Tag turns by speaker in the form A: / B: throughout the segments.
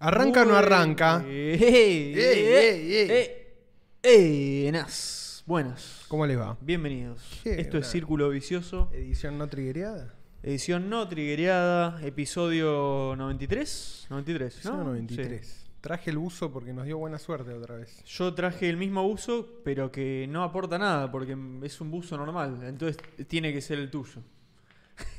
A: ¿Arranca o no arranca?
B: Eh, eh,
A: ey, ey.
B: eh, eh, eh, nas. Buenas.
A: ¿Cómo les va?
B: Bienvenidos.
A: Qué
B: Esto es
A: buena.
B: Círculo Vicioso,
A: ¿Edición no triggereada?
B: edición no triguereada, episodio 93. 93, ¿no?
A: Edición 93.
B: Sí.
A: Traje el buzo porque nos dio buena suerte otra vez.
B: Yo traje el mismo buzo, pero que no aporta nada, porque es un buzo normal. Entonces tiene que ser el tuyo.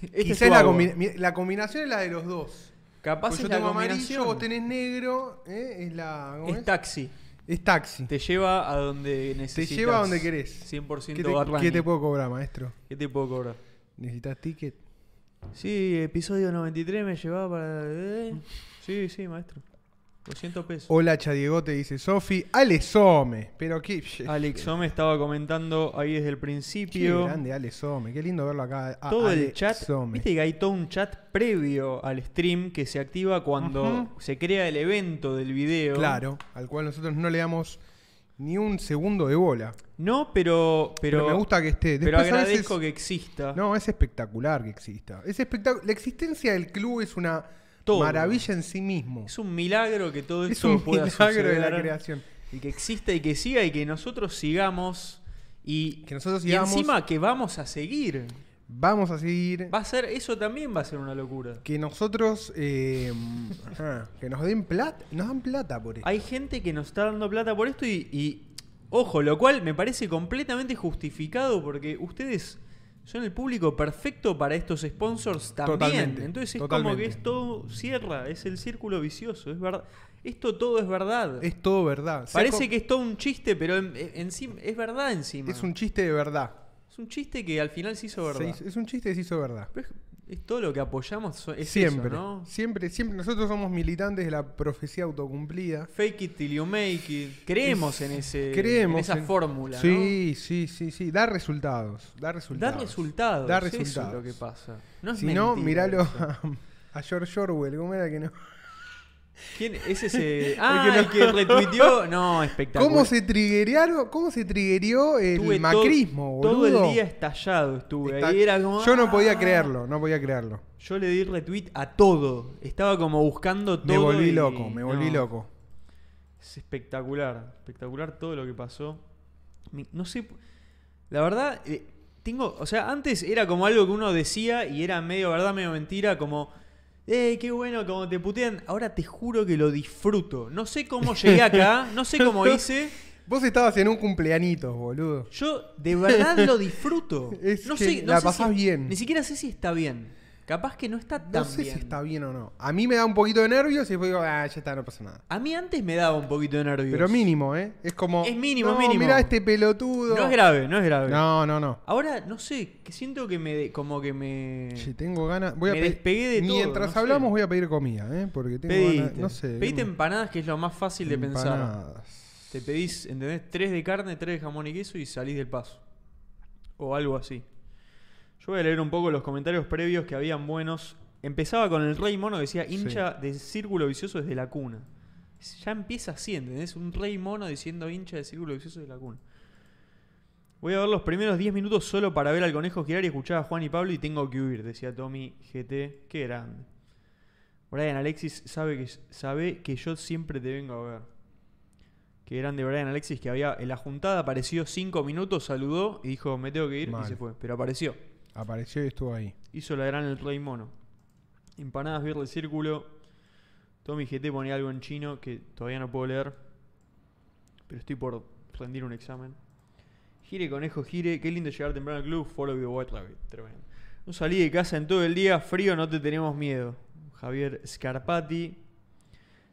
B: Este
A: Quizás
B: es tu
A: la,
B: agua.
A: combi- mi- la combinación es la de los dos.
B: Capaz
A: Porque
B: es
A: yo
B: la
A: tengo amarillo,
B: combinación.
A: vos tenés negro. ¿eh? Es la. ¿cómo
B: Es taxi.
A: Es taxi.
B: Te lleva a donde necesitas.
A: lleva a donde querés.
B: 100%
A: ¿Qué te,
B: Bad Bunny.
A: qué te puedo cobrar, maestro?
B: ¿Qué te puedo cobrar?
A: ¿Necesitas ticket?
B: Sí, episodio 93 me llevaba para... eh, Sí, sí, maestro. 200 pesos.
A: Hola, Chadiegote, dice Sofi. Alesome. Pero qué.
B: Alex Ome estaba comentando ahí desde el
A: Oh, Qué
B: principio.
A: grande, Alesome. Qué lindo verlo acá. a-
B: Todo el
A: Ale
B: chat,
A: Some.
B: viste que hay todo un chat previo al stream que se activa cuando
A: Ujú.
B: se crea el evento del video.
A: Claro, al cual nosotros no le damos ni un segundo de bola.
B: No, pero... Pero,
A: Pero, me gusta que esté. Después
B: pero
A: a veces-
B: agradezco que exista.
A: No, es espectacular que exista. Es espectac- La existencia del club es una
B: Todo.
A: maravilla en sí mismo.
B: Es un milagro que todo
A: Es
B: esto
A: un
B: pueda
A: milagro de la
B: suceder.
A: creación.
B: Y que exista y que siga y que nosotros sigamos. Y,
A: Que nosotros
B: y
A: sigamos.
B: encima que vamos a seguir.
A: Vamos a seguir.
B: Va a ser, eso también va a ser una locura.
A: Que nosotros. eh, ajá, que nos den plata. Nos dan plata por esto.
B: Hay gente que nos está dando plata por esto y, y, ojo, lo cual me parece completamente justificado porque ustedes son el público perfecto para estos sponsors también.
A: Totalmente,
B: Entonces es como
A: totalmente.
B: que esto cierra, es el círculo vicioso, es verdad. Esto todo es verdad.
A: Es todo verdad. Se
B: Parece
A: aco-
B: que es todo un chiste, pero en- en- encima- es verdad encima.
A: Es un chiste de verdad.
B: Es un chiste que al final se hizo
A: Se
B: verdad.
A: hizo- es un chiste que se hizo verdad.
B: Pero es, es todo lo que apoyamos, so- es
A: siempre.
B: eso, ¿no?
A: Siempre, siempre. Nosotros somos militantes de la profecía autocumplida.
B: Fake it till you make it. Creemos en ese
A: Creemos
B: en esa
A: en-
B: fórmula, ¿no?
A: Sí, sí, sí, sí. Da resultados. Da resultados.
B: Dar resultados.
A: Da
B: eso
A: resultados.
B: es lo que pasa. No es
A: si no,
B: mentira
A: miralo
B: eso.
A: a, a George Orwell. ¿Cómo era que no?
B: ¿Quién es ese? Ah,
A: que
B: el
A: no-
B: que, retuiteó. No, espectacular.
A: ¿Cómo se triggerearon? ¿Cómo se triggerió el
B: Estuve to-
A: macrismo, boludo?
B: Todo el día estallado estuve.
A: Está-
B: ahí era como,
A: Yo no podía
B: "Ah".
A: creerlo, no podía creerlo.
B: Yo le di retweet a todo. Estaba como buscando todo.
A: Me volví
B: y-
A: loco, me volví
B: no.
A: loco.
B: Es espectacular, espectacular todo lo que pasó. Mi- No sé, la verdad, eh, tengo, o sea, antes era como algo que uno decía y era medio verdad, medio mentira, como, ¡eh, qué bueno, como te putean! Ahora te juro que lo disfruto. No sé cómo llegué acá, no sé cómo hice.
A: Vos estabas en un cumpleañito, boludo.
B: Yo de verdad lo disfruto.
A: Es
B: no
A: que
B: sé, no
A: la
B: sé
A: pasás
B: si-
A: bien.
B: Ni siquiera sé si está bien. Capaz que no está tan
A: No sé
B: bien.
A: si está bien o no. A mí me da un poquito de nervios y después digo, ah, ya está, no pasa nada.
B: A mí antes me daba un poquito de nervios.
A: Pero mínimo, ¿eh? Es como.
B: Es mínimo,
A: no,
B: mínimo.
A: Mirá este pelotudo.
B: No es grave, no es grave.
A: No, no, no.
B: Ahora, no sé, que siento que me. de- como que me.
A: Che, tengo ganas. Voy a
B: Me
A: pe-
B: despegué de todo,
A: Mientras
B: no sé.
A: hablamos, voy a pedir comida, ¿eh? Porque tengo ganas.
B: pediste.
A: No sé.
B: pediste
A: tengo-
B: empanadas, que es lo más fácil de pensar.
A: empanadas.
B: Te pedís, ¿entendés? Tres de carne, tres de jamón y queso y salís del paso. O algo así. Yo voy a leer un poco los comentarios previos que habían buenos. Empezaba con el rey mono que decía hincha de círculo vicioso desde la cuna. Ya empieza así, ¿entendés? Un rey mono diciendo hincha de círculo vicioso desde la cuna. Voy a ver los primeros 10 minutos solo para ver al conejo girar y escuchar a Juan y Pablo y tengo que huir, decía Tommy GT. Qué grande. Brian Alexis sabe que, sabe que yo siempre te vengo a ver. Qué grande Brian Alexis que había en la juntada apareció 5 minutos, saludó y dijo me tengo que ir
A: Mal.
B: y se fue. Pero apareció.
A: Apareció y estuvo ahí.
B: Hizo la gran el rey mono. Empanadas, birra el círculo. Tommy GT ponía algo en chino que todavía no puedo leer. Pero estoy por rendir un examen. Gire, conejo, gire. Qué lindo llegar temprano al club. Follow the White Rabbit. Tremendo. No salí de casa en todo el día. Frío, no te tenemos miedo. Javier Scarpati.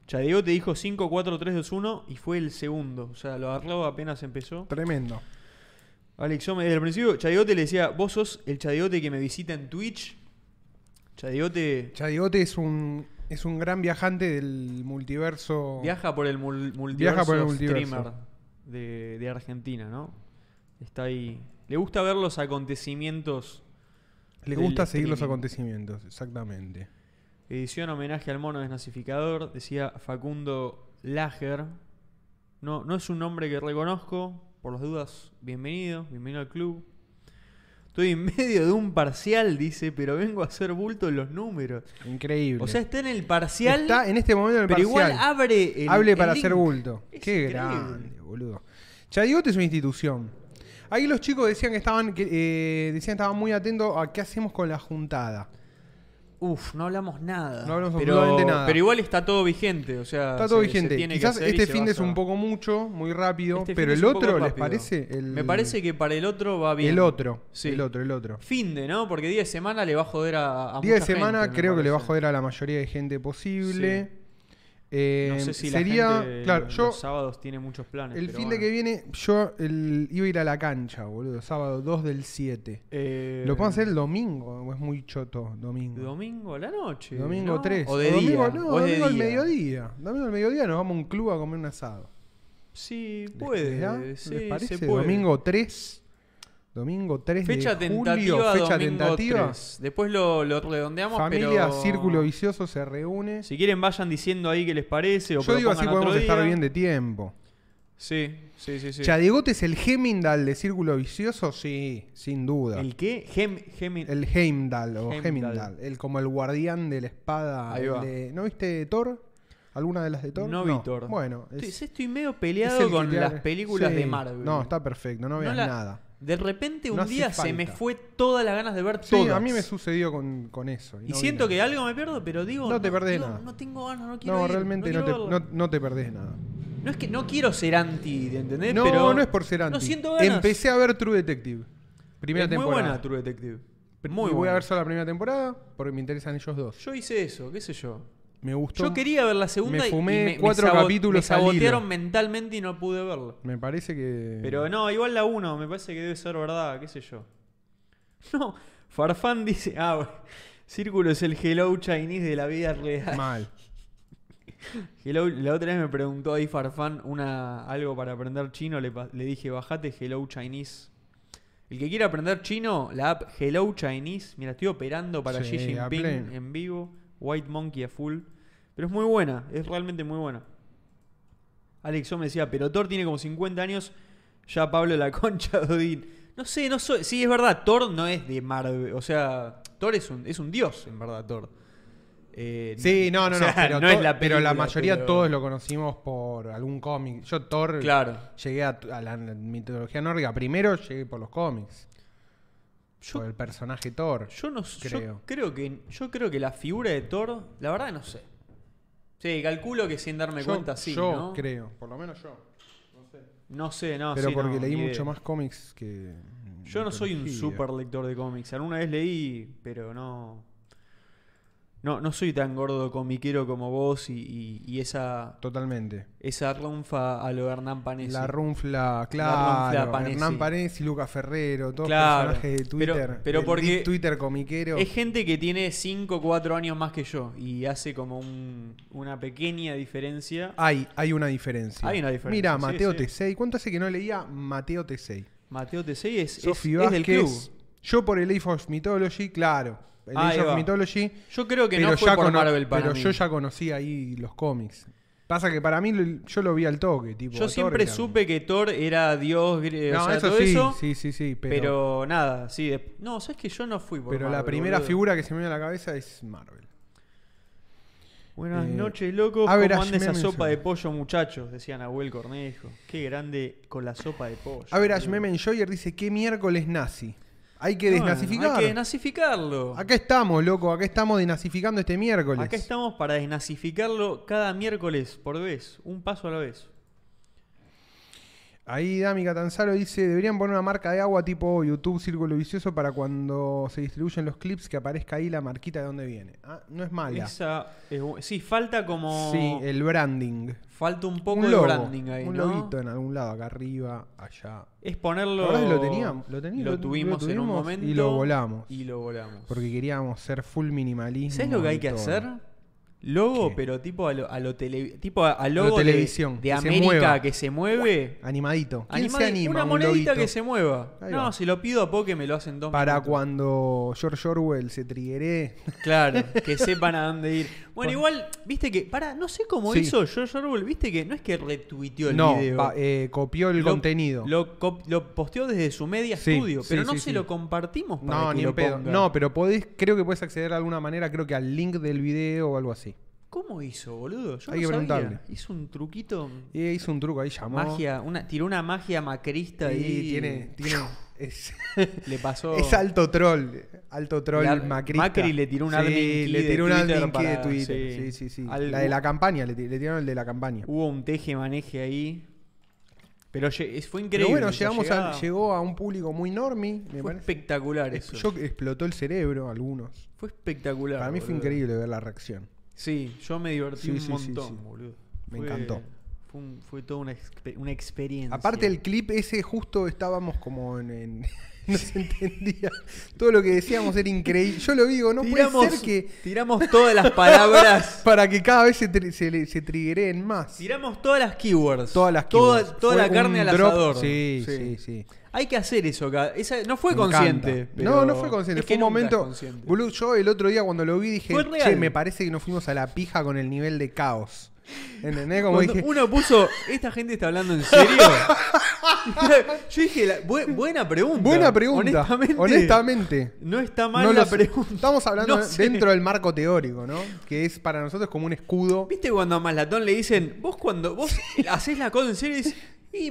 B: Chadeo te dijo 5, 4, 3, 2, 1 y fue el segundo. O sea, lo agarró apenas empezó.
A: Tremendo.
B: Alex, yo me- desde el principio, Chadigote le decía, vos sos el Chadigote que me visita en Twitch. Chadigote
A: Chadigote es un, es un gran viajante del multiverso.
B: viaja por el mul- multiverso,
A: Viaja por el multiverso.
B: streamer de, de Argentina, ¿no? Está ahí. Le gusta ver los acontecimientos.
A: Le
B: del
A: gusta seguir los
B: streaming.
A: acontecimientos, exactamente.
B: Edición homenaje al mono desnazificador, decía Facundo Lager. No, no es un nombre que reconozco, por las dudas, bienvenido, bienvenido al club. Estoy en medio de un parcial, dice, pero vengo a hacer bulto en los números.
A: Increíble.
B: O sea, está en el parcial,
A: está en este momento en el
B: pero igual
A: parcial.
B: abre el
A: Hable
B: el
A: para
B: link.
A: hacer bulto.
B: Es
A: Qué
B: increíble.
A: grande, boludo. Chadigote es una institución. Ahí los chicos decían que estaban, que, eh, decían que estaban muy atentos a qué hacemos con la juntada.
B: Uf, no hablamos nada.
A: No hablamos
B: pero,
A: absolutamente nada.
B: Pero igual está todo vigente, o sea...
A: Está todo
B: se- se
A: vigente.
B: tiene que
A: Quizás
B: hacer y
A: este
B: se
A: fin
B: va
A: de
B: a
A: es un
B: hacer.
A: poco mucho, muy rápido,
B: Este fin
A: pero
B: es
A: el
B: un poco
A: otro, ¿les
B: rápido.
A: parece? El,
B: Me parece que para el otro va bien.
A: El otro.
B: Sí.
A: El otro, el otro.
B: Fin de, ¿no? Porque día de semana le va a joder a, a
A: Día de
B: mucha
A: semana
B: gente, me
A: creo que le va a
B: parece.
A: joder a la mayoría de gente posible. Eh,
B: no sé si
A: sería,
B: la gente
A: claro,
B: los,
A: yo
B: los sábados tiene muchos planes.
A: el
B: pero
A: fin de
B: bueno.
A: que viene yo el- iba a ir a la cancha, boludo, sábado 2 del 7.
B: Eh,
A: ¿Lo podemos hacer el domingo o es muy choto domingo?
B: Domingo a la noche.
A: domingo
B: ¿no?
A: 3.
B: O de
A: domingo,
B: día.
A: No,
B: o es de
A: domingo al
B: día.
A: mediodía. Domingo al mediodía nos vamos a un club a comer un asado.
B: Sí,
A: ¿Les- les da?
B: puede. ¿ah?
A: ¿Les
B: sí, se
A: parece?
B: puede.
A: Domingo 3. Domingo 3
B: Fecha
A: de
B: tentativa,
A: julio, fecha
B: domingo
A: tentativa.
B: 3. Después lo, lo redondeamos,
A: Familia,
B: pero...
A: círculo vicioso se reúne.
B: Si quieren vayan diciendo ahí qué les parece o
A: Yo digo así
B: propongan otro
A: podemos estar
B: día.
A: bien de tiempo.
B: Sí, sí, sí, sí.
A: ¿Chadigote es el Hemindal de Círculo Vicioso? Sí, sin duda. El,
B: ¿El qué? Gem, gemin-
A: Heimdall o
B: Heimdall.
A: Hemindal. El, como el guardián de la espada.
B: Ahí
A: el
B: va.
A: de- ¿No viste Thor? ¿Alguna de las de Thor?
B: No vi Thor.
A: Bueno, es-
B: Estoy, estoy medio
A: es
B: peleado
A: el que
B: con
A: te-
B: las películas
A: Sí.
B: de Marvel.
A: No, está perfecto, no
B: No
A: veas
B: la-
A: nada.
B: De repente un
A: No hace
B: día se me
A: falta.
B: fue todas las ganas de ver
A: Sí,
B: todas.
A: a mí me sucedió con, con eso.
B: Y
A: no vi
B: siento
A: nada.
B: que algo me pierdo, pero digo.
A: No te perdés
B: digo,
A: nada.
B: No tengo ganas, no quiero.
A: No,
B: ir,
A: realmente no,
B: quiero
A: te,
B: verlo.
A: no- no te perdés nada.
B: No es que no quiero ser anti, ¿entendés?
A: No,
B: Eh, pero
A: no es por ser anti.
B: No siento ganas.
A: Empecé a ver True Detective. Primera
B: es
A: temporada.
B: Muy buena True Detective.
A: Pr-
B: Muy
A: y voy
B: buena.
A: a ver solo la primera temporada porque me interesan ellos dos.
B: Yo hice eso, qué sé yo.
A: Me gustó.
B: Yo quería ver la segunda
A: Me
B: y-
A: fumé
B: y
A: cuatro
B: sabo-
A: capítulos
B: me
A: al
B: sabotearon
A: hilo.
B: mentalmente y no pude verla.
A: Me parece que.
B: Pero no, igual la 1, me parece que debe ser verdad, qué sé yo. No, Farfán dice, ah, bueno, Círculo es el Hello Chinese de la vida real.
A: Mal.
B: Hello, la otra vez me preguntó ahí Farfán una, algo para aprender chino, le, pa- le dije, bajate Hello Chinese. El que quiera aprender chino, la app Hello Chinese, mira, estoy operando para
A: Sí,
B: Xi
A: a
B: Jinping
A: pleno.
B: en vivo, White Monkey a full, pero es muy buena, es realmente muy buena. Alex, yo me decía, pero Thor tiene como 50 años, ya Pablo la concha Dodín. No sé, no soy. Sí, es verdad, Thor no es de Marvel. O sea, Thor es un, es un dios, en verdad, Thor. Eh,
A: Sí, no, no,
B: o sea,
A: no. Pero,
B: es
A: to-
B: la
A: pero la
B: película,
A: mayoría
B: pero-
A: todos lo conocimos por algún cómic. Yo, Thor,
B: Claro.
A: llegué a, a la mitología nórdica. Primero llegué por los cómics.
B: Yo,
A: por el personaje Thor.
B: yo no sé, yo
A: creo.
B: creo que Yo creo que la figura de Thor, la verdad, no sé. Sí, calculo que sin darme
A: yo
B: cuenta, sí.
A: yo
B: ¿no?
A: creo. Por lo menos yo.
B: no sé, no
A: pero
B: Ah, sí,
A: porque
B: no,
A: leí
B: ni idea.
A: mucho más cómics que.
B: Yo no soy un
A: mitología.
B: super lector de cómics. Alguna vez leí, pero no. No, no soy tan gordo comiquero como vos y, y- y esa,
A: Totalmente.
B: esa ronfa a lo Hernán Panesi.
A: La Runfla,
B: La
A: claro.
B: Runfla Panesi.
A: Hernán Panesi, Luca Ferrero, todos
B: Claro.
A: personajes de
B: Pero-
A: Twitter.
B: pero
A: del
B: porque-
A: Deep Twitter comiquero.
B: Es gente que tiene 5 o 4 años más que yo y hace como un- una pequeña diferencia.
A: Hay, hay una diferencia.
B: Hay una diferencia,
A: Mira,
B: sí,
A: Mateo
B: sí.
A: Tesei. ¿Cuánto hace que no leía Mateo Tesei?
B: Mateo Tesei es, es-
A: Sofi
B: es del club.
A: Vázquez. Yo por el Age of Mythology, claro. El
B: Ahí
A: Age of
B: va.
A: Mythology.
B: Yo creo que
A: pero
B: no fue
A: ya
B: por
A: cono-
B: Marvel para
A: Pero
B: mí.
A: yo ya conocí ahí los cómics. Pasa que para mí lo- yo lo vi al toque. Tipo,
B: Yo
A: Thor
B: siempre
A: era-
B: supe que Thor era Dios, grie-
A: No,
B: Eh, o sea,
A: eso,
B: todo
A: sí,
B: eso.
A: sí, sí, sí. Pero,
B: pero,
A: pero,
B: nada, sí. de- No, sabes que yo no fui por
A: la
B: Marvel,
A: primera
B: boludo.
A: figura que se me viene a la cabeza es Marvel.
B: Buenas
A: Eh,
B: noches, loco.
A: a ver,
B: ¿Cómo anda
A: Ash
B: esa
A: Memes
B: sopa
A: Show.
B: de pollo, muchachos? Decía Nahuel Cornejo. Qué grande con la sopa de pollo.
A: A ver,
B: boludo.
A: Ashmemen Joyer dice: ¿Qué miércoles nazi? Hay que
B: Bueno,
A: desnazificar.
B: Hay que desnazificarlo.
A: Acá estamos, loco. Acá estamos desnazificando este miércoles.
B: Acá estamos para desnazificarlo cada miércoles por vez, un paso a la vez.
A: Ahí Dami Catanzaro dice, deberían poner una marca de agua tipo YouTube Círculo Vicioso para cuando se distribuyen los clips que aparezca ahí la marquita de dónde viene. Ah, no es mala.
B: Esa es bu- sí, falta como.
A: Sí, el branding.
B: Falta un poco
A: un
B: de
A: logo,
B: branding ahí,
A: Un
B: ¿no?
A: loguito en algún lado, acá arriba, allá.
B: Es ponerlo.
A: La verdad que lo teníamos, lo teníamos, lo-
B: tuvimos,
A: lo
B: en un
A: tuvimos
B: momento.
A: y lo volamos.
B: Y lo volamos.
A: Porque queríamos ser full minimalismo.
B: ¿Sabes lo que hay
A: y
B: que
A: todo.
B: hacer? Logo,
A: ¿Qué?
B: pero tipo a lo, a lo tele- tipo a, a logo de-
A: televisión,
B: de,
A: que se
B: América
A: mueva.
B: que se mueve.
A: Animadito. ¿Quién
B: Animá-
A: se anima?
B: una
A: un
B: monedita
A: loguito?
B: que se mueva.
A: Ahí
B: no,
A: va.
B: si lo pido a Poké me lo hacen dos
A: Para
B: minutos.
A: cuando George Orwell se trigueré.
B: Claro, que sepan a dónde ir. Bueno, igual, viste que, para, no sé cómo
A: Sí.
B: hizo George Orwell, viste que no es que retuiteó el
A: No,
B: video.
A: pa- eh, copió el
B: Lo-
A: contenido.
B: Lo, cop- lo posteó desde su media
A: Sí,
B: estudio,
A: sí,
B: pero no
A: sí,
B: se
A: sí.
B: lo compartimos para
A: no,
B: que
A: ni
B: lo
A: en pedo.
B: ponga.
A: No, pero podés, creo que puedes acceder de alguna manera, creo que al link del video o algo así.
B: ¿Cómo hizo, boludo? Yo
A: Hay
B: no
A: que
B: sabía.
A: preguntarle.
B: Hizo un truquito,
A: Y hizo un truco ahí, llamó.
B: magia, una, tiró una magia
A: Y
B: macrista y
A: tiene. tiene es,
B: le pasó.
A: es alto troll. Alto troll
B: Le ar-
A: macrista.
B: Macri le tiró un
A: Sí,
B: admin key
A: le
B: de
A: tiró un
B: Twitter
A: admin key de
B: para-
A: Twitter.
B: sí.
A: Sí, sí, sí.
B: Al-
A: La de la campaña, le, ti- le tiraron el de la campaña.
B: Hubo un teje maneje ahí. Pero lle- es- fue increíble.
A: Pero bueno,
B: esa
A: llegamos
B: llegada.
A: al, llegó a un público muy normi, me
B: Fue
A: parece.
B: espectacular
A: Es-
B: eso.
A: Yo explotó el cerebro a algunos.
B: Fue espectacular.
A: Para mí fue
B: boludo.
A: increíble ver la reacción.
B: Sí, yo me divertí
A: Sí,
B: un
A: sí, sí,
B: montón,
A: sí.
B: boludo.
A: Me
B: Fue-
A: encantó.
B: Fue, un- fue toda una, expe- una experiencia.
A: Aparte el clip ese justo estábamos como en... en- no se entendía. Todo lo que decíamos era increíble. Yo lo digo, no puede ser que...
B: tiramos todas las palabras.
A: Para que cada vez se, tri- se, le- se triggeren más.
B: tiramos todas las keywords.
A: Todas las
B: Toda,
A: keywords.
B: toda
A: Fue
B: la carne
A: un
B: al
A: drop-
B: asador.
A: Sí, sí, sí.
B: Hay que hacer eso. ca- Esa, no fue
A: Me
B: consciente.
A: encanta.
B: pero-
A: No, no fue consciente.
B: es
A: fue
B: que
A: un
B: nunca es
A: momento.
B: consciente.
A: Boludo, yo el otro día cuando lo vi dije,
B: Fue
A: che,
B: real.
A: me parece que nos fuimos a la pija con el nivel de caos. ¿Entendés? Como
B: Cuando
A: dije,
B: uno puso, ¿esta gente está hablando en serio? Yo dije, la- bu- buena pregunta.
A: buena pregunta.
B: Honestamente,
A: Honestamente.
B: No está mal
A: No
B: la
A: lo sé.
B: pregunta.
A: Estamos hablando
B: No sé.
A: dentro del marco teórico, ¿no? Que es para nosotros como un escudo.
B: ¿Viste cuando a Maslatón le dicen, vos cuando vos haces la cosa en serio, dices, y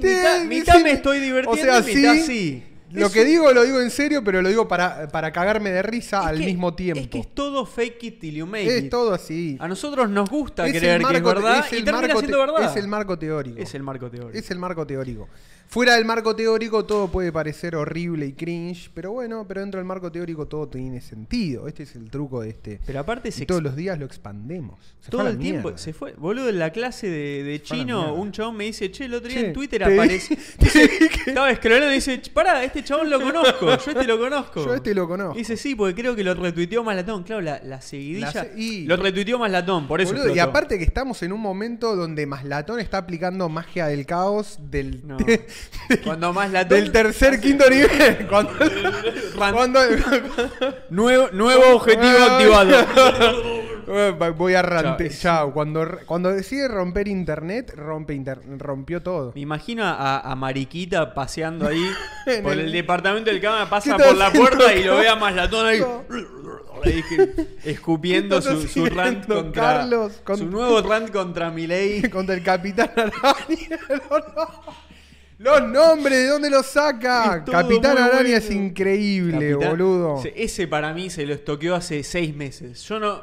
A: Sí,
B: mitad,
A: sí,
B: mitad
A: sí.
B: me estoy divirtiendo
A: O sea,
B: y mitad
A: sí,
B: sí?
A: Lo
B: Es
A: que
B: un-
A: digo lo digo en serio, pero lo digo para, para cagarme de risa
B: es
A: al
B: que-
A: mismo tiempo.
B: Es que es todo fake it till you make
A: Es
B: it.
A: todo así.
B: A nosotros nos gusta
A: Es el
B: creer que es
A: marco te-
B: verdad
A: es
B: y
A: el
B: termina
A: marco
B: siendo
A: te-
B: verdad.
A: Es el marco teórico.
B: Es el marco teórico.
A: Es el marco teórico. Fuera del marco teórico todo puede parecer horrible y cringe, pero bueno, pero dentro del marco teórico todo tiene sentido. Este es el truco de este.
B: Pero aparte se
A: Y todos los días lo expandemos. Se fue
B: Todo
A: a la
B: el tiempo
A: mierda.
B: se fue. Boludo, en la clase de,
A: fue a
B: de
A: la
B: chino,
A: mierda.
B: un chabón me dice, che, el otro día
A: Che,
B: en Twitter
A: te
B: apareció.
A: dije-
B: Estaba escrollando y dice, "Ch, pará, este chabón lo conozco, yo este lo conozco.
A: Yo este lo conozco.
B: Y dice, sí, porque creo que lo retuiteó Malatón. Claro, la, la seguidilla.
A: La se- y-
B: Lo retuiteó Malatón, por eso.
A: Boludo, y
B: explotó.
A: aparte que estamos en un momento donde Maslatón está aplicando magia del caos del,
B: No.
A: del
B: Cuando más
A: tercer, quinto nivel. Cuando, cuando-
B: Nuevo, nuevo objetivo
A: Ay.
B: activado.
A: voy a rante.
B: Chao.
A: Chao. Cuando, r- cuando decide romper internet, rompe inter- rompió todo.
B: Me imagino a, a Mariquita paseando ahí
A: En
B: por
A: el-
B: el, departamento del cámara, pasa
A: ¿Qué
B: por la
A: estás
B: puerta
A: haciendo,
B: y lo ve a Maslatón ahí,
A: No.
B: ahí que- escupiendo
A: ¿Qué
B: su,
A: estás
B: su rant
A: haciendo,
B: contra
A: Carlos? Con-
B: su nuevo rant contra Milei.
A: Contra el capitán Araña. Los, no- los nombres, ¿de dónde los saca?
B: Es todo
A: Capitán
B: muy
A: Araña
B: bueno.
A: es increíble,
B: Capitán-
A: boludo.
B: Se- Ese para mí se lo estoqueó hace seis meses. Yo no,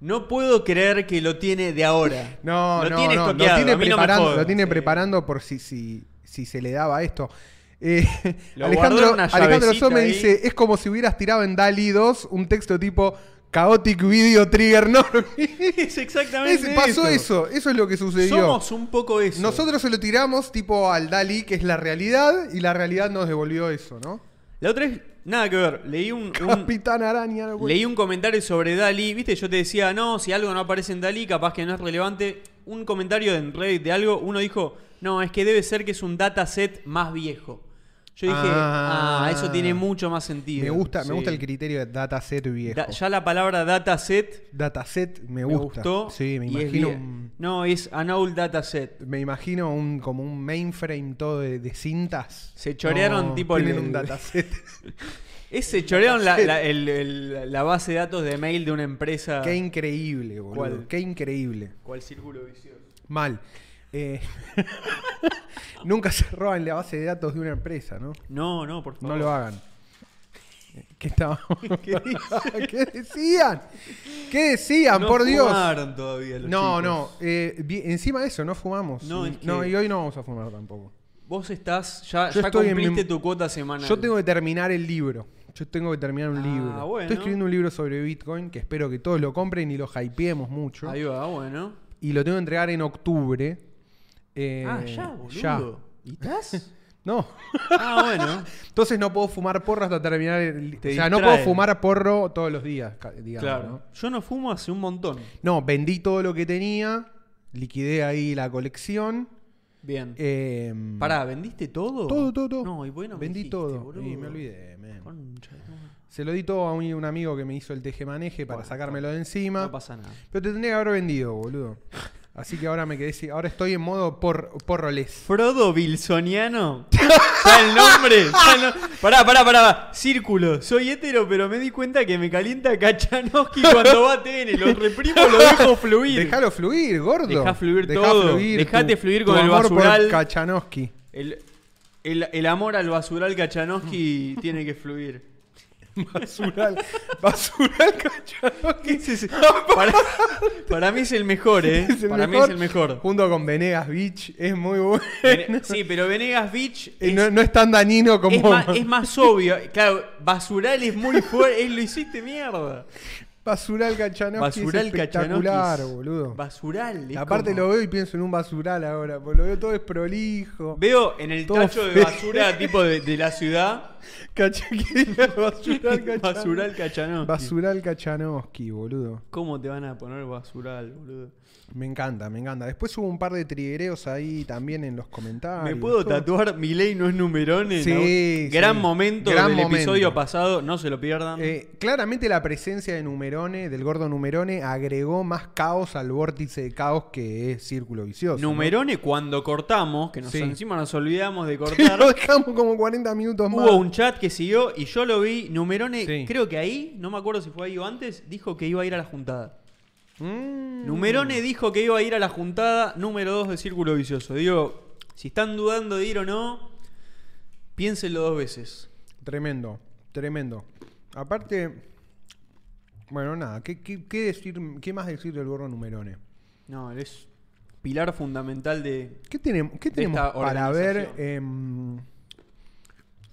B: no puedo creer que lo tiene de ahora.
A: No,
B: lo
A: no,
B: tiene
A: no, lo
B: estoqueado,
A: tiene
B: a mí no me
A: preparando,
B: jodas.
A: lo tiene
B: Sí.
A: preparando por si, si, si se le daba esto. Eh,
B: Lo guardó en
A: Alejandro,
B: una
A: Alejandro
B: llavecita
A: Some
B: ahí.
A: dice, es como si hubieras tirado en DALI 2 un texto tipo Chaotic Video Trigger Normie.
B: Es
A: Es-
B: exactamente
A: pasó eso. eso, es lo que sucedió.
B: Somos un poco eso.
A: Nosotros se lo tiramos tipo al DALI, que es la realidad, y la realidad nos devolvió eso, ¿no?
B: La otra es, nada que ver, leí un, un-
A: Capitán Araña. no puede-
B: leí un comentario sobre Dalí, viste, yo te decía, no, si algo no aparece en Dalí, capaz que no es relevante. Un comentario en Reddit de algo, uno dijo, no, es que debe ser que es un dataset más viejo. Yo dije,
A: Ah.
B: ah, eso tiene mucho más sentido.
A: Me gusta,
B: Sí.
A: me gusta el criterio de dataset viejo.
B: Da- ya la palabra dataset
A: Dataset me
B: me
A: gusta.
B: gustó.
A: Sí, me
B: y es
A: imagino.
B: bien.
A: un-
B: No, es an old dataset.
A: Me imagino un, como un mainframe todo de, de cintas.
B: Se chorearon tipo
A: tienen
B: el-
A: un dataset.
B: Ese chorearon la, la- el- el- la base de datos de mail de una empresa.
A: Qué increíble, boludo.
B: Ah. ¿Cuál?
A: Qué increíble.
B: ¿Cuál círculo vicioso?
A: Mal. Eh, nunca se roban la base de datos de una empresa, ¿no?
B: No, no, por
A: No
B: favor.
A: lo hagan. ¿Qué estábamos? ¿Qué decían? ¿Qué decían?
B: No
A: por Dios.
B: fumaron todavía los
A: No,
B: chicos.
A: no. eh, vi- encima de eso, no fumamos.
B: No,
A: y,
B: es que-
A: no, y hoy no vamos a fumar tampoco.
B: Vos estás, ya,
A: Yo
B: ya
A: estoy en
B: cumpliste
A: mi-
B: tu cuota semanal.
A: Yo tengo que terminar el libro. Yo tengo que terminar un
B: Ah,
A: libro.
B: bueno.
A: Estoy escribiendo un libro sobre Bitcoin que espero que todos lo compren y lo hypeemos mucho.
B: Ahí va, bueno.
A: Y lo tengo que entregar en octubre. Eh,
B: ah, ya, boludo. Ah, ¿Y estás?
A: No.
B: Ah, bueno.
A: Entonces no puedo fumar porro hasta terminar el.
B: Te
A: o sea, no
B: distrae.
A: puedo fumar porro todos los días, ca- digamos.
B: claro.
A: ¿no?
B: Yo no fumo hace un montón.
A: No, vendí todo lo que tenía, liquidé ahí la colección.
B: Bien.
A: eh,
B: Pará, ¿vendiste todo?
A: Todo, todo, todo.
B: No, y bueno,
A: vendí todo. Y me olvidé, man. Se lo di todo a un, un amigo que me hizo el tejemaneje para
B: Bueno,
A: sacármelo de encima.
B: No pasa nada.
A: Pero te tendría que haber vendido, boludo. Así que ahora me quedé sin- Ahora estoy en modo por, porroles.
B: Frodo Wilsoniano. Ya el nombre. ya el no- Pará, pará, pará. Círculo. Soy hétero, pero me di cuenta que me calienta Kachanowski cuando va a TN. Lo reprimo, lo dejo fluir.
A: Déjalo fluir, gordo.
B: Dejá fluir todo. Dejate fluir con el
A: amor por
B: basural.
A: Kachanowski.
B: El, el- el amor al basural Kachanowski tiene que fluir.
A: Basural. basural Kachanowski.
B: Para, para mí es el mejor, ¿eh?
A: Es el
B: para mí es
A: mejor,
B: el mejor.
A: Junto con Venegas Beach. Es muy bueno.
B: Vene- Sí, pero Venegas Beach
A: Y
B: es,
A: no, no es tan dañino como.
B: es más, es más obvio. Claro, basural es muy fuerte. eh, Lo hiciste mierda.
A: Basural Kachanowski.
B: Basural
A: es espectacular,
B: Kachanowski es-
A: boludo.
B: Basural. es
A: Aparte
B: como-
A: lo veo y pienso en un basural ahora. Porque lo veo todo desprolijo.
B: Veo en el
A: Todo
B: tacho de
A: feo.
B: basura tipo de, de la ciudad.
A: Cachaquilla, basural Kachanowski.
B: Basural Kachanowski.
A: Basural Kachanowski, boludo.
B: ¿Cómo te van a poner basural, boludo?
A: Me encanta, me encanta. Después hubo un par de trigueros ahí también en los comentarios.
B: ¿Me puedo
A: Todo.
B: tatuar mi ley no es numerón? en
A: Sí,
B: la-
A: sí.
B: Gran momento
A: Gran
B: del
A: momento.
B: episodio pasado, no se lo pierdan.
A: Eh, claramente la presencia de Numerone, del gordo Numerone, agregó más caos al vórtice de caos que es Círculo Vicioso. ¿no?
B: Numerone, cuando cortamos, que nos,
A: Sí.
B: encima nos olvidamos de
A: Que
B: cortar,
A: lo dejamos como 40 minutos más.
B: hubo un chat que siguió y yo lo vi. Numerone,
A: Sí.
B: creo que ahí, no me acuerdo si fue ahí o antes, dijo que iba a ir a la juntada.
A: Mm.
B: Numerone dijo que iba a ir a la juntada número 2 de Círculo Vicioso. Digo, si están dudando de ir o no, piénsenlo dos veces.
A: Tremendo, tremendo. Aparte, bueno, nada, ¿qué, qué- qué decir, ¿qué más decir del gordo Numerone?
B: No, él es pilar fundamental de...
A: ¿Qué tenemos, qué
B: De
A: tenemos
B: esta
A: para ver?
B: organización.
A: em,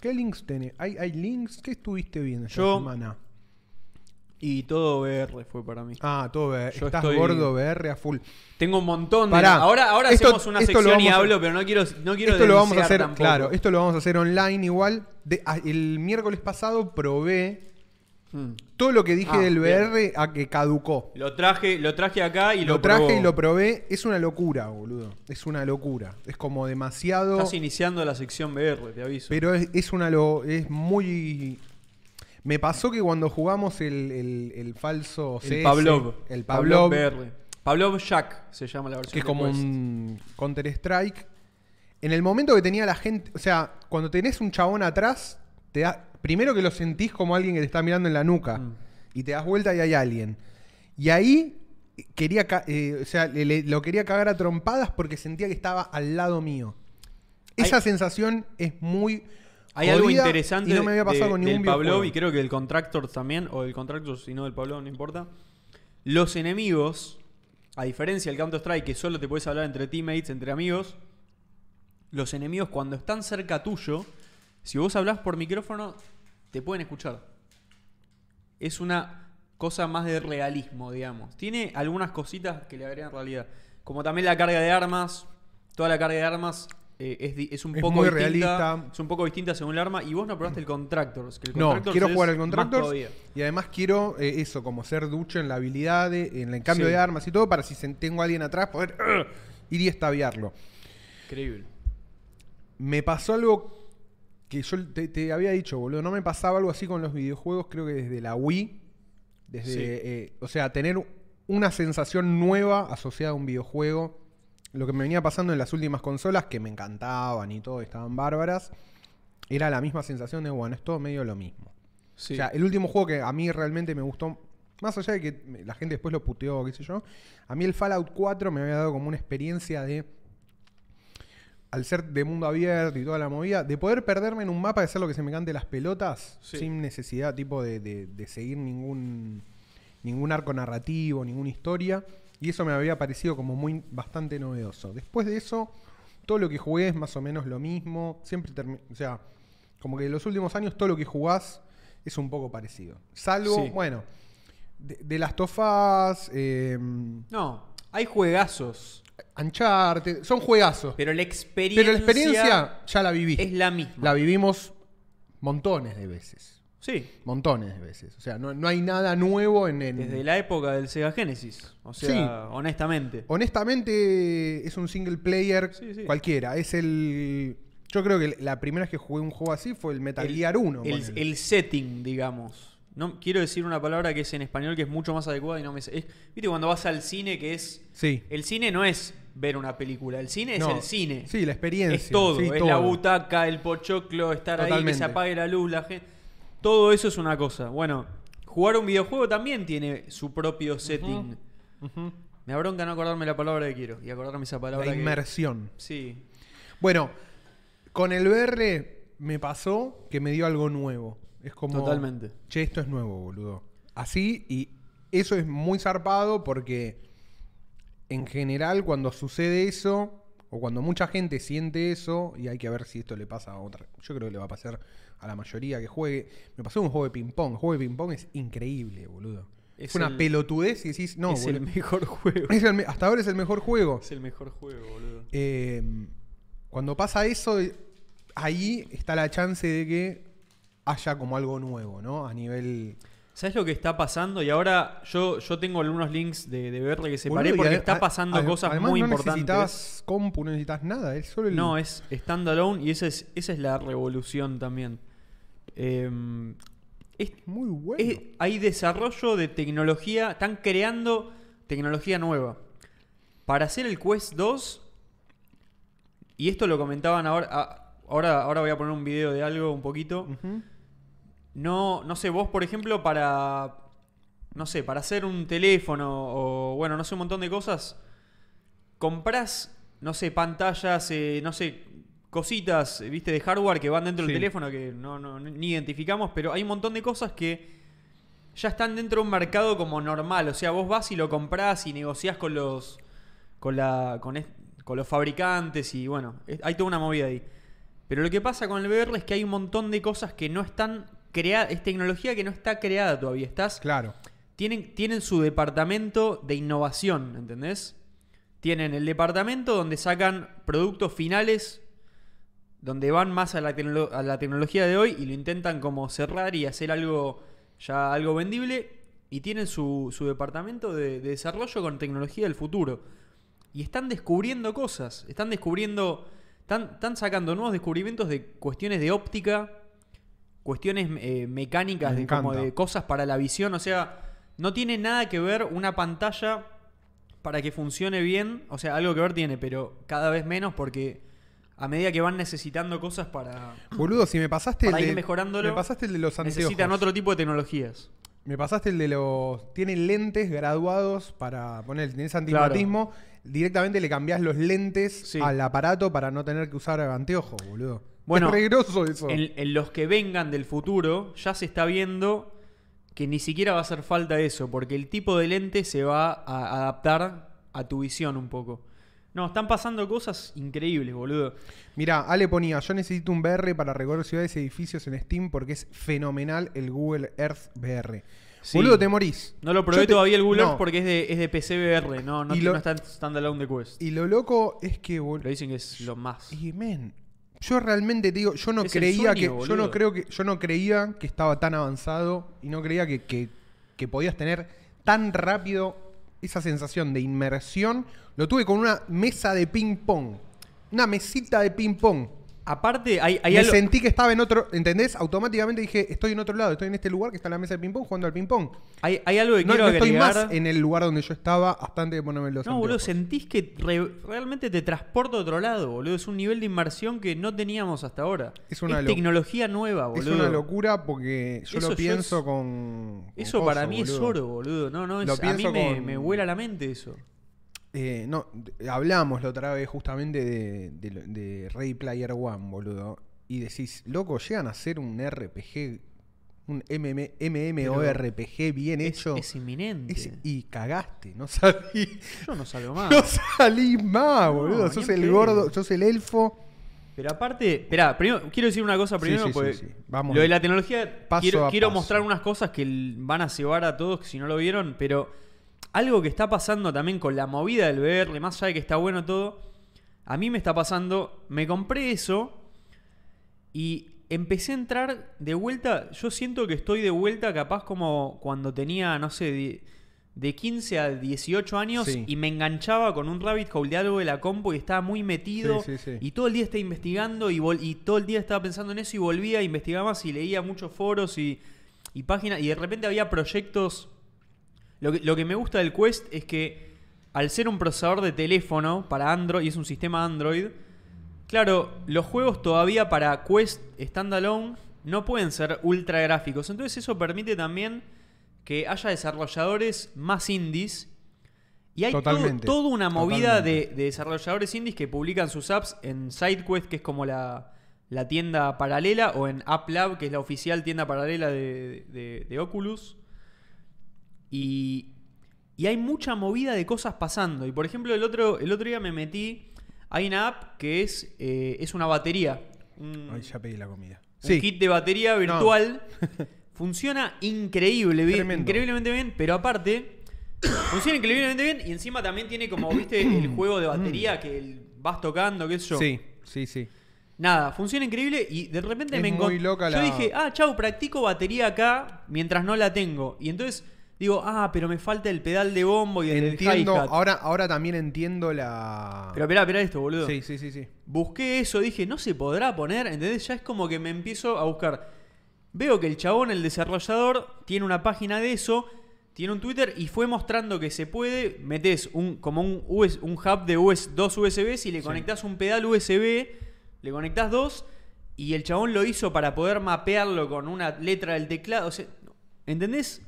A: ¿Qué links tenés? ¿Hay, ¿Hay links? ¿Qué estuviste viendo esta
B: Yo-
A: semana?
B: Y todo VR fue para mí.
A: Ah, todo VR.
B: Yo
A: Estás
B: estoy-
A: gordo VR a full.
B: Tengo un montón de.
A: Pará,
B: ahora ahora
A: esto-
B: hacemos una
A: esto lo
B: sección y
A: vamos a-
B: hablo, pero no quiero, no quiero
A: esto lo vamos a
B: denunciar
A: hacer,
B: tampoco.
A: claro, esto lo vamos a hacer online igual. De- ah, el miércoles pasado probé
B: Mm.
A: todo lo que dije
B: Ah,
A: del
B: bien.
A: VR a que caducó.
B: Lo traje, lo traje acá y lo,
A: Lo, traje
B: probó.
A: y lo probé. Es una locura, boludo. Es una locura. Es como demasiado.
B: Estás iniciando la sección VR, te aviso.
A: Pero es, es una lo, es muy. Me pasó que cuando jugamos el, el- el falso
B: el
A: CS,
B: Pavlov.
A: el Pavlov,
B: VR. Pavlov Jack se llama la versión.
A: que es
B: de
A: como
B: Quest.
A: un Counter Strike. En el momento que tenía la gente, o sea, cuando tenés un chabón atrás, te da, primero que lo sentís como alguien que te está mirando en la nuca
B: Mm.
A: y te das vuelta y hay alguien. Y ahí quería, ca- eh, o sea, le- le- lo quería cagar a trompadas porque sentía que estaba al lado mío. Esa
B: Hay-
A: sensación es muy
B: Hay algo
A: jodida
B: interesante
A: y no me había pasado
B: de-
A: con
B: del
A: ningún
B: Pavlov
A: videojuego.
B: y creo que del Contractor también, o del Contractor si no del Pavlov, no importa. Los enemigos, a diferencia del Counter-Strike, que solo te puedes hablar entre teammates, entre amigos, los enemigos cuando están cerca tuyo, si vos hablás por micrófono, te pueden escuchar. Es una cosa más de realismo, digamos. Tiene algunas cositas que le agregan realidad. Como también la carga de armas. Toda la carga de armas eh, es, di- es un
A: Es
B: poco
A: muy
B: distinta.
A: realista.
B: Es un poco distinta según el arma. Y vos no probaste el Contractors. Que el
A: No,
B: Contractors
A: quiero
B: es
A: jugar al
B: más
A: Contractors
B: todavía.
A: y además quiero eh, eso, como ser ducho en la habilidad, de- en el cambio
B: Sí.
A: de armas y todo, para si se- tengo a alguien atrás poder ¡ugh!, ir y estaviarlo.
B: Increíble.
A: Me pasó algo que yo te, te había dicho, boludo, no me pasaba algo así con los videojuegos, creo que desde la Wii, desde,
B: Sí.
A: eh, o sea, tener una sensación nueva asociada a un videojuego, lo que me venía pasando en las últimas consolas, que me encantaban y todo, estaban bárbaras, era la misma sensación de, bueno, es todo medio lo mismo.
B: Sí.
A: O sea, el último juego que a mí realmente me gustó, más allá de que me- la gente después lo puteó, qué sé yo, a mí el Fallout 4 me había dado como una experiencia de, al ser de mundo abierto y toda la movida, de poder perderme en un mapa, de hacer lo que se me cante las pelotas,
B: Sí.
A: sin necesidad tipo de, de- de seguir ningún, ningún arco narrativo, ninguna historia. Y eso me había parecido como muy bastante novedoso. Después de eso, todo lo que jugué es más o menos lo mismo. Siempre termi- O sea, como que en los últimos años todo lo que jugás es un poco parecido. Salvo,
B: Sí.
A: bueno, de, de las tofás. eh,
B: no. Hay juegazos,
A: Ancharte, son juegazos.
B: pero la experiencia,
A: Pero la experiencia ya la viví.
B: es la misma.
A: La vivimos montones de veces.
B: Sí,
A: Montones de veces. O sea, no, no hay nada nuevo en. en-
B: desde la época del Sega Genesis. O sea,
A: Mm. Sí.
B: honestamente.
A: Honestamente, es un single player
B: Sí, sí.
A: cualquiera. Es el. Yo creo que la primera vez que jugué un juego así fue el Metal
B: El-
A: Gear 1.
B: El,
A: ponele.
B: el setting, digamos. No quiero decir una palabra que es en español que es mucho más adecuada y no me sé- es- Viste cuando vas al cine que es
A: sí.
B: el cine no es ver una película, el cine
A: No.
B: es el cine.
A: Sí, la experiencia.
B: es todo,
A: sí,
B: es
A: todo.
B: la butaca, el pochoclo, estar ahí, que
A: Totalmente.
B: se apague la luz, la gente. Todo eso es una cosa. Bueno, jugar un videojuego también tiene su propio setting.
A: Ujú.
B: Me abronca no acordarme la palabra que quiero y acordarme esa palabra.
A: La
B: que-
A: inmersión.
B: Sí.
A: Bueno, con el VR me pasó que me dio algo nuevo. Es como.
B: Totalmente.
A: Che, esto es nuevo, boludo. Así, y eso es muy zarpado porque en general cuando sucede eso, o cuando mucha gente siente eso, y hay que ver si esto le pasa a otra. Yo creo que le va a pasar a la mayoría que juegue. Me pasó un juego de ping-pong. El juego de ping-pong es increíble, boludo.
B: Es
A: Es, una
B: el-
A: pelotudez y decís, no,
B: es el
A: boludo.
B: mejor juego.
A: Es el me- hasta ahora es el mejor juego.
B: es el mejor juego, boludo.
A: Eh, cuando pasa eso, eh, ahí está la chance de que haya como algo nuevo, ¿no? A nivel.
B: ¿Sabes lo que está pasando? Y ahora yo, yo tengo algunos links de, de VR que separé
A: Boludo, y
B: porque
A: ade-
B: está
A: a-
B: pasando
A: ade-
B: cosas
A: además
B: muy
A: no
B: importantes.
A: necesitas compu, no necesitas nada, es solo el.
B: No, es standalone y esa es, esa es la revolución también. Em, es-
A: muy bueno.
B: es- hay desarrollo de tecnología, están creando tecnología nueva. Para hacer el Quest 2, y esto lo comentaban ahora, a- ahora, ahora voy a poner un video de algo un poquito.
A: Ujú.
B: No, no sé, vos, por ejemplo, para. No sé, para hacer un teléfono o, bueno, no sé, un montón de cosas. Comprás, no sé, pantallas, eh, no sé, cositas, eh, viste, de hardware que van dentro del
A: Sí.
B: teléfono que no, no- ni identificamos, pero hay un montón de cosas que ya están dentro de un mercado como normal. O sea, vos vas y lo comprás y negociás con los. con la. con, es- con los fabricantes y bueno, es- hay toda una movida ahí. Pero lo que pasa con el VR es que hay un montón de cosas que no están creadas, es tecnología que no está creada todavía. Estás,
A: Claro.
B: tienen, tienen su departamento de innovación, ¿entendés? Tienen el departamento donde sacan productos finales, donde van más a la, tecno- a la tecnología de hoy y lo intentan como cerrar y hacer algo ya algo vendible. Y tienen su, su departamento de, de desarrollo con tecnología del futuro. Y están descubriendo cosas, están descubriendo, están, están sacando nuevos descubrimientos de cuestiones de óptica, cuestiones eh, mecánicas,
A: Me
B: de, como
A: encanta.
B: de cosas para la visión. O sea, no tiene nada que ver una pantalla para que funcione bien. O sea, algo que ver tiene, pero cada vez menos porque a medida que van necesitando cosas para...
A: Boludo, si me pasaste
B: Para
A: el
B: ir
A: de,
B: mejorándolo,
A: Me pasaste el de los anteojos.
B: Necesitan otro tipo de tecnologías.
A: Me pasaste el de los. Tiene lentes graduados para poner. Tienes antigmatismo. Directamente le cambiás los lentes
B: Sí.
A: al aparato para no tener que usar anteojos, boludo.
B: Bueno,
A: es peligroso eso.
B: En, en los que vengan del futuro ya se está viendo que ni siquiera va a hacer falta eso, porque el tipo de lente se va a adaptar a tu visión un poco. No, están pasando cosas increíbles, boludo.
A: Mirá, Ale ponía, yo necesito un VR para recorrer ciudades y edificios en Steam porque es fenomenal el Google Earth VR.
B: Sí.
A: Boludo, te morís.
B: No lo probé
A: Yo te-
B: todavía el Google
A: no.
B: Earth porque es de, es de PCVR, no, no,
A: Y
B: ti-
A: lo-
B: no está en standalone de Quest.
A: Y lo loco es que,
B: Pero
A: boludo...
B: dicen que es lo más.
A: Y, men, yo realmente te digo, yo no
B: Es el
A: creía
B: sueño,
A: que... Yo
B: boludo.
A: no creo que... Yo no creía que estaba tan avanzado y no creía que, que- que podías tener tan rápido esa sensación de inmersión. Lo tuve con una mesa de ping-pong. Una mesita de ping-pong.
B: Aparte, hay, hay
A: me
B: algo.
A: sentí que estaba en otro, ¿entendés? Automáticamente dije, estoy en otro lado, estoy en este lugar que está la mesa de ping-pong jugando al ping-pong.
B: Hay, hay algo que
A: No,
B: quiero
A: no estoy
B: agregar.
A: más en el lugar donde yo estaba hasta antes de ponerme los
B: No, boludo,
A: anteojos.
B: sentís que re- realmente te transporta a otro lado, boludo. Es un nivel de inmersión que no teníamos hasta ahora.
A: Es una lo-
B: tecnología nueva, boludo.
A: Es una locura porque yo
B: Eso
A: lo
B: yo
A: pienso
B: es-
A: con, con
B: Eso
A: coso,
B: para mí es
A: boludo.
B: oro, boludo. No, no, es-
A: Lo
B: a mí
A: pienso
B: me,
A: con-
B: me vuela la mente eso.
A: Eh, no, d- hablamos la otra vez justamente de, de lo- de Ready Player One, boludo. Y decís, loco, llegan a ser un RPG, un MM MMORPG bien
B: Es,
A: hecho.
B: es inminente.
A: Es- y cagaste, no sabí.
B: Yo no salgo más.
A: No salís más,
B: Ah. No,
A: boludo.
B: ni
A: Sos
B: en
A: el
B: pedo.
A: gordo, sos el elfo.
B: Pero aparte, esperá, primero, quiero decir una cosa
A: Sí,
B: primero,
A: sí, sí,
B: porque
A: sí. Vamos.
B: lo de la tecnología,
A: Paso
B: quiero,
A: a
B: quiero
A: paso.
B: mostrar unas cosas que l- van a cebar a todos, que si no lo vieron, pero algo que está pasando también con la movida del VR, más allá de que está bueno todo, a mí me está pasando, me compré eso y empecé a entrar de vuelta, yo siento que estoy de vuelta capaz como cuando tenía, no sé, de, de 15 a 18 años
A: Sí.
B: y me enganchaba con un rabbit hole de algo de la compu y estaba muy metido
A: Sí, sí, sí.
B: y todo el día estaba investigando y, vol- y todo el día estaba pensando en eso y volvía a investigar más y leía muchos foros y, y páginas y de repente había proyectos lo que, lo que me gusta del Quest es que al ser un procesador de teléfono para Android y es un sistema Android, claro, los juegos todavía para Quest standalone no pueden ser ultra gráficos. Entonces eso permite también que haya desarrolladores más indies. Y hay todo-
A: Totalmente,
B: toda una movida de,
A: totalmente.
B: de desarrolladores indies que publican sus apps en SideQuest, que es como la, la tienda paralela, o en AppLab, que es la oficial tienda paralela de, de- de Oculus. Y, y hay mucha movida de cosas pasando. Y por ejemplo, el otro, el otro día me metí. Hay una app que es, eh, es una batería. Un,
A: Ay, ya pedí la comida.
B: Mm. un kit de batería virtual. Funciona increíble, bien,
A: Tremendo.
B: increíblemente bien, pero aparte, funciona increíblemente bien y encima también tiene como, viste, el juego de batería que el- vas tocando, qué sé yo.
A: Mm. Sí, sí, sí.
B: Nada, funciona increíble y de repente
A: Es
B: me
A: muy
B: encon-
A: loca
B: Yo
A: la-
B: dije, ah, chau, practico batería acá mientras no la tengo. Y entonces digo, ah, pero me falta el pedal de bombo y el
A: Entiendo,
B: hi-hat.
A: ahora, ahora también entiendo la...
B: Pero esperá, esperá esto, boludo.
A: sí, sí, sí, sí.
B: Busqué eso, dije, no se podrá poner, ¿entendés? Ya es como que me empiezo a buscar. Veo que el chabón, el desarrollador, tiene una página de eso, tiene un Twitter y fue mostrando que se puede. Metes un, como un, US un hub de US, dos USBs y le conectás un pedal USB, le conectás dos y el chabón lo hizo para poder mapearlo con una letra del teclado. o sea, ¿entendés?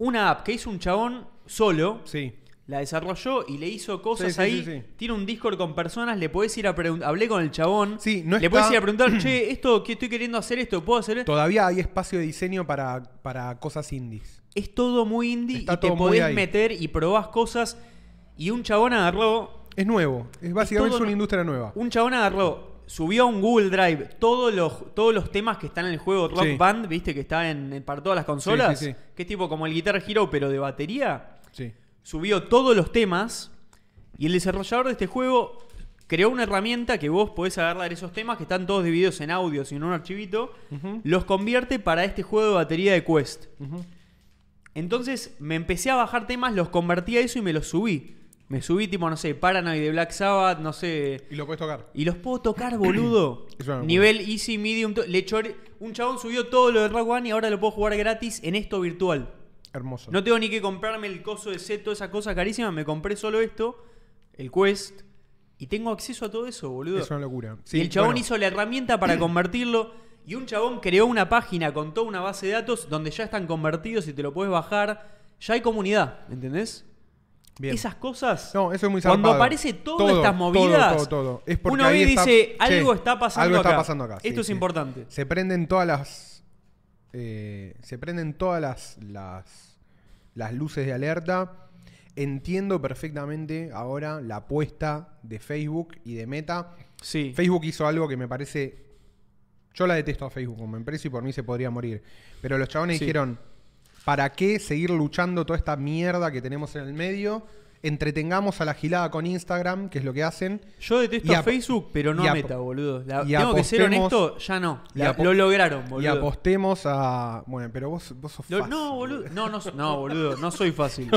B: Una app que hizo un chabón solo,
A: Sí.
B: la desarrolló y le hizo cosas
A: Sí, sí,
B: ahí.
A: sí, sí.
B: Tiene un Discord con personas, le podés ir a preguntar. Hablé con el chabón.
A: Sí, no
B: le
A: está-
B: podés ir a preguntar, che, esto que estoy queriendo hacer, esto puedo hacer.
A: Todavía hay espacio de diseño para, para cosas indies.
B: es todo muy indie
A: Está
B: y te
A: todo muy
B: podés
A: ahí.
B: meter y probás cosas. Y un chabón agarró
A: Es nuevo. Es básicamente
B: todo
A: una
B: nu-
A: industria nueva.
B: Un chabón agarró, subió a un Google Drive todos los, todos los temas que están en el juego Rock
A: Sí.
B: Band, viste, que está en, en- para todas las consolas,
A: sí, sí.
B: que es tipo como el Guitar Hero, pero de batería.
A: Sí.
B: subió todos los temas y el desarrollador de este juego creó una herramienta que vos podés agarrar esos temas que están todos divididos en audios y en un archivito,
A: Ujú.
B: los convierte para este juego de batería de Quest.
A: Ujú.
B: Entonces me empecé a bajar temas, los convertí a eso y me los subí. Me subí tipo, no sé, Paranoid de Black Sabbath, no sé,
A: Y lo puedes tocar.
B: y los puedo tocar, boludo.
A: Es una locura.
B: Nivel easy, medium. to- Le chore- Un chabón subió todo lo de Rock One y ahora lo puedo jugar gratis en esto virtual.
A: Hermoso.
B: No tengo ni que comprarme el coso de set, toda esa cosa carísima. Me compré solo esto, el Quest, y tengo acceso a todo eso, boludo.
A: es una locura.
B: y
A: Sí,
B: el chabón
A: bueno,
B: hizo la herramienta para convertirlo. Y un chabón creó una página con toda una base de datos donde ya están convertidos y te lo puedes bajar. Ya hay comunidad, ¿entendés?
A: bien.
B: Esas cosas.
A: No, eso es muy
B: Cuando
A: zarpado.
B: aparece todas
A: Todo,
B: estas
A: todo,
B: movidas,
A: todo, todo. Es porque
B: uno ve y
A: ahí está-
B: dice,
A: che,
B: algo está pasando
A: algo está
B: acá.
A: pasando acá, sí,
B: Esto es
A: sí.
B: importante.
A: Se prenden todas las. eh, se prenden todas las, las. las luces de alerta. Entiendo perfectamente ahora la apuesta de Facebook y de Meta.
B: Sí.
A: Facebook hizo algo que me parece. Yo la detesto a Facebook como empresa y por mí se podría morir. Pero los chabones
B: Sí.
A: dijeron: ¿para qué seguir luchando toda esta mierda que tenemos en el medio? Entretengamos a la gilada con Instagram, que es lo que hacen.
B: Yo detesto
A: Y
B: a
A: ap-
B: Facebook, pero no
A: y
B: a
A: ap-
B: Meta, boludo. La-
A: y
B: tengo que ser
A: apostemos-
B: honesto, ya no.
A: y
B: La-
A: apo-
B: lo lograron,
A: Y
B: boludo.
A: apostemos a. Bueno, pero vos, vos sos
B: Lo-
A: fácil,
B: no, boludo. No, no, no, boludo. No soy fácil.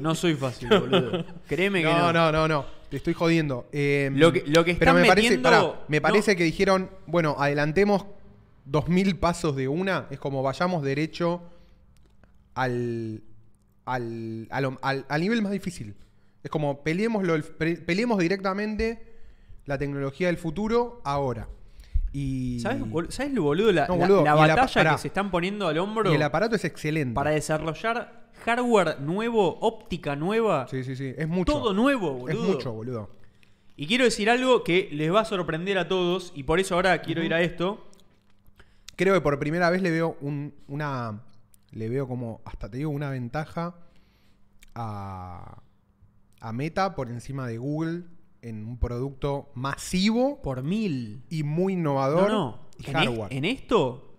B: No, soy fácil, boludo. Créeme que
A: No,
B: no.
A: no, no, no. Te estoy jodiendo. Eh,
B: Lo que- lo que
A: pero
B: están
A: me parece,
B: metiendo-
A: pará, me
B: no.
A: parece que dijeron, bueno, adelantemos 2000 pasos de una. Es como vayamos derecho al, al, a lo- al- al nivel más difícil. Es como peleemos, peleemos directamente la tecnología del futuro ahora. Y,
B: ¿Sabes, bol- sabes lo boludo? La,
A: No,
B: la-
A: boludo,
B: la
A: y el apa-
B: batalla
A: pará.
B: que se están poniendo al hombro
A: y el aparato es excelente.
B: para desarrollar hardware nuevo, óptica nueva.
A: sí, sí, sí. Es mucho.
B: Todo nuevo,
A: Es
B: boludo.
A: mucho, boludo.
B: Y quiero decir algo que les va a sorprender a todos, y por eso ahora quiero ir a esto.
A: Creo que por primera vez le veo un- una. Le veo como, hasta te digo, una ventaja a, a Meta por encima de Google en un producto masivo
B: Por mil.
A: y muy
B: No,
A: innovador
B: no.
A: y
B: En,
A: hardware.
B: es- en esto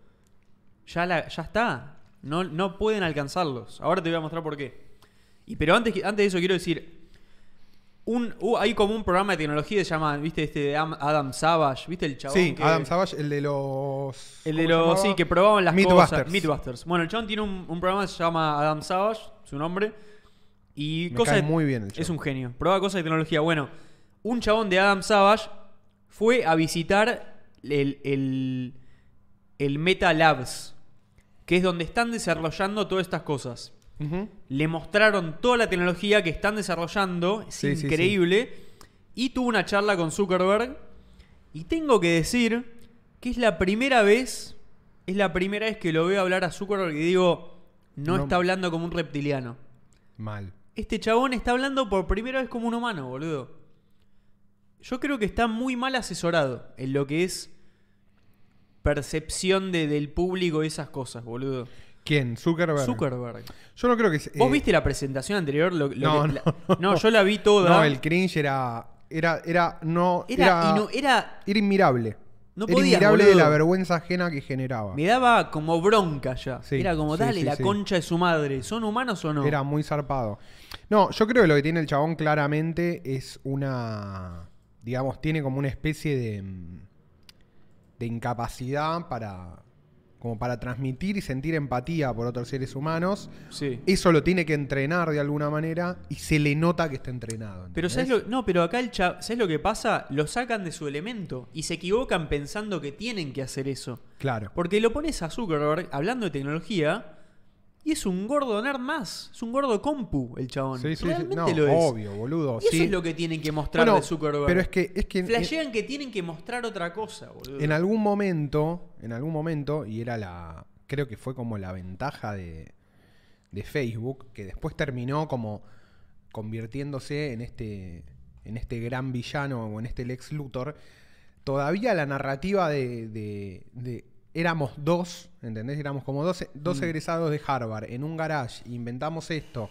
B: ya, la- ya está. No, no pueden alcanzarlos. Ahora te voy a mostrar por qué. Y, pero antes, que- antes de eso quiero decir, un, uh, hay como un programa de tecnología que se llama, viste, este de Am- Adam Savage, viste el chabón.
A: Sí,
B: que-
A: Adam Savage, el de los.
B: El de
A: ¿cómo se
B: los, sí,
A: llamaba?
B: que probaban las cosas.
A: Mythbusters.
B: Meatbusters. Bueno, el chabón tiene un, un programa que se llama Adam Savage, su nombre. Y
A: Me
B: cosas
A: cae
B: de-
A: muy bien el
B: Es
A: chabón.
B: un genio. Prueba cosas de tecnología. Bueno, un chabón de Adam Savage fue a visitar el, el, el Meta Labs, que es donde están desarrollando todas estas cosas.
A: Ujú.
B: Le mostraron toda la tecnología que están desarrollando. Es
A: Sí, sí,
B: increíble. Y tuvo una charla con Zuckerberg. Y tengo que decir que es la primera vez. Es la primera vez que lo veo hablar a Zuckerberg y digo. No,
A: No.
B: está hablando como un reptiliano.
A: Mal.
B: Este chabón está hablando por primera vez como un humano, boludo. Yo creo que está muy mal asesorado en lo que es percepción de- del público y esas cosas, boludo.
A: ¿Quién? Zuckerberg.
B: Zuckerberg.
A: Yo no creo que. se-
B: ¿Vos
A: eh,
B: viste la presentación anterior? Lo- lo
A: no,
B: que-
A: no,
B: la-
A: no.
B: no, yo la vi toda.
A: No, el cringe era. Era. Era. No.
B: era,
A: Era.
B: y no- era-
A: era inmirable.
B: No
A: era
B: podías,
A: inmirable de
B: boludo.
A: la vergüenza ajena que generaba.
B: me daba como bronca ya.
A: Sí,
B: era como,
A: sí,
B: dale,
A: sí,
B: la
A: sí.
B: concha de su madre. ¿Son humanos o no?
A: Era muy zarpado. No, yo creo que lo que tiene el chabón claramente es una. Digamos, tiene como una especie de. mm, de incapacidad para. como para transmitir y sentir empatía por otros seres humanos.
B: sí.
A: Eso lo tiene que entrenar de alguna manera y se le nota que está entrenado.
B: Pero
A: ¿entendés?
B: ¿sabes lo, no, pero acá el cha- ¿sabes lo que pasa? Lo sacan de su elemento y se equivocan pensando que tienen que hacer eso.
A: Claro.
B: Porque lo pones a Zuckerberg hablando de tecnología y es un gordo nerd más. Es un gordo compu el chabón.
A: Sí, sí, sí.
B: Realmente
A: No,
B: lo es.
A: obvio, boludo.
B: Y eso
A: sí.
B: es lo que tienen que mostrar
A: Bueno,
B: de Zuckerberg.
A: Pero es que, es que en-
B: Flashean que tienen que mostrar otra cosa, boludo.
A: en algún momento, en algún momento, y era la. Creo que fue como la ventaja de, de Facebook, que después terminó como convirtiéndose en este. en este gran villano o en este Lex Luthor. Todavía la narrativa de. de- de- éramos dos, ¿entendés? Éramos como dos, dos egresados de Harvard en un garage, inventamos esto.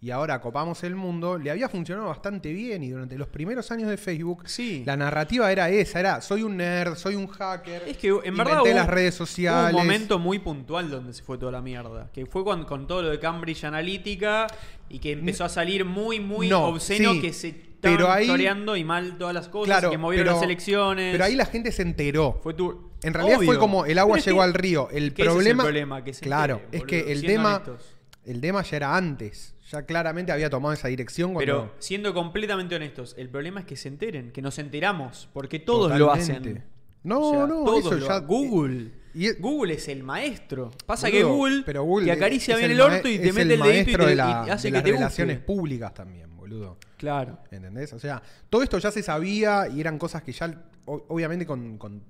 A: Y ahora copamos el mundo, le había funcionado bastante bien y durante los primeros años de Facebook
B: Sí.
A: la narrativa era esa, era soy un nerd, soy un hacker.
B: Es que en verdad
A: inventé
B: hubo-
A: las redes sociales.
B: hubo un momento muy puntual donde se fue toda la mierda. Que fue cuando, con todo lo de Cambridge Analytica y que empezó a salir muy, muy
A: No,
B: obsceno
A: sí,
B: que se estaban
A: pero ahí-
B: choreando y mal todas las cosas
A: Claro,
B: y que movieron
A: pero-
B: las elecciones.
A: Pero ahí la gente se enteró.
B: Fue tu-
A: En realidad fue
B: Obvio.
A: como el agua
B: Pero es
A: llegó
B: que-
A: al río. El
B: que ese es el
A: problema.
B: problema, que se
A: claro,
B: entere,
A: es que
B: boludo,
A: el
B: siendo
A: tema.
B: honestos.
A: El tema ya era antes. Ya claramente había tomado esa dirección cuando.
B: Pero siendo completamente honestos, el problema es que se enteren, que nos enteramos, porque todos lo
A: Totalmente.
B: hacen.
A: No,
B: O sea,
A: no,
B: todos
A: eso
B: lo-
A: ya-
B: Google.
A: y es-
B: Google es el maestro. Pasa
A: Boludo,
B: que Google,
A: pero Google
B: te acaricia
A: es
B: bien el,
A: ma-
B: orto y
A: es
B: te mete el, dedito y,
A: maestro
B: te,
A: de la-
B: y hace
A: de
B: que
A: las
B: te guste.
A: relaciones públicas también, boludo.
B: Claro.
A: ¿Entendés? O sea, todo esto ya se sabía y eran cosas que ya, o- obviamente, con, con,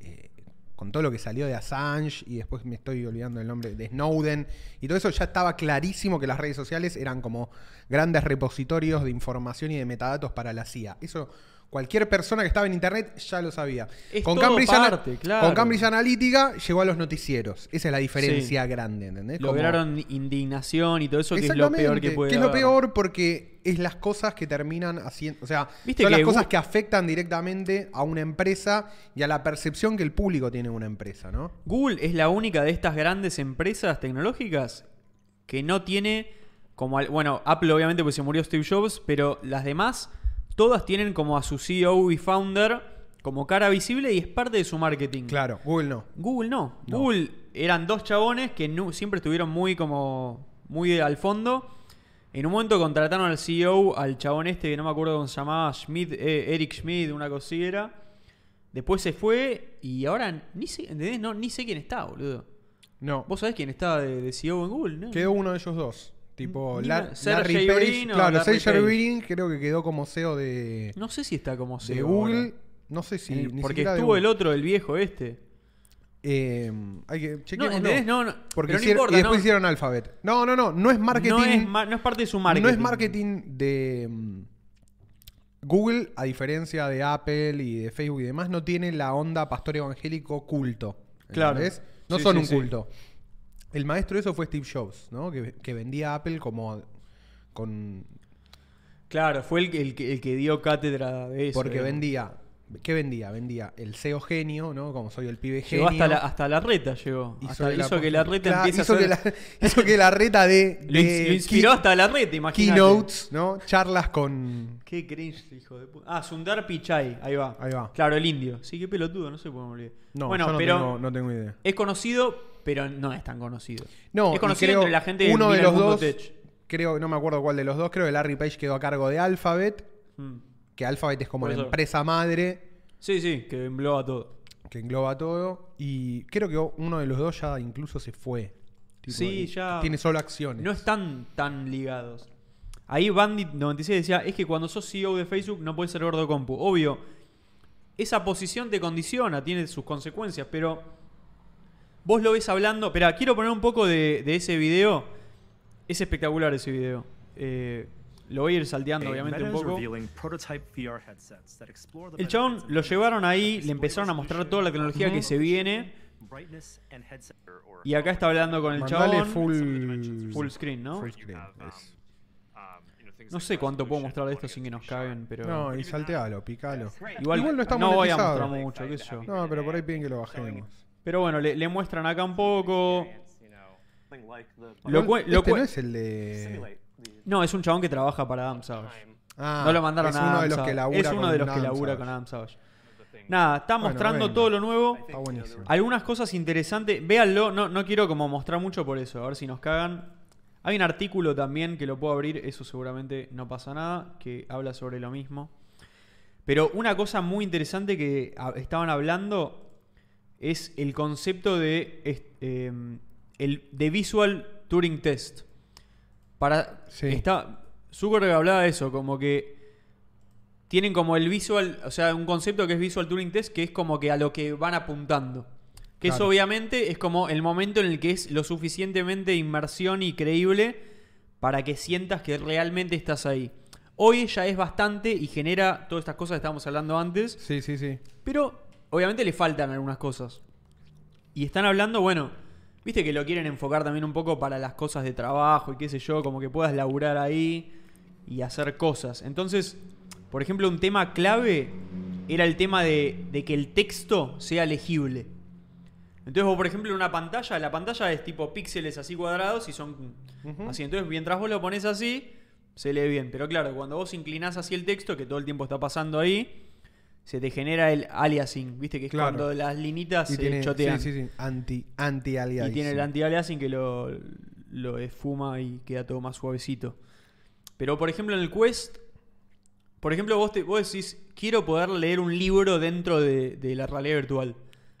A: eh, con todo lo que salió de Assange y después me estoy olvidando el nombre de Snowden y todo eso ya estaba clarísimo que las redes sociales eran como grandes repositorios de información y de metadatos para la CIA. Eso. Cualquier persona que estaba en internet ya lo sabía.
B: Es todo
A: Ana-
B: parte, claro.
A: con Cambridge Analytica llegó a los noticieros. Esa es la diferencia grande, ¿entendés? Como-
B: Lograron indignación y todo eso, que es lo peor que puede
A: es lo
B: haber.
A: peor porque es las cosas que terminan haciendo. O sea,
B: Viste
A: son las
B: que
A: cosas
B: Gu-
A: que afectan directamente a una empresa y a la percepción que el público tiene de una empresa, ¿no?
B: Google es la única de estas grandes empresas tecnológicas que no tiene como al- bueno, Apple obviamente porque se murió Steve Jobs, pero las demás todas tienen como a su CEO y founder como cara visible y es parte de su marketing.
A: Claro, Google no.
B: Google no.
A: No.
B: Google eran dos chabones que nu- siempre estuvieron muy como muy al fondo. En un momento contrataron al CEO, al chabón este que no me acuerdo cómo se llamaba, Schmidt, eh, Eric Schmidt, una cosillera. Después se fue y ahora ni sé, ¿entendés? No, ni sé quién está, boludo.
A: No.
B: ¿Vos sabés quién está de, de CEO en Google? no?
A: Quedó uno de ellos dos. Tipo,
B: Ni
A: Lar-
B: una- Sergey
A: Larry Page.
B: Brin o
A: claro,
B: Larry
A: Sergey
B: Page.
A: Brin creo que quedó como CEO de,
B: No sé si está como CEO.
A: de Google.
B: ahora.
A: No sé si.
B: En-
A: ni
B: Porque
A: siquiera de
B: estuvo
A: Google.
B: el otro, el viejo este.
A: Eh, hay que
B: No,
A: chequeémoslo.
B: ¿entendés? No, no.
A: Porque
B: pero no
A: hicieron-
B: importa,
A: y después
B: no.
A: hicieron Alphabet. No, no, no. No es marketing.
B: No es, ma- no es parte de su marketing.
A: No es marketing de mm, Google, a diferencia de Apple y de Facebook y demás, no tiene la onda pastor evangélico culto.
B: Claro.
A: ¿entendés? No
B: Sí,
A: son
B: sí,
A: un
B: sí.
A: culto. El maestro de eso fue Steve Jobs, ¿no? Que, que vendía a Apple como con
B: Claro, fue el, que- el que- el que dio cátedra de eso.
A: porque
B: digamos.
A: vendía ¿Qué vendía? Vendía el SEO genio, ¿no? Como soy el pibe genio.
B: Llegó hasta la, hasta la reta, llegó.
A: Hizo
B: Hasta-
A: de
B: hizo
A: la-
B: que la reta
A: Claro,
B: empiece
A: hizo
B: a
A: que
B: hacer-
A: la- hizo que la reta de,
B: lo, ins-
A: de
B: lo inspiró
A: key-
B: hasta la reta, imagínate.
A: keynotes, ¿no? Charlas con...
B: Qué cringe, hijo de puta. Ah, Sundar Pichai, ahí va.
A: Ahí va.
B: Claro, el indio. Sí, qué pelotudo, no sé por qué me olvidé.
A: No,
B: bueno,
A: yo no,
B: pero
A: tengo, no tengo idea.
B: es conocido, pero no es tan conocido.
A: No,
B: es
A: y
B: conocido
A: creo
B: entre la gente que
A: uno de
B: mira el
A: los
B: mundo
A: dos,
B: tech.
A: creo, no me acuerdo cuál de los dos, creo que Larry Page quedó a cargo de Alphabet,
B: Mm.
A: que Alphabet es como
B: Puede
A: la
B: ser.
A: empresa madre
B: Sí, sí, que engloba todo.
A: que engloba todo, y creo que uno de los dos ya incluso se fue. Tipo,
B: Sí,
A: y
B: ya-
A: Tiene solo acciones.
B: No están tan ligados. Ahí Bandit96 decía, es que cuando sos CEO de Facebook no puedes ser gordo compu. Obvio, esa posición te condiciona, tiene sus consecuencias, pero vos lo ves hablando... Espera, quiero poner un poco de, de ese video. Es espectacular ese video. Eh, lo voy a ir salteando, obviamente, un poco. El chabón lo llevaron ahí, le empezaron a mostrar toda la tecnología que se viene. Y acá está hablando con el
A: Mandale
B: chabón.
A: full...
B: Full screen, ¿no?
A: full screen, es.
B: No sé cuánto puedo mostrar de esto sin que nos caguen, pero.
A: No, y saltealo, picalo.
B: igual,
A: no está
B: no voy a
A: monetizado.
B: mostrar mucho, qué sé yo.
A: No, pero por ahí piden que lo bajemos.
B: Pero bueno, le, le muestran acá un poco. Lo
A: Igual,
B: cue- lo
A: este
B: cue-
A: no es el de...
B: No, es un chabón que trabaja para Adam Savage.
A: Ah,
B: no lo mandaron
A: es
B: a
A: uno
B: Adam
A: de los
B: Savage.
A: que labura
B: Es uno
A: con
B: de los que
A: Adam
B: labura
A: Savage.
B: con Adam Savage. Nada, está
A: Bueno,
B: mostrando
A: venga.
B: todo lo nuevo.
A: Está buenísimo.
B: Algunas cosas interesantes. Véanlo, no, no quiero como mostrar mucho por eso, a ver si nos cagan. Hay un artículo también que lo puedo abrir, eso seguramente no pasa nada, que habla sobre lo mismo. Pero una cosa muy interesante que ah, estaban hablando es el concepto de, es- em, el, de Visual Turing Test. Para,
A: Sí.
B: está, Zuckerberg hablaba de eso, como que tienen como el visual, o sea, un concepto que es visual Turing test, que es como que a lo que van apuntando. Que eso
A: Claro.
B: obviamente es como el momento en el que es lo suficientemente inmersión y creíble para que sientas que realmente estás ahí. Hoy ya es bastante y genera todas estas cosas que estábamos hablando antes.
A: Sí, sí, sí.
B: Pero obviamente le faltan algunas cosas. Y están hablando, bueno, viste que lo quieren enfocar también un poco para las cosas de trabajo y qué sé yo, como que puedas laburar ahí y hacer cosas. Entonces, por ejemplo, un tema clave era el tema de, de que el texto sea legible. Entonces vos, por ejemplo, en una pantalla, la pantalla es tipo píxeles así cuadrados y son
A: Ujú.
B: así. Entonces, mientras vos lo pones así, se lee bien. Pero claro, cuando vos inclinás así el texto, que todo el tiempo está pasando ahí, se te genera el aliasing, ¿viste? Que es
A: Claro.
B: cuando las linitas
A: Y
B: se
A: tiene,
B: chotean.
A: sí, sí, sí, anti, anti
B: y tiene el anti-aliasing que lo, lo esfuma y queda todo más suavecito. Pero, por ejemplo, en el Quest, por ejemplo, vos, te, vos decís, quiero poder leer un libro dentro de, de la realidad virtual.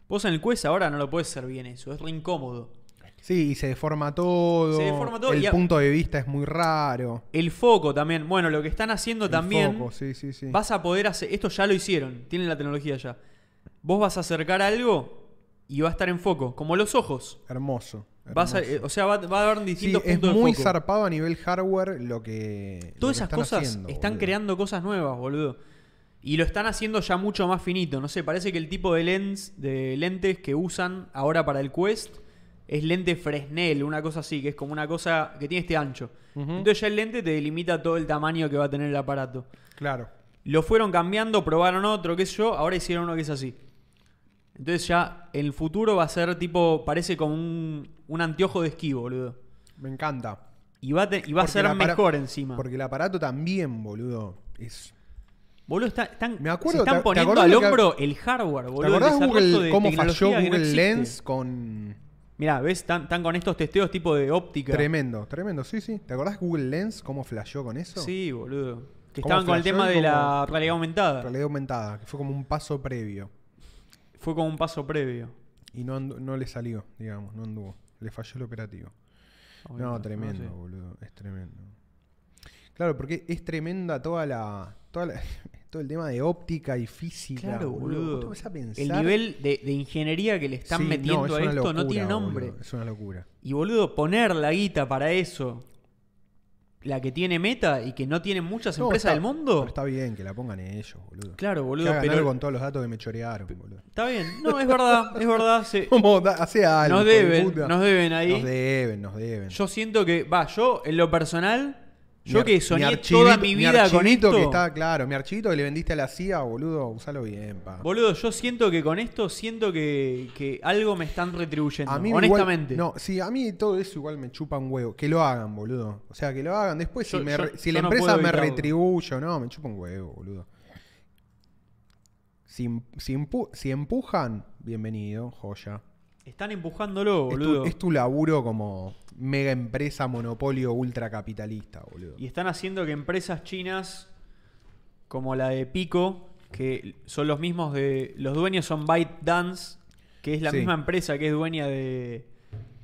B: Vos en el Quest ahora no lo podés hacer bien eso, es re incómodo.
A: Sí, y se deforma todo.
B: Se deforma todo
A: El
B: y a-
A: punto de vista es muy raro.
B: El foco también, bueno, lo que están haciendo
A: El
B: también...
A: foco, sí, sí, sí.
B: Vas a poder hacer. Esto ya lo hicieron, tienen la tecnología ya. Vos vas a acercar algo y va a estar en foco, como los ojos.
A: Hermoso.
B: Vas a-
A: hermoso.
B: eh, o sea, va, va a haber
A: Sí,
B: distintos
A: es
B: puntos
A: muy
B: de foco.
A: zarpado a nivel hardware lo que. lo que
B: Todas esas
A: están
B: cosas
A: haciendo,
B: están
A: boludo.
B: creando cosas nuevas, boludo. Y lo están haciendo ya mucho más finito. No sé, parece que el tipo de, lens, de lentes que usan ahora para el Quest es lente Fresnel, una cosa así, que es como una cosa que tiene este ancho.
A: Ujú.
B: Entonces ya el lente te delimita todo el tamaño que va a tener el aparato.
A: Claro.
B: Lo fueron cambiando, probaron otro, qué sé yo, ahora hicieron uno que es así. Entonces ya en el futuro va a ser tipo, parece como un, un anteojo de esquí, boludo.
A: Me encanta.
B: Y va a, te- y va a
A: Porque
B: ser
A: el apara-
B: mejor encima.
A: Porque el aparato también, boludo. Es...
B: Boludo, está- están,
A: Me acuerdo,
B: se están
A: ¿te- te
B: poniendo
A: acordás
B: al
A: lo que-
B: hombro el hardware, boludo.
A: ¿Te
B: el
A: acordás
B: desarrollo
A: Google
B: de
A: cómo
B: tecnología
A: falló
B: que no
A: Google
B: existe?
A: Lens con.
B: Mirá, ves, están están con estos testeos tipo de óptica.
A: Tremendo, tremendo, sí, sí. ¿Te acordás Google Lens cómo flasheó con eso?
B: Sí, boludo. Que
A: ¿Cómo
B: estaban con el
A: flashó
B: tema
A: y
B: de
A: cómo-
B: la realidad aumentada.
A: Realidad aumentada, que fue como un paso previo.
B: Fue como un paso previo.
A: Y no, andu- no le salió, digamos, no anduvo. Le falló el operativo. No, tremendo,
B: sé.
A: boludo. Es tremendo. Claro, porque es tremenda toda la. Toda la- todo el tema de óptica y física.
B: Claro, boludo.
A: Vos te vas a pensar-
B: El nivel de, de ingeniería que le están
A: Sí, no,
B: metiendo
A: es
B: a
A: una
B: esto no
A: locura,
B: tiene nombre.
A: boludo, Es una locura.
B: Y boludo, poner la guita para eso, la que tiene Meta y que no tienen muchas
A: No,
B: empresas
A: está-
B: del mundo.
A: pero está bien que la pongan ellos, boludo.
B: Claro,
A: que
B: boludo,
A: hagan
B: pero
A: algo con todos los datos que me chorearon, boludo.
B: está bien. No, es verdad, es verdad. se-
A: ¿Cómo? Da- Hace algo.
B: nos
A: hijo de
B: deben,
A: puta.
B: nos deben ahí.
A: Nos deben, nos deben.
B: Yo siento que, va, yo en lo personal Yo
A: ar-
B: que soñé
A: archivito-
B: toda mi vida con
A: archivito
B: esto.
A: Que está, claro, mi archivito que le vendiste a la CIA, boludo, usalo bien, pa.
B: Boludo, yo siento que con esto siento que, que algo me están retribuyendo.
A: A mí igual-
B: honestamente.
A: no, sí, a mí todo eso igual me chupa un huevo. Que lo hagan, boludo. O sea, que lo hagan. Después,
B: Yo-
A: si, me
B: yo-
A: re- si
B: yo
A: la
B: no
A: empresa
B: puedo
A: me
B: evitarlo.
A: retribuye o no, me chupa un huevo, boludo. Si, im- si impu- si empujan, bienvenido, joya.
B: Están empujándolo,
A: Es
B: boludo.
A: tu, es tu laburo como mega empresa monopolio ultracapitalista, boludo.
B: Y están haciendo que empresas chinas como la de Pico, que son los mismos de. Los dueños son ByteDance, que es la
A: Sí.
B: misma empresa que es dueña de,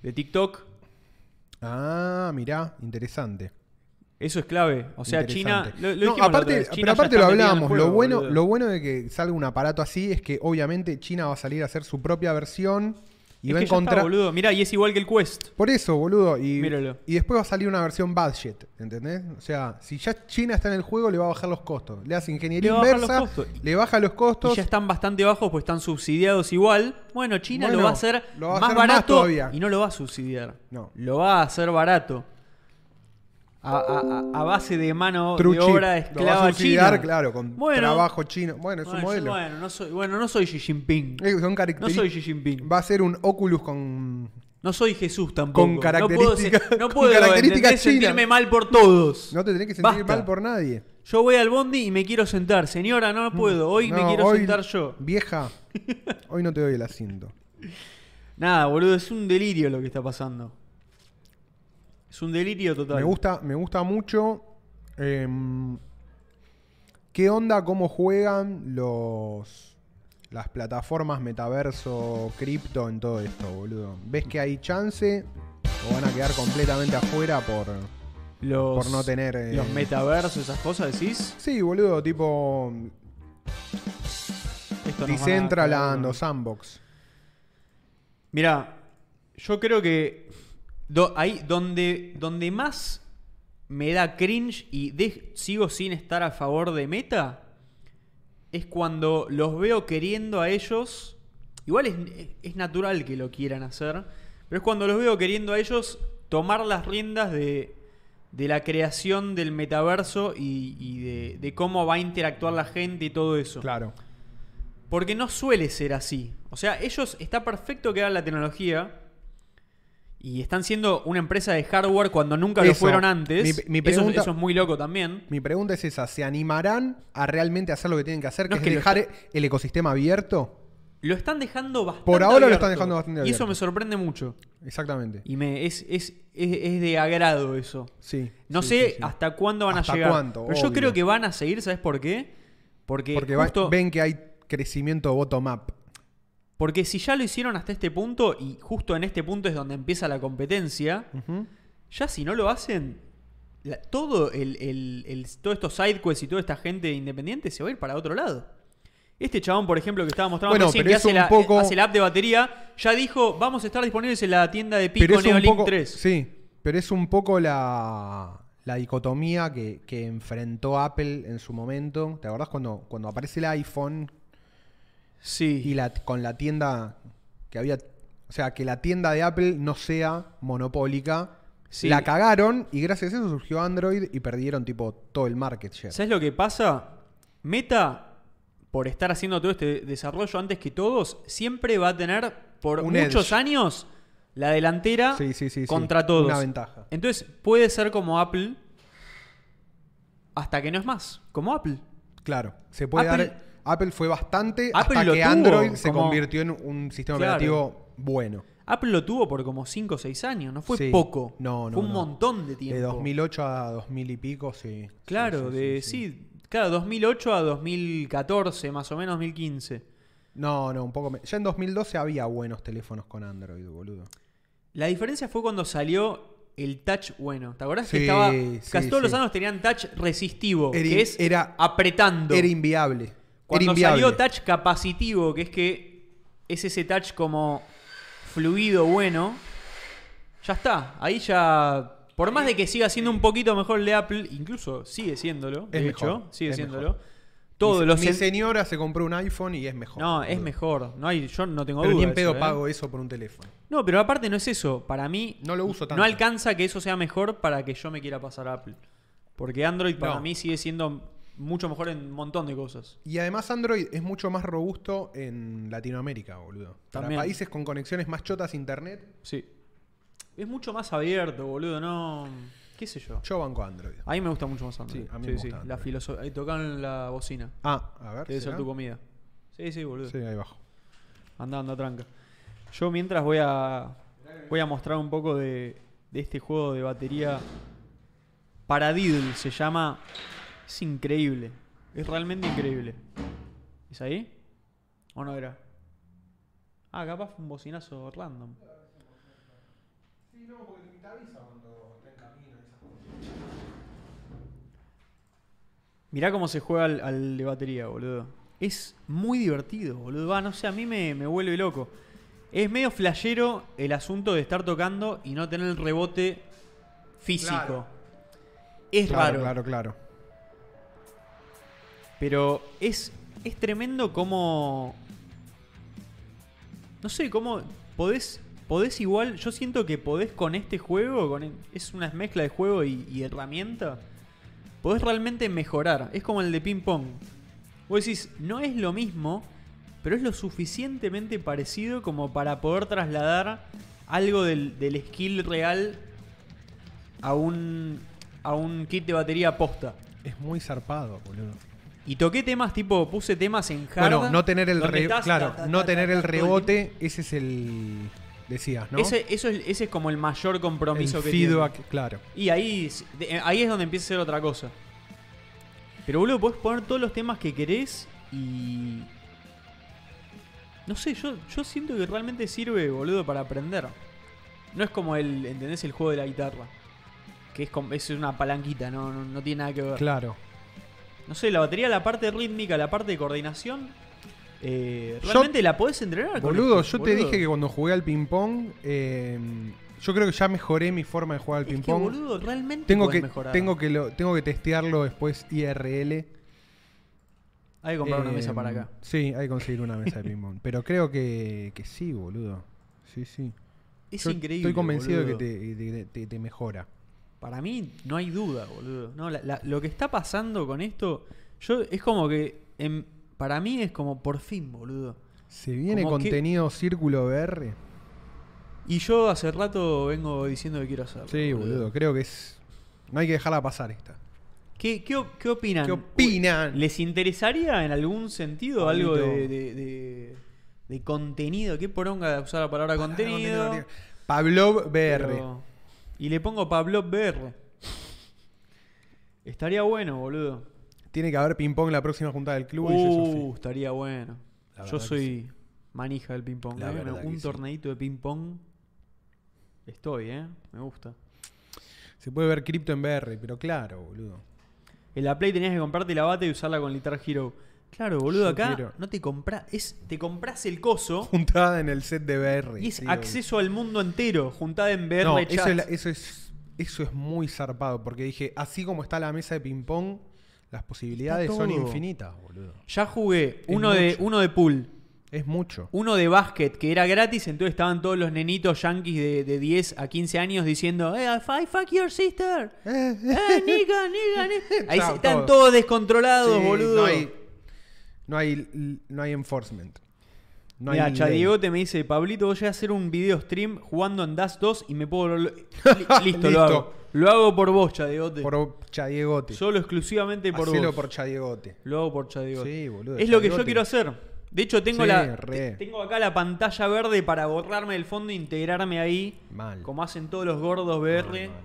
B: de TikTok.
A: Ah, mirá, interesante.
B: Eso es clave. O sea, China.
A: Interesante.
B: Lo, lo
A: No,
B: dijimos la otra
A: aparte-
B: vez, China
A: pero
B: ya
A: aparte
B: está
A: lo
B: metida en el
A: hablábamos. Lo
B: juego,
A: bueno,
B: boludo.
A: lo bueno de que salga un aparato así es que obviamente China va a salir a hacer su propia versión y
B: Es
A: va a
B: que ya está,
A: encontrar.
B: boludo. Mirá, y es igual que el Quest.
A: Por eso, boludo. Y,
B: Míralo.
A: y después va a salir una versión budget, ¿entendés? O sea, si ya China está en el juego, le va a bajar los costos. Le hace ingeniería
B: Le va a bajar los
A: inversa,
B: costos.
A: le baja los
B: Y
A: costos.
B: ya están bastante bajos, pues están subsidiados igual. Bueno, China lo
A: Bueno,
B: va a hacer
A: lo va a
B: más
A: hacer más
B: barato
A: todavía.
B: y no lo va a subsidiar.
A: No.
B: Lo va a hacer barato. A, a- a- a base de mano
A: True
B: de
A: chip.
B: obra
A: Lo va a
B: esclava
A: subsidiar,
B: china.
A: claro, con
B: Bueno,
A: trabajo chino. Bueno, es
B: bueno,
A: un
B: yo-
A: modelo.
B: bueno, no soy, bueno, no soy Xi Jinping.
A: Eh, Son
B: No
A: características.
B: soy Xi Jinping.
A: Va a ser un Oculus con.
B: No soy Jesús tampoco.
A: Con
B: No puedo,
A: características-
B: no
A: con
B: puedo,
A: características
B: ¿entendés?
A: chinas.
B: sentirme mal por todos.
A: No te tenés que sentir
B: Basta.
A: mal por nadie.
B: Yo voy al bondi y me quiero sentar. Señora, no puedo. Hoy me
A: No,
B: quiero
A: hoy,
B: sentar yo.
A: Vieja, hoy no te doy el asiento.
B: Nada, boludo, es un delirio lo que está pasando. Es un delirio total.
A: Me gusta, me gusta mucho. em, ¿Qué onda? ¿Cómo juegan los las plataformas metaverso, cripto en todo esto, boludo? ¿Ves que hay chance o van a quedar completamente afuera por...
B: Los,
A: por no tener, eh,
B: Los metaversos, esas cosas, decís.
A: Sí, boludo, tipo
B: Esto nos van a-
A: Decentraland o Sandbox.
B: Mirá, yo creo que do- ahí donde, donde más me da cringe y de- sigo sin estar a favor de Meta es cuando los veo queriendo a ellos. Igual es, es natural que lo quieran hacer, pero es cuando los veo queriendo a ellos tomar las riendas de, de la creación del metaverso y, y de, de cómo va a interactuar la gente y todo eso.
A: Claro.
B: Porque no suele ser así. O sea, ellos está perfecto que hagan la tecnología y están siendo una empresa de hardware cuando nunca lo
A: Eso.
B: fueron antes.
A: Mi- mi
B: Eso es-
A: pregunta-
B: eso, es muy loco también.
A: Mi pregunta es esa, ¿se animarán a realmente hacer lo que tienen que hacer, que
B: No es
A: es
B: que lo
A: dejar el ecosistema abierto?
B: Lo están dejando bastante
A: Por ahora lo
B: abierto.
A: están dejando bastante
B: Y eso
A: abierto.
B: me sorprende mucho.
A: Exactamente.
B: Y me es, es, es, es de agrado eso.
A: Sí.
B: No
A: sí,
B: sé
A: sí, sí.
B: hasta cuándo van
A: ¿Hasta
B: a llegar.
A: cuánto?
B: pero yo
A: Obvio.
B: creo que van a seguir, ¿sabes por qué? Porque,
A: Porque va-
B: justo-
A: ven que hay crecimiento bottom-up.
B: porque si ya lo hicieron hasta este punto, y justo en este punto es donde empieza la competencia, Ya si no lo hacen, la- todo el, el- el- todos estos sidequests y toda esta gente independiente se va a ir para otro lado. Este chabón, por ejemplo, que estaba mostrando
A: Bueno,
B: recién,
A: pero
B: que
A: es
B: hace
A: un
B: la,
A: poco-
B: hace la app de batería, ya dijo, vamos a estar disponibles en la tienda de Pico
A: Pero es un
B: Neolink
A: poco,
B: 3.
A: sí, pero es un poco la, la dicotomía que, que enfrentó Apple en su momento. ¿Te acordás cuando, cuando aparece el iPhone
B: Sí.
A: y la, con la tienda que había... O sea, que la tienda de Apple no sea monopólica.
B: Sí.
A: La cagaron y gracias a eso surgió Android y perdieron tipo todo el market share.
B: ¿Sabes lo que pasa? Meta, por estar haciendo todo este desarrollo antes que todos, siempre va a tener por
A: Un
B: muchos
A: edge.
B: años la delantera
A: Sí, sí, sí, sí.
B: contra todos.
A: Una ventaja.
B: Entonces puede ser como Apple hasta que no es más, como Apple.
A: Claro, se puede
B: Apple-
A: dar. Apple fue bastante
B: Apple
A: hasta
B: lo
A: que
B: tuvo
A: Android se
B: como-
A: convirtió en un sistema
B: Claro.
A: operativo bueno.
B: Apple lo tuvo por como 5 o 6 años, no fue
A: Sí.
B: poco.
A: No, no,
B: Fue un
A: no.
B: montón de tiempo.
A: De 2008 a 2000 y pico, sí.
B: Claro, de sí, claro, 2008 a 2014, más o menos 2015.
A: No, no, un poco. me- Ya en 2012 había buenos teléfonos con Android, boludo.
B: La diferencia fue cuando salió el touch bueno. ¿Te acordás que
A: Sí,
B: estaba.
A: sí,
B: casi todos
A: sí.
B: los años tenían touch resistivo,
A: Era in-
B: que es
A: era-
B: apretando.
A: Era inviable.
B: cuando
A: era inviable.
B: salió touch capacitivo, que es que es ese touch como fluido bueno. Ya está. Ahí ya. Por más de que siga siendo un poquito mejor el de Apple, incluso sigue siéndolo, de
A: Es
B: hecho,
A: mejor,
B: sigue
A: es
B: siéndolo.
A: mejor.
B: Todos
A: mi,
B: los
A: mi
B: sen-
A: señora se compró un iPhone y es mejor.
B: No, es
A: boludo.
B: mejor. No hay, yo no tengo
A: Pero ni
B: duda
A: en
B: de eso,
A: pedo
B: ¿eh?
A: pago eso por un teléfono.
B: No, pero aparte no es eso. Para mí.
A: No lo uso tanto.
B: No alcanza que eso sea mejor para que yo me quiera pasar a Apple. Porque Android para
A: No.
B: mí sigue siendo mucho mejor en un montón de cosas.
A: Y además Android es mucho más robusto en Latinoamérica, boludo. Para
B: También.
A: países con conexiones más chotas a internet,
B: Sí. Es mucho más abierto, boludo, no. ¿Qué sé yo?
A: yo banco Android.
B: A mí me gusta mucho más Android.
A: Sí, a mí me gusta
B: La
A: Android.
B: filoso- ahí Tocan la bocina.
A: Ah, a ver.
B: Te debe ser
A: ¿será?
B: tu comida. Sí, sí, boludo.
A: Sí, ahí abajo.
B: Anda, anda, tranca. Yo mientras voy a. Voy a mostrar un poco de, de este juego de batería. Paradiddle se llama. Es increíble. Es realmente increíble. ¿Es ahí? ¿O no era? Ah, capaz fue un bocinazo random. Mirá cómo se juega al, al de batería, boludo. Es muy divertido, boludo. Va, no sé, a mí me, me vuelve loco. Es medio flashero el asunto de estar tocando y no tener el rebote físico.
A: Claro.
B: Es
A: claro,
B: raro.
A: claro, claro.
B: Pero es, es tremendo cómo. No sé, cómo podés, podés igual. Yo siento que podés con este juego, con el- es una mezcla de juego y, y herramienta. Podés realmente mejorar. Es como el de ping-pong. Vos decís, no es lo mismo, pero es lo suficientemente parecido como para poder trasladar algo del, del skill real a un, a un kit de batería posta.
A: Es muy zarpado, boludo.
B: Y toqué temas tipo, puse temas en hard.
A: Bueno, no tener el
B: donde
A: re-
B: estás,
A: claro,
B: ta, ta,
A: no
B: ta,
A: tener
B: ta,
A: el
B: ta, todo tiempo.
A: rebote, ese es el decías, ¿no?
B: Ese, eso es, ese es como el mayor
A: el
B: compromiso que
A: feedback, claro.
B: tiene. Y ahí, es- de- eh, ahí es donde empieza a ser otra cosa. Pero boludo, podés poner todos los temas que querés y. No sé, yo, yo siento que realmente sirve, boludo, para aprender. No es como el, ¿entendés? El juego de la guitarra. Que es, com- es una palanquita, no, no, no tiene nada que ver.
A: Claro.
B: No sé, la batería, la parte rítmica, la parte de coordinación. eh, realmente la podés entrenar. con
A: Boludo,
B: esto,
A: yo te
B: boludo.
A: dije que cuando jugué al ping-pong, eh, yo creo que ya mejoré mi forma de jugar al
B: Es que,
A: ping-pong.
B: boludo, realmente
A: Tengo
B: podés
A: que,
B: mejorar.
A: tengo, que lo- tengo que testearlo después IRL.
B: Hay que comprar una
A: Eh,
B: mesa para acá.
A: Sí, hay que conseguir una mesa de ping-pong. Pero creo que, que sí, boludo. Sí, sí.
B: Es
A: Yo
B: increíble.
A: Estoy convencido de
B: boludo.
A: que te, de- te- te mejora.
B: Para mí no hay duda, boludo. No, la- la- lo que está pasando con esto, yo es como que em, para mí es como por fin, boludo.
A: Se viene
B: Como que-
A: contenido círculo VR.
B: Y yo hace rato vengo diciendo que quiero hacerlo.
A: Sí, boludo, creo que es. No hay que dejarla pasar esta.
B: ¿Qué, qué, o- qué opinan?
A: ¿Qué opinan?
B: ¿Les interesaría en algún sentido algo
A: Pablito.
B: de, de- de- de contenido? ¿Qué poronga de usar la palabra contenido?
A: Pavlov VR.
B: Pero- Y le pongo Pablo BR. Estaría bueno, boludo.
A: Tiene que haber ping-pong en la próxima junta del club. y yo eso
B: Uh,
A: sí.
B: estaría bueno.
A: La verdad
B: Yo
A: que
B: soy manija del ping-pong.
A: La
B: ¿eh? Me-
A: verdad que
B: Un
A: sí.
B: torneito de ping-pong. Estoy, ¿eh? Me gusta.
A: Se puede ver cripto en VR, pero claro, boludo.
B: En la Play tenías que comprarte la bata y usarla con Guitar Hero. Claro, boludo,
A: Yo
B: acá
A: quiero-
B: no te compras. Es, te compras el coso
A: Juntada en el set de VR.
B: y es
A: sí,
B: acceso al mundo entero, juntada en
A: boludo.
B: VR
A: No,
B: chat.
A: eso es, la- eso es eso es muy zarpado, porque dije, así como está la mesa de ping-pong, las posibilidades
B: Está
A: son
B: todo.
A: infinitas, boludo.
B: Ya jugué
A: Es
B: uno de,
A: mucho.
B: uno de pool,
A: Es mucho.
B: uno de básquet, que era gratis, entonces estaban todos los nenitos yanquis de, de 10 a 15 años diciendo, eh, I fuck your sister.
A: Eh, eh.
B: ¡Eh, nigga, nigga, nigga! Ahí
A: Chao,
B: se- están
A: todo.
B: todos descontrolados,
A: Sí,
B: boludo.
A: No hay, no hay, no hay enforcement. No
B: Mirá,
A: hay ley.
B: Chadiego te me dice, Pablito, voy a hacer un video stream jugando en Das 2 y me puedo... volver lo- Li- Listo, lo
A: Listo.
B: hago. Lo hago por vos, Chadiegote.
A: Por Chadiegote.
B: Solo exclusivamente por
A: Hacelo
B: vos.
A: por Chadiegote.
B: Lo hago por Chadiegote.
A: Sí, boludo,
B: Es lo que yo
A: Chadiegote.
B: quiero hacer. De hecho, tengo,
A: Sí,
B: la,
A: re.
B: te- tengo acá la pantalla verde para borrarme del fondo e integrarme ahí,
A: Mal.
B: como hacen todos los gordos BR.
A: Mal, mal.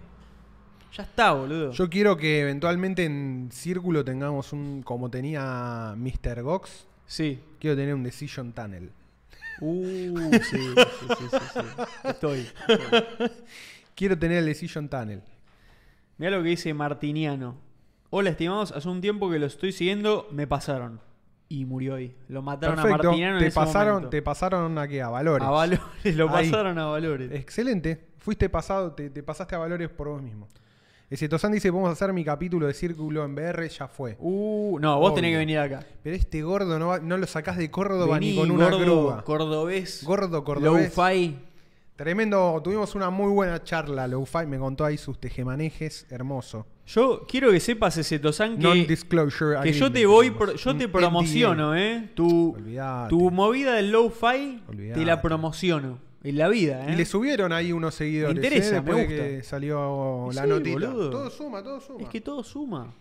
B: Ya está, boludo.
A: Yo quiero que eventualmente en Círculo tengamos un. Como tenía Mr. Gox,
B: Sí.
A: quiero tener un Decision Tunnel.
B: Uh, sí, sí, sí, sí, sí. Estoy. estoy.
A: Quiero tener el Decision Tunnel.
B: Mira lo que dice Martiniano. Hola, estimados. Hace un tiempo que lo estoy siguiendo. Me pasaron. Y murió ahí. Lo mataron a
A: Perfecto.
B: Martiniano en
A: Te
B: ese
A: pasaron,
B: momento.
A: te pasaron a qué? A valores.
B: A valores. Lo
A: Ahí.
B: pasaron a valores.
A: Excelente. Fuiste pasado, te, te pasaste a valores por vos mismo. Ese Tosan dice: Vamos a hacer mi capítulo de Círculo en VR, ya fue.
B: Uh, no, vos tenés
A: Obvio.
B: que venir acá.
A: Pero este gordo no, va- no lo sacás de Córdoba
B: Vení,
A: ni con una
B: gordo
A: grúa.
B: Cordobés.
A: Gordo cordobés.
B: Low-fi.
A: Tremendo, tuvimos una muy buena charla, Lo-Fi me contó ahí sus tejemanejes, hermoso.
B: Yo quiero que sepas, ese Tosan, que,
A: Non-disclosure
B: que yo
A: agreement,
B: te voy,
A: digamos.
B: pro- yo
A: Un
B: te
A: NDA.
B: promociono, ¿eh? Tu,
A: Olvidate.
B: tu movida del low-fi te la
A: Olvidate.
B: promociono. En la vida, ¿eh?
A: Y le subieron ahí unos seguidores.
B: Me interesa,
A: ¿eh? Después
B: me
A: de que
B: gusta.
A: salió
B: Y
A: la
B: sí,
A: notita.
B: boludo.
A: Todo suma, todo suma.
B: Es que todo suma.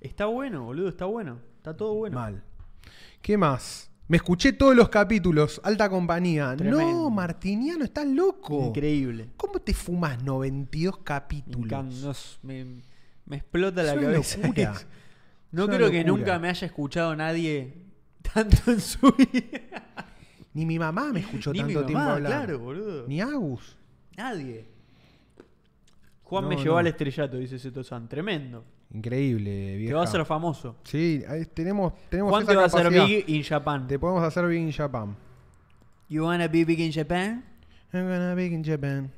B: Está bueno, boludo, está bueno. Está todo bueno.
A: Mal. ¿Qué más? Me escuché todos los capítulos, alta compañía.
B: Tremendo.
A: No, Martiniano, estás loco.
B: Increíble.
A: ¿Cómo te fumas 92
B: Me,
A: capítulos?
B: encanta, no sé, me, me explota la
A: Es una
B: cabeza.
A: locura.
B: eso. No
A: Es una
B: creo que
A: locura.
B: nunca me haya escuchado nadie tanto en su vida.
A: Ni mi mamá me escuchó
B: Ni mi
A: tanto tiempo
B: mamá,
A: hablar.
B: Claro, boludo.
A: Ni Agus.
B: Nadie. Juan
A: No,
B: me llevó
A: no.
B: al estrellato, dice Seto San. Tremendo.
A: Increíble, vieja.
B: Te va a hacer famoso.
A: Sí, ahí tenemos, tenemos
B: Juan
A: esa
B: te va a hacer
A: capacidad.
B: big in Japan.
A: Te podemos hacer Big in Japan.
B: You wanna be big in Japan?
A: I'm gonna be in Japan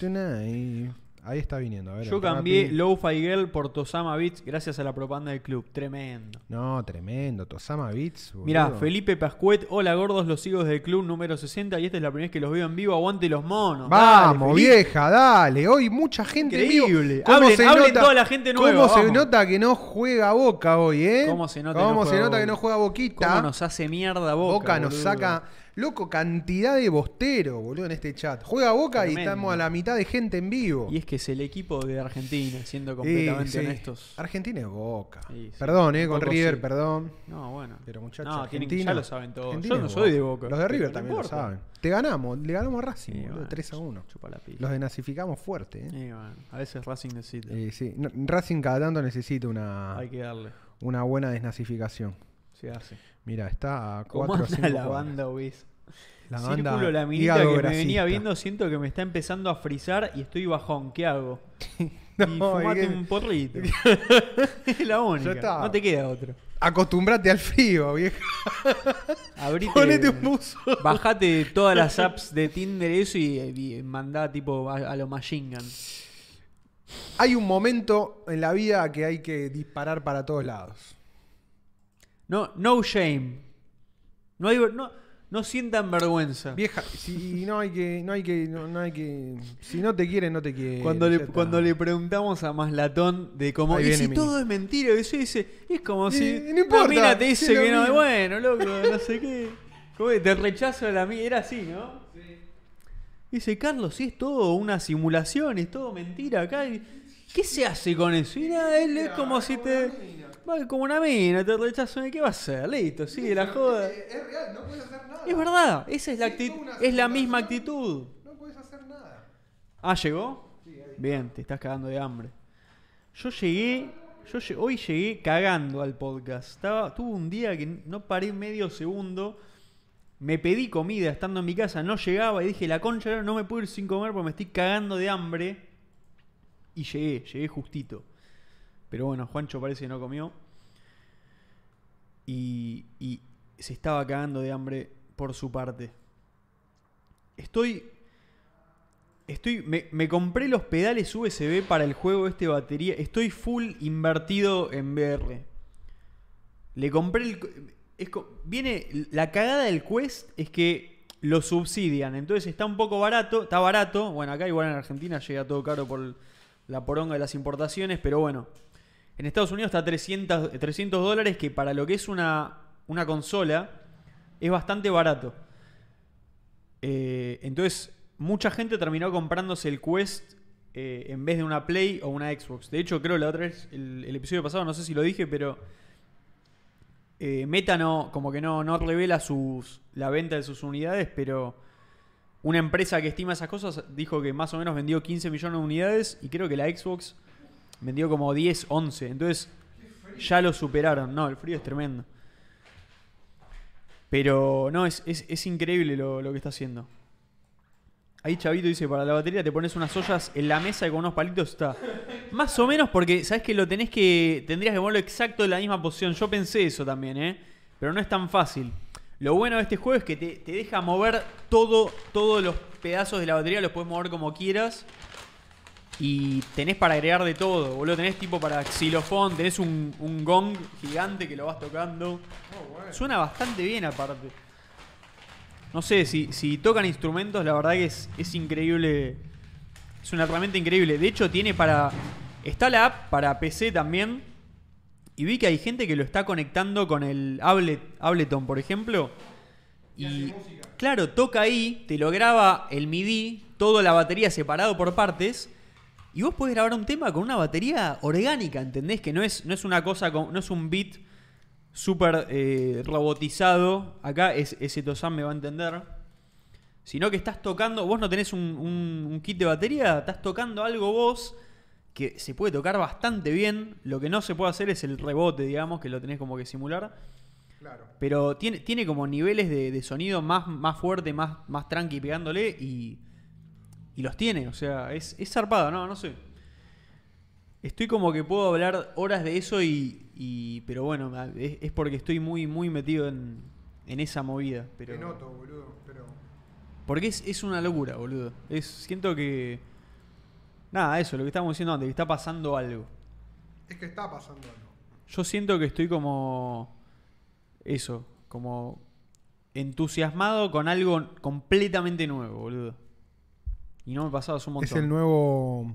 A: tonight. Ahí está viniendo. A ver,
B: Yo
A: el Rappi.
B: cambié Lo-Fi Girl por Tosama Beats gracias a la propaganda del club. Tremendo.
A: No, tremendo. Tosama Beats. boludo.
B: Mirá, Felipe Pascuet, hola gordos, los sigo del club número 60 y esta es la primera vez que los veo en vivo, aguante los monos.
A: Vamos,
B: Dale, Felipe.
A: vieja, dale. Hoy mucha gente. en vivo.
B: Increíble.
A: ¿Cómo
B: Hablen-
A: se
B: hablen
A: nota-
B: toda la gente nueva,
A: ¿Cómo se
B: vamos.
A: nota que no juega Boca hoy, eh?
B: ¿Cómo se nota que
A: ¿Cómo
B: no
A: se
B: juega
A: nota que
B: Boca?
A: no juega Boquita?
B: ¿Cómo nos hace mierda Boca?
A: Boca, nos
B: boludo?
A: saca, loco, cantidad de bostero, boludo, en este chat. Juega Boca y
B: Tremendo.
A: estamos a la mitad de gente en vivo.
B: Y es que es el equipo de Argentina, siendo
A: Eh,
B: completamente
A: sí.
B: honestos.
A: Argentina es Boca.
B: Sí, sí.
A: Perdón, eh,
B: Un
A: con
B: poco
A: River,
B: sí.
A: perdón.
B: No, bueno.
A: Pero muchachos,
B: no, tienen-
A: Argentina.
B: ya lo saben todos.
A: Argentina
B: Yo no
A: es
B: soy de Boca.
A: Los de
B: pero
A: River
B: no
A: también lo
B: importa.
A: saben. Te ganamos, le ganamos a Racing,
B: Sí,
A: boludo,
B: bueno,
A: 3 a 1.
B: Chupa la pija.
A: Los denazificamos fuerte, eh.
B: Eh, bueno, a veces Racing necesita.
A: Eh, sí. No, Racing cada tanto necesita una,
B: Hay que darle.
A: una buena desnazificación.
B: Se hace.
A: Mira, está a
B: ¿Cómo
A: 4 a 5
B: anda la banda, Wiz?
A: La
B: Círculo,
A: banda
B: la minita que
A: hígado
B: me venía
A: grasista.
B: viendo, siento que me está empezando a frizar y estoy bajón. ¿Qué hago? y
A: No,
B: fumate
A: es que-
B: un porrito. es la única.
A: Ya está.
B: No te queda otro.
A: Acostumbrate al frío, vieja.
B: Abrite,
A: Ponete un buzo.
B: Bajate todas las apps de Tinder y eso y, y mandá tipo a, a los Machine Gun.
A: Hay un momento en la vida que hay que disparar para todos lados.
B: No, no shame. No, hay, no, no sientan vergüenza.
A: Vieja, si no hay que, no hay que, no, no hay que. Si no te quieren, no te quieren.
B: Cuando
A: Eh, ya
B: le,
A: está.
B: cuando le preguntamos a Maslatón de cómo.
A: Ahí
B: Y
A: viene
B: si
A: mi-
B: todo es mentira, y eso dice, es como si.
A: no importa,
B: una mina te
A: sí,
B: dice
A: lo
B: que no,
A: mismo.
B: bueno, loco, no sé qué. Como que te rechazo a la mina, era así, ¿no? Dice, Carlos, si es todo una simulación, es todo mentira acá. y- ¿Qué se hace con eso? Y nada, él es como si te. Va, Como una mina, te rechazo, ¿y ¿qué va a hacer? Listo, sigue la joda.
A: Es real, no puedes hacer nada.
B: Es verdad, esa es la actitud,
A: toda una
B: es la
A: simulación.
B: misma actitud.
A: No puedes hacer nada.
B: Ah, ¿llegó? Bien, te estás cagando de hambre. Yo llegué, yo lle- hoy llegué cagando al podcast. Estaba, tuve un día que n- no paré medio segundo. Me pedí comida estando en mi casa, no llegaba y dije, la concha, de la- no me puedo ir sin comer porque me estoy cagando de hambre. Y llegué, llegué justito. Pero bueno, Juancho parece que no comió. Y, y se estaba cagando de hambre por su parte. Estoy Estoy, me, me compré los pedales USB para el juego este batería. Estoy full invertido en VR. Le compré el. co- es co- viene. La cagada del Quest es que lo subsidian. Entonces está un poco barato. Está barato. Bueno, acá igual en Argentina llega todo caro por la poronga de las importaciones. Pero bueno. En Estados Unidos está 300, 300 dólares. Que para lo que es una, una consola. Es bastante barato. Eh, entonces, mucha gente terminó comprándose el Quest eh, en vez de una Play o una Xbox. De hecho, creo la otra vez, el, el episodio pasado, no sé si lo dije, pero eh, Meta no, como que no, no revela sus, la venta de sus unidades, pero una empresa que estima esas cosas dijo que más o menos vendió 15 millones de unidades y creo que la Xbox vendió como 10, 11. Entonces, ya lo superaron. No, el frío es tremendo. Pero no, es, es- es increíble lo, lo que está haciendo. Ahí Chavito dice, para la batería te pones unas ollas en la mesa y con unos palitos está. Más o menos porque, ¿sabes que Lo tenés que... Tendrías que ponerlo exacto en la misma posición. Yo pensé eso también, ¿eh? Pero no es tan fácil. Lo bueno de este juego es que te, te deja mover todo, todos los pedazos de la batería, los puedes mover como quieras. Y tenés para agregar de todo, boludo. Tenés tipo para xilofón, tenés un, un gong gigante que lo vas tocando. Suena bastante bien aparte. No sé, si, si tocan instrumentos, la verdad que es, es increíble. Es una herramienta increíble. De hecho, tiene para. Está la app para PC también. Y vi que hay gente que lo está conectando con el Ablet, Ableton, por ejemplo. Y claro, toca ahí, te lo graba el MIDI, toda la batería separado por partes. Y vos podés grabar un tema con una batería orgánica, ¿entendés? Que no es, no es una cosa, con- no es un beat súper eh, robotizado. Acá es, ese Tosan me va a entender. Sino que estás tocando, vos no tenés un, un- un kit de batería, estás tocando algo vos que se puede tocar bastante bien. Lo que no se puede hacer es el rebote, digamos, que lo tenés como que simular.
A: Claro.
B: Pero tiene, tiene como niveles de, de sonido más, más fuerte, más, más tranqui pegándole y, y los tiene. O sea, es, es zarpado, no, no sé. Estoy como que puedo hablar horas de eso y. y- pero bueno, ma- es, es porque estoy muy, muy metido en, en esa movida. Pero,
A: Te noto, boludo, pero.
B: Porque es, es una locura, boludo. Es, siento que. Nada, eso, lo que estábamos diciendo antes, que está pasando algo.
A: Es que está pasando algo.
B: Yo siento que estoy como. Eso, como. Entusiasmado con algo completamente nuevo, boludo. Y no me pasaba hace un montón.
A: Es el nuevo.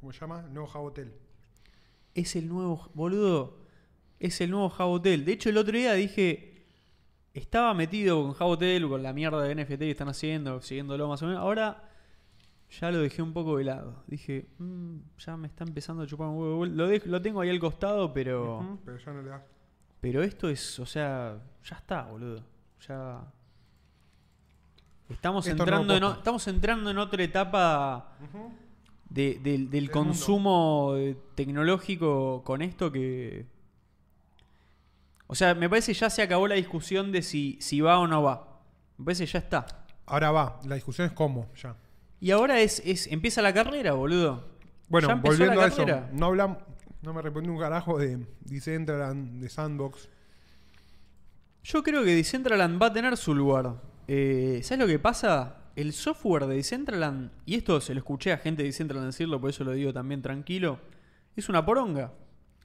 A: ¿Cómo se llama? Nuevo Jabotel.
B: Es el nuevo, boludo. Es el nuevo Jabotel. De hecho, el otro día dije. Estaba metido con Jabotel, con la mierda de NFT que están haciendo, siguiéndolo más o menos. Ahora ya lo dejé un poco de lado. Dije, "Mm, ya me está empezando a chupar un huevo. Lo, dej- lo tengo ahí al costado, pero.
A: Ujú, Pero ya no le das.
B: Pero esto es, o sea, ya está, boludo. Ya. Estamos
A: Esto es
B: entrando,
A: nuevo
B: en, o-
A: posta.
B: estamos entrando en otra etapa
A: Ujú.
B: de- del, del
A: Del
B: consumo eh, tecnológico con esto que. O sea, me parece ya se acabó la discusión de si, si va o no va. Me parece ya está.
A: Ahora va, la discusión es cómo, ya.
B: Y ahora es, es empieza la carrera, boludo.
A: Bueno,
B: Ya empezó
A: volviendo
B: la
A: a eso,
B: carrera.
A: no hablamos, no me respondí un carajo de Decentraland, de Sandbox.
B: Yo creo que Decentraland va a tener su lugar. Eh, ¿Sabes lo que pasa? El software de Decentraland, y esto se lo escuché a gente de Decentraland decirlo, por eso lo digo también tranquilo, es una poronga.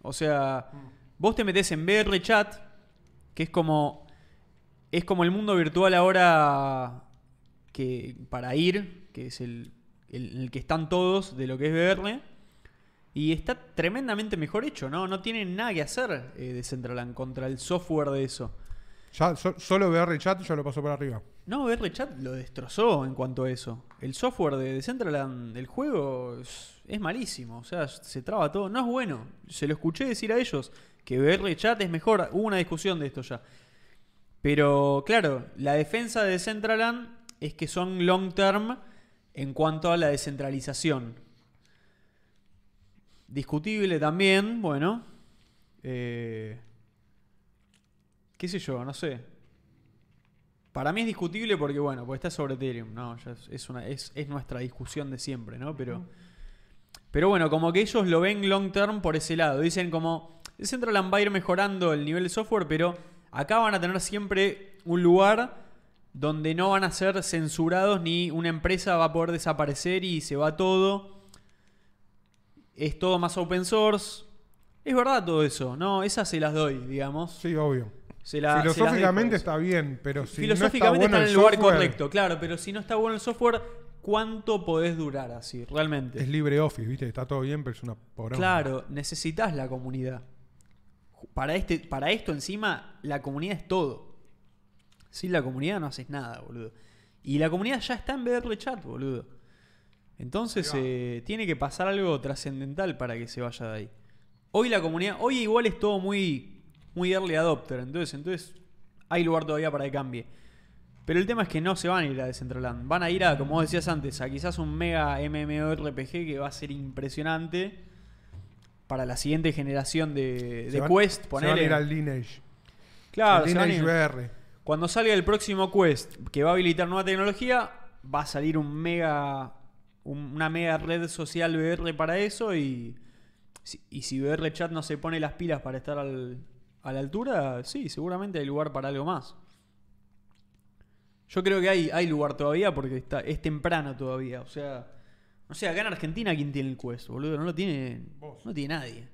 B: O sea, vos te metés en VR Chat, que es como. Es como el mundo virtual ahora que para ir, que es el, el- el que están todos de lo que es VR. Y está tremendamente mejor hecho, ¿no? No tienen nada que hacer eh, Decentraland contra el software de eso.
A: Ya so- solo VR chat ya lo pasó por arriba.
B: No, VRChat lo destrozó en cuanto a eso. El software de Decentraland, el juego, es, es malísimo. O sea, se traba todo. No es bueno. Se lo escuché decir a ellos que VRChat es mejor. Hubo una discusión de esto ya. Pero, claro, la defensa de Decentraland es que son long term en cuanto a la descentralización. Discutible también, bueno. Eh, ¿Qué sé yo? No sé. Para mí es discutible porque, bueno, pues está sobre Ethereum, ¿no? Ya es, es una, es, es nuestra discusión de siempre, ¿no? Pero, pero bueno, como que ellos lo ven long term por ese lado. Dicen como, Decentraland va a ir mejorando el nivel de software, pero acá van a tener siempre un lugar donde no van a ser censurados ni una empresa va a poder desaparecer y se va todo. Es todo más open source. Es verdad todo eso, ¿no? Esas se las doy, digamos.
A: Sí, obvio.
B: Se la- se las dejo
A: Filosóficamente
B: eso.
A: está bien, pero si
B: Filosóficamente
A: no está, bueno
B: está, en el lugar
A: software,
B: correcto, claro, pero si no está bueno el software, ¿cuánto podés durar así realmente?
A: Es libre office, ¿viste? Está todo bien, pero es una poronga.
B: Claro, necesitas la comunidad. Para, este, para esto encima, la comunidad es todo. Sin la comunidad no haces nada, boludo. Y la comunidad ya está en VR Chat, boludo. Entonces
A: Ahí va.
B: eh, tiene que pasar algo trascendental para que se vaya de ahí. Hoy la comunidad, hoy igual es todo muy, muy early adopter, entonces, entonces hay lugar todavía para que cambie. Pero el tema es que no se van a ir a Decentraland. Van a ir a, como vos decías antes, a quizás un mega MMORPG que va a ser impresionante para la siguiente generación de,
A: Se
B: de
A: van-
B: Quest.
A: Se van a
B: Ponele.
A: ir al Lineage.
B: claro,
A: al
B: se van a
A: Lineage
B: ir.
A: VR.
B: Cuando salga el próximo Quest que va a habilitar nueva tecnología, va a salir un mega, un- una mega red social VR para eso y, si- y si VR Chat no se pone las pilas para estar al- a la altura, sí, seguramente hay lugar para algo más. Yo creo que hay, hay lugar todavía porque está, es temprano todavía. O sea, no sé, acá en Argentina quién tiene el Quest, boludo, no lo tiene,
A: Vos.
B: no tiene nadie.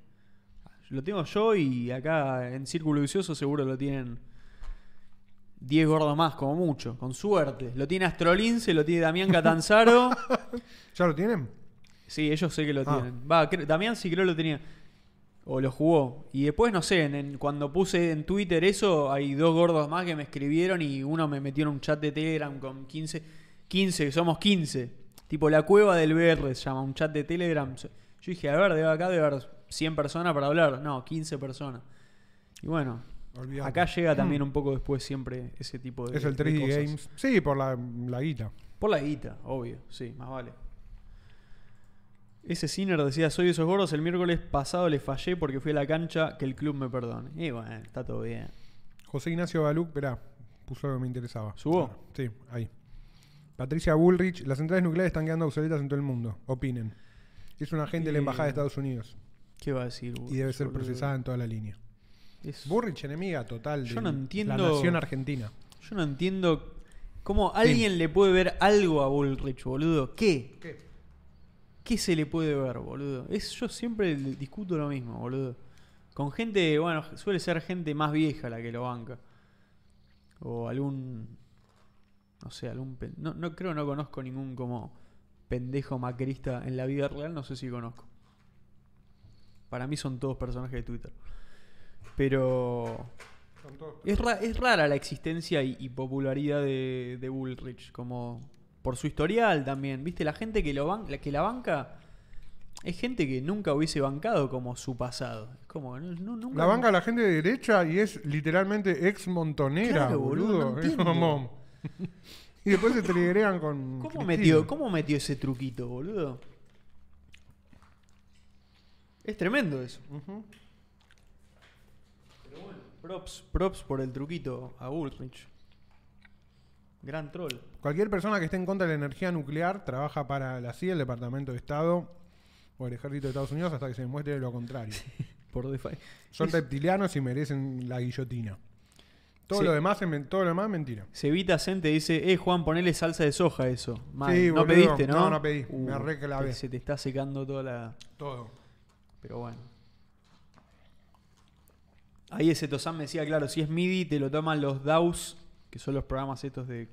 B: Lo tengo yo y acá en Círculo Vicioso seguro lo tienen 10 gordos más, como mucho, con suerte. Lo tiene Astrolince, lo tiene Damián Catanzaro.
A: ¿Ya lo tienen?
B: sí, ellos sé que lo
A: Ah.
B: tienen. Va, cre- Damián sí creo lo tenía. O lo jugó. Y después, no sé, en- en- cuando puse en Twitter eso, hay dos gordos más que me escribieron y uno me metió en un chat de Telegram con 15. 15, que somos 15. Tipo la cueva del BR se llama, un chat de Telegram. Yo dije, a ver, debe acá debe haber 100 personas para hablar. No, 15 personas. Y bueno,
A: Olvidate.
B: acá llega también un poco después siempre ese tipo de.
A: Mm. Es el
B: de
A: 3D
B: cosas.
A: Games. Sí, por la, la guita.
B: Por la guita, obvio, sí, más vale. Ese Sinner decía, soy de esos gordos, el miércoles pasado le fallé porque fui a la cancha, que el club me perdone. Y bueno, está todo bien.
A: José Ignacio Baluc, espera, puso lo que me interesaba.
B: ¿Subo?
A: Ah, Sí, ahí. Patricia Bullrich, las centrales nucleares están quedando obsoletas en todo el mundo. Opinen. Es un agente de la
B: Eh,
A: Embajada de Estados Unidos
B: ¿Qué va a decir?
A: y debe ser
B: boludo?
A: procesada en toda la línea.
B: Es-
A: Bullrich, enemiga total de
B: Yo no entiendo-
A: la nación argentina.
B: Yo no entiendo cómo alguien le puede ver algo a Bullrich, boludo. ¿Qué? ¿Qué se le puede ver, boludo? Es, yo siempre le- discuto lo mismo, boludo. Con gente, bueno, suele ser gente más vieja la que lo banca. O algún. No sé, algún. pen- No, no creo, no conozco ningún como pendejo macrista en la vida real, no sé si conozco. Para mí son todos personajes de Twitter. Pero. Es, ra- es rara la existencia y, y popularidad de, de Bullrich, como por su historial también. ¿Viste? La gente que, lo ban- la, que la banca es gente que nunca hubiese bancado como su pasado. Es como, no- no- nunca-
A: La banca a la gente de derecha y es literalmente ex montonera,
B: Claro,
A: boludo.
B: boludo, no
A: Es
B: entiendo.
A: como- y después se triggerean con.
B: ¿Cómo
A: Cristina.
B: metió, ¿Cómo metió ese truquito, boludo? Es tremendo eso.
A: Ujú.
B: Props, props por el truquito a Bullrich. Gran troll.
A: Cualquier persona que esté en contra de la energía nuclear trabaja para la CIA, el Departamento de Estado o el Ejército de Estados Unidos hasta que se demuestre lo contrario.
B: Por defi-
A: Son reptilianos y merecen la guillotina. Todo
B: Sí.
A: lo demás es men- todo lo demás es mentira.
B: Cevita Cente dice, eh, Juan, ponele salsa de soja a eso. Mal.
A: Sí,
B: no
A: boludo.
B: pediste, ¿no? Uh,
A: No, no pedí. Me reclavé.
B: te- Se te está secando toda la...
A: Todo.
B: Pero bueno. Ahí ese Tosan me decía, claro, si es MIDI te lo toman los DAWs, que son los programas estos de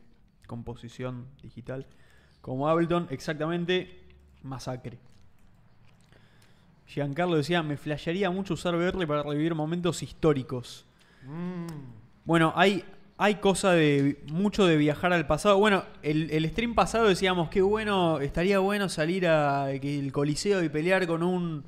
B: composición digital, como Ableton, exactamente, masacre. Giancarlo decía, me flashearía mucho usar VR para revivir momentos históricos.
A: Mm.
B: Bueno, hay, hay cosa de mucho de viajar al pasado. Bueno, el, el stream pasado decíamos que bueno, estaría bueno salir a que el Coliseo y pelear con un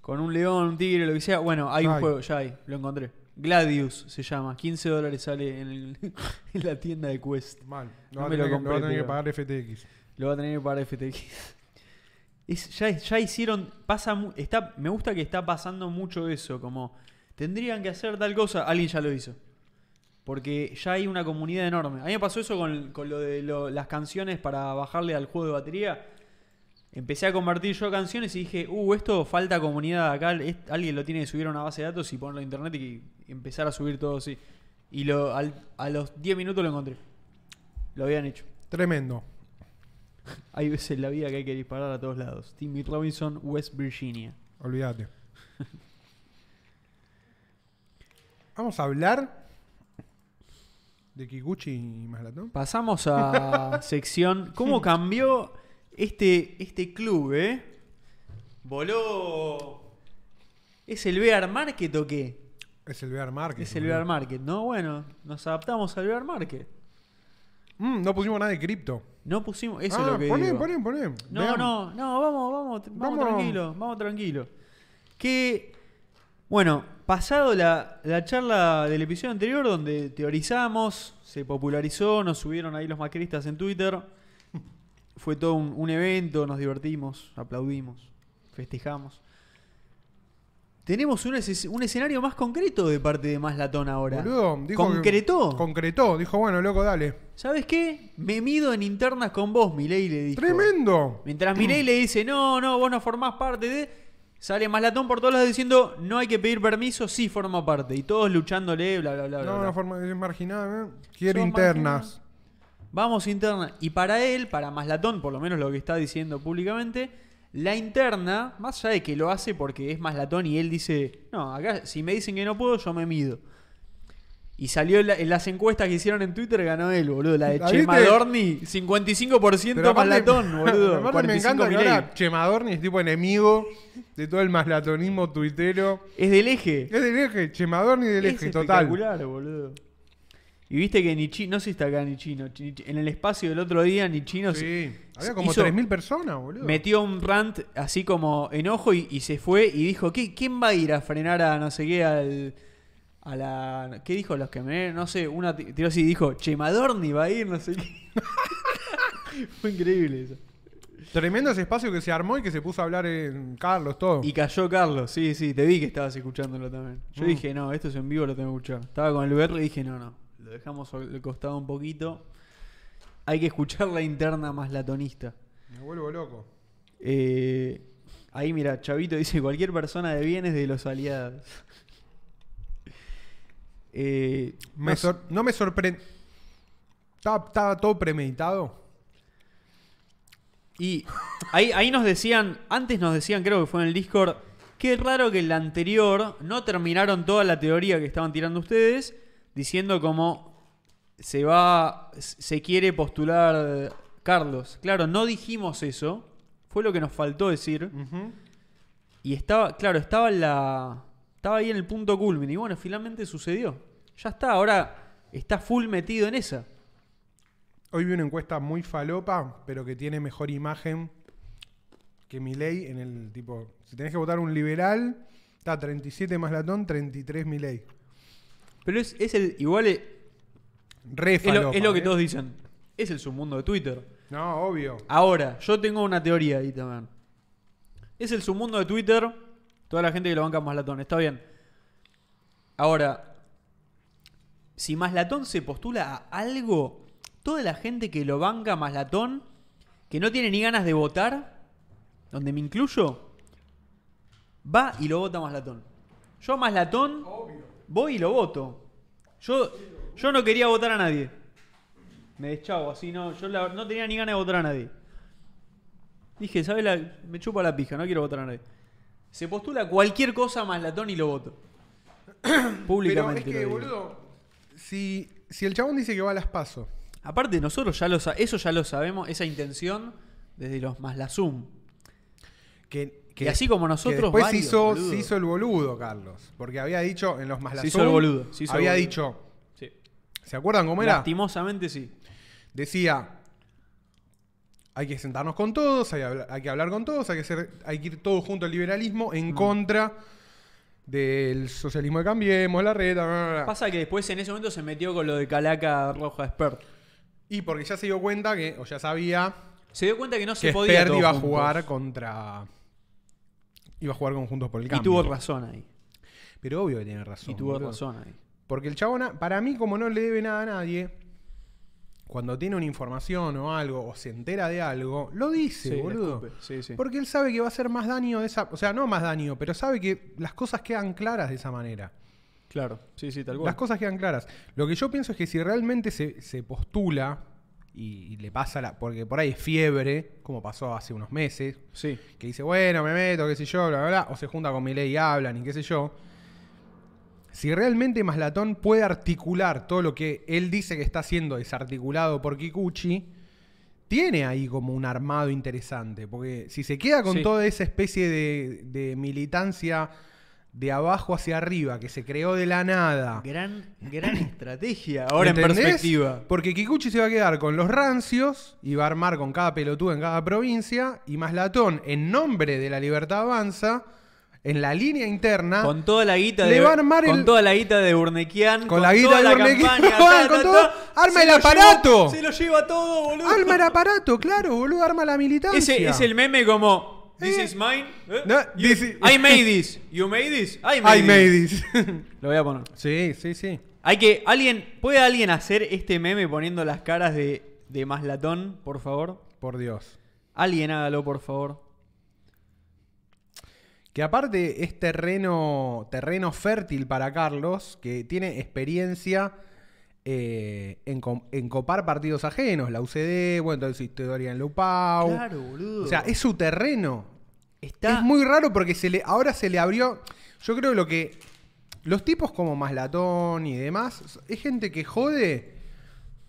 B: con un león, un tigre, lo que sea. Bueno, hay un
A: Ay.
B: juego, ya hay, lo encontré. Gladius se llama, 15 dólares sale en, el- en la tienda de Quest.
A: Mal. Lo
B: No
A: va a
B: me
A: tener
B: lo
A: que- lo
B: compré,
A: va a tener que
B: pero-
A: pagar FTX.
B: Lo va a tener para FTX. Es- ya, ya hicieron, pasa, mu- está, me gusta que está pasando mucho eso, como tendrían que hacer tal cosa, alguien ya lo hizo. Porque ya hay una comunidad enorme. A mí me pasó eso con, con lo de lo- las canciones para bajarle al juego de batería. Empecé a convertir yo canciones y dije, uh, esto falta comunidad acá, es- alguien lo tiene que subir a una base de datos y ponerlo en internet y empezar a subir todo así. Y lo, al- a los 10 minutos lo encontré. Lo habían hecho.
A: Tremendo.
B: Hay veces en la vida que hay que disparar a todos lados. Timmy Robinson, West Virginia.
A: Olvídate. Vamos a hablar de Kikuchi y Maratón.
B: Pasamos a sección. ¿Cómo cambió este, este club, eh? Voló. ¿Es el Bear Market o qué?
A: Es el Bear Market.
B: Es el
A: boludo.
B: Bear Market, ¿no? Bueno, nos adaptamos al Bear Market.
A: Mm, no pusimos nada de cripto.
B: No pusimos. Eso
A: Ah,
B: es lo que.
A: poné,
B: digo.
A: poné, poné.
B: No,
A: Veamos.
B: no, no, vamos, vamos, t- vamos,
A: Vamos.
B: tranquilo, vamos tranquilo. Que, bueno, pasado la, la charla del episodio anterior donde teorizamos, se popularizó, nos subieron ahí los macristas en Twitter, fue todo un, un evento, nos divertimos, aplaudimos, festejamos. Tenemos un, esce- un escenario más concreto de parte de Más Latón ahora.
A: Boludo, dijo que-
B: Concretó.
A: concretó. Dijo, bueno, loco, dale.
B: ¿Sabes qué? Me mido en internas con vos, Milei, le dijo.
A: Tremendo.
B: Mientras Milei le dice, no, no, vos no formás parte de... Sale Maslatón por todos lados diciendo, no hay que pedir permiso, sí forma parte. Y todos luchándole, bla, bla, bla. bla,
A: No,
B: bla.
A: una forma de marginal. ¿eh? Quiero
B: Sos
A: internas.
B: Vamos interna. Y para él, para Maslatón, por lo menos lo que está diciendo públicamente, la interna, más allá de que lo hace porque es Maslatón y él dice, no, acá si me dicen que no puedo, yo me mido. Y salió la- en las encuestas que hicieron en Twitter, ganó él, boludo. La de
A: ¿La
B: Che
A: viste?
B: Madorni, 55%
A: Pero aparte-
B: Maslatón,
A: pero
B: boludo.
A: aparte
B: 45
A: me encanta que
B: Milei.
A: ahora Chemadorni es tipo enemigo de todo el maslatonismo tuitero.
B: Es del eje.
A: Es del eje, Chemadorni del
B: Es
A: eje, total.
B: espectacular, boludo. Y viste que ni chino, no sé si está acá ni chino, Chi- Chi- en el espacio del otro día ni chino se-
A: Sí. Había
B: se
A: como
B: hizo-
A: 3.000 personas, boludo.
B: metió un rant así como enojo y, y se fue y dijo, "¿Qui- ¿quién va a ir a frenar a no sé qué al... A la... ¿Qué dijo los que me... No sé, una ti- tiró así y dijo, Che, Madorni va a ir, no sé qué. Fue increíble eso.
A: Tremendo ese espacio que se armó y que se puso a hablar en Carlos, todo.
B: Y cayó Carlos, sí, sí, te vi que estabas escuchándolo también. Yo
A: Mm.
B: dije, no, esto es en vivo, lo tengo que escuchar. Estaba con el VR y dije, no, no, lo dejamos al costado un poquito. Hay que escuchar la interna más latonista.
A: Me vuelvo loco.
B: Eh, ahí mira, Chavito dice, cualquier persona de bienes de los aliados. Eh,
A: Me
B: no sé,
A: sor- no me sorprende. Estaba, estaba todo premeditado.
B: y ahí, ahí nos decían, antes nos decían, creo que fue en el Discord, qué raro que en la anterior no terminaron toda la teoría que estaban tirando ustedes, diciendo como se va, se quiere postular Carlos. Claro, no dijimos eso, fue lo que nos faltó decir.
A: Ujú.
B: Y estaba, claro, estaba en la. Estaba ahí en el punto culmen. Y bueno, finalmente sucedió. Ya está, ahora está full metido en esa.
A: Hoy vi una encuesta muy falopa, pero que tiene mejor imagen que mi ley en el tipo. Si tenés que votar un liberal, está 37 más latón, 33 mi ley.
B: Pero es, es el. Igual es,
A: Re
B: es lo,
A: falopa,
B: es lo que
A: ¿eh?
B: todos Ah, dicen. Es el submundo de Twitter.
A: No, obvio.
B: Ahora, yo tengo una teoría ahí también. Es el submundo de Twitter. Toda la gente que lo banca a Maslatón. Está bien. Ahora, si Maslatón se postula a algo, toda la gente que lo banca a Maslatón, que no tiene ni ganas de votar, donde me incluyo, va y lo vota a Maslatón. Yo a Maslatón voy y lo voto. Yo, yo no quería votar a nadie. Me deschavo, así no. Yo la- no tenía ni ganas de votar a nadie. Dije, ¿sabes? La, me chupa la pija, no quiero votar a nadie. Se postula cualquier cosa más latón y lo voto.
A: Pero
B: Públicamente.
A: es
B: lo
A: que,
B: digo.
A: boludo, si, si el chabón dice que va a las pasos,
B: Aparte, nosotros ya lo sa- eso ya lo sabemos, esa intención desde los más la Zoom.
A: que.
B: Y así como
A: que
B: nosotros,
A: después
B: varios,
A: hizo,
B: boludo.
A: se hizo el boludo, Carlos. Porque había dicho en los más
B: Se hizo el boludo, se hizo el
A: había
B: boludo.
A: dicho.
B: Sí.
A: ¿Se acuerdan cómo era?
B: Lastimosamente sí.
A: decía, hay que sentarnos con todos, hay, habla- hay que hablar con todos, hay que, ser, hay que ir todos juntos al liberalismo
B: Mm.
A: en contra del socialismo de Cambiemos, la red, bla, bla, bla.
B: Pasa que después en ese momento se metió con lo de Calaca Roja Expert.
A: Y porque ya se dio cuenta que, o ya sabía,
B: Se dio cuenta que no se
A: que
B: podía.
A: Sperd
B: todo
A: iba a
B: juntos.
A: jugar contra... Iba a jugar con Juntos por el
B: Y
A: Cambio.
B: tuvo razón ahí.
A: Pero obvio que tiene razón.
B: Y tuvo
A: boludo.
B: razón ahí.
A: Porque el chabón, a- para mí, como no le debe nada a nadie, cuando tiene una información o algo, o se entera de algo, lo dice,
B: la
A: boludo.
B: escupe. Sí, sí.
A: Porque él sabe que va a hacer más daño de esa. O sea, no más daño, pero sabe que las cosas quedan claras de esa manera.
B: Claro. Sí, sí, tal cual.
A: Las cosas quedan claras. Lo que yo pienso es que si realmente se, se postula y, y le pasa la. Porque por ahí es fiebre, como pasó hace unos meses,
B: Sí.
A: que dice, bueno, me meto, qué sé yo, bla, bla, bla, o se junta con Milei y hablan y qué sé yo. Si realmente Maslatón puede articular todo lo que él dice que está siendo desarticulado por Kikuchi, tiene ahí como un armado interesante. Porque si se queda con
B: Sí.
A: toda esa especie de, de militancia de abajo hacia arriba que se creó de la nada.
B: Gran, gran estrategia. Ahora en
A: ¿entendés?
B: perspectiva.
A: Porque Kikuchi se va a quedar con los rancios y va a armar con cada pelotudo en cada provincia. Y Maslatón, en nombre de la libertad avanza, en la línea interna.
B: Con toda la guita
A: Ah. Le
B: de
A: va a armar
B: con
A: el-
B: toda la guita de Burnequian,
A: Con la guita
B: toda
A: de
B: la
A: Burnequian,
B: campaña,
A: con todo, arma
B: se
A: el
B: lo
A: aparato.
B: lleva- se lo lleva todo, boludo.
A: Arma el aparato, claro, boludo, arma la militancia.
B: Ese es el meme como This
A: Eh.
B: is mine. eh,
A: No,
B: you-
A: this is-
B: I made this. You made this. I made,
A: Ay, Maidis.
B: this. Lo voy a poner.
A: sí, sí, sí.
B: Hay que alguien puede alguien hacer este meme poniendo las caras de de Maslatón, por favor.
A: Por Dios.
B: Alguien hágalo, por favor.
A: Que aparte es terreno, terreno fértil para Carlos, que tiene experiencia eh, en, com- en copar partidos ajenos. La UCD, bueno, entonces historia en Lupau.
B: boludo.
A: O sea, es su terreno.
B: está
A: Es muy raro porque se le, ahora se le abrió. Yo creo que lo que Los tipos como Maslatón y demás, es gente que jode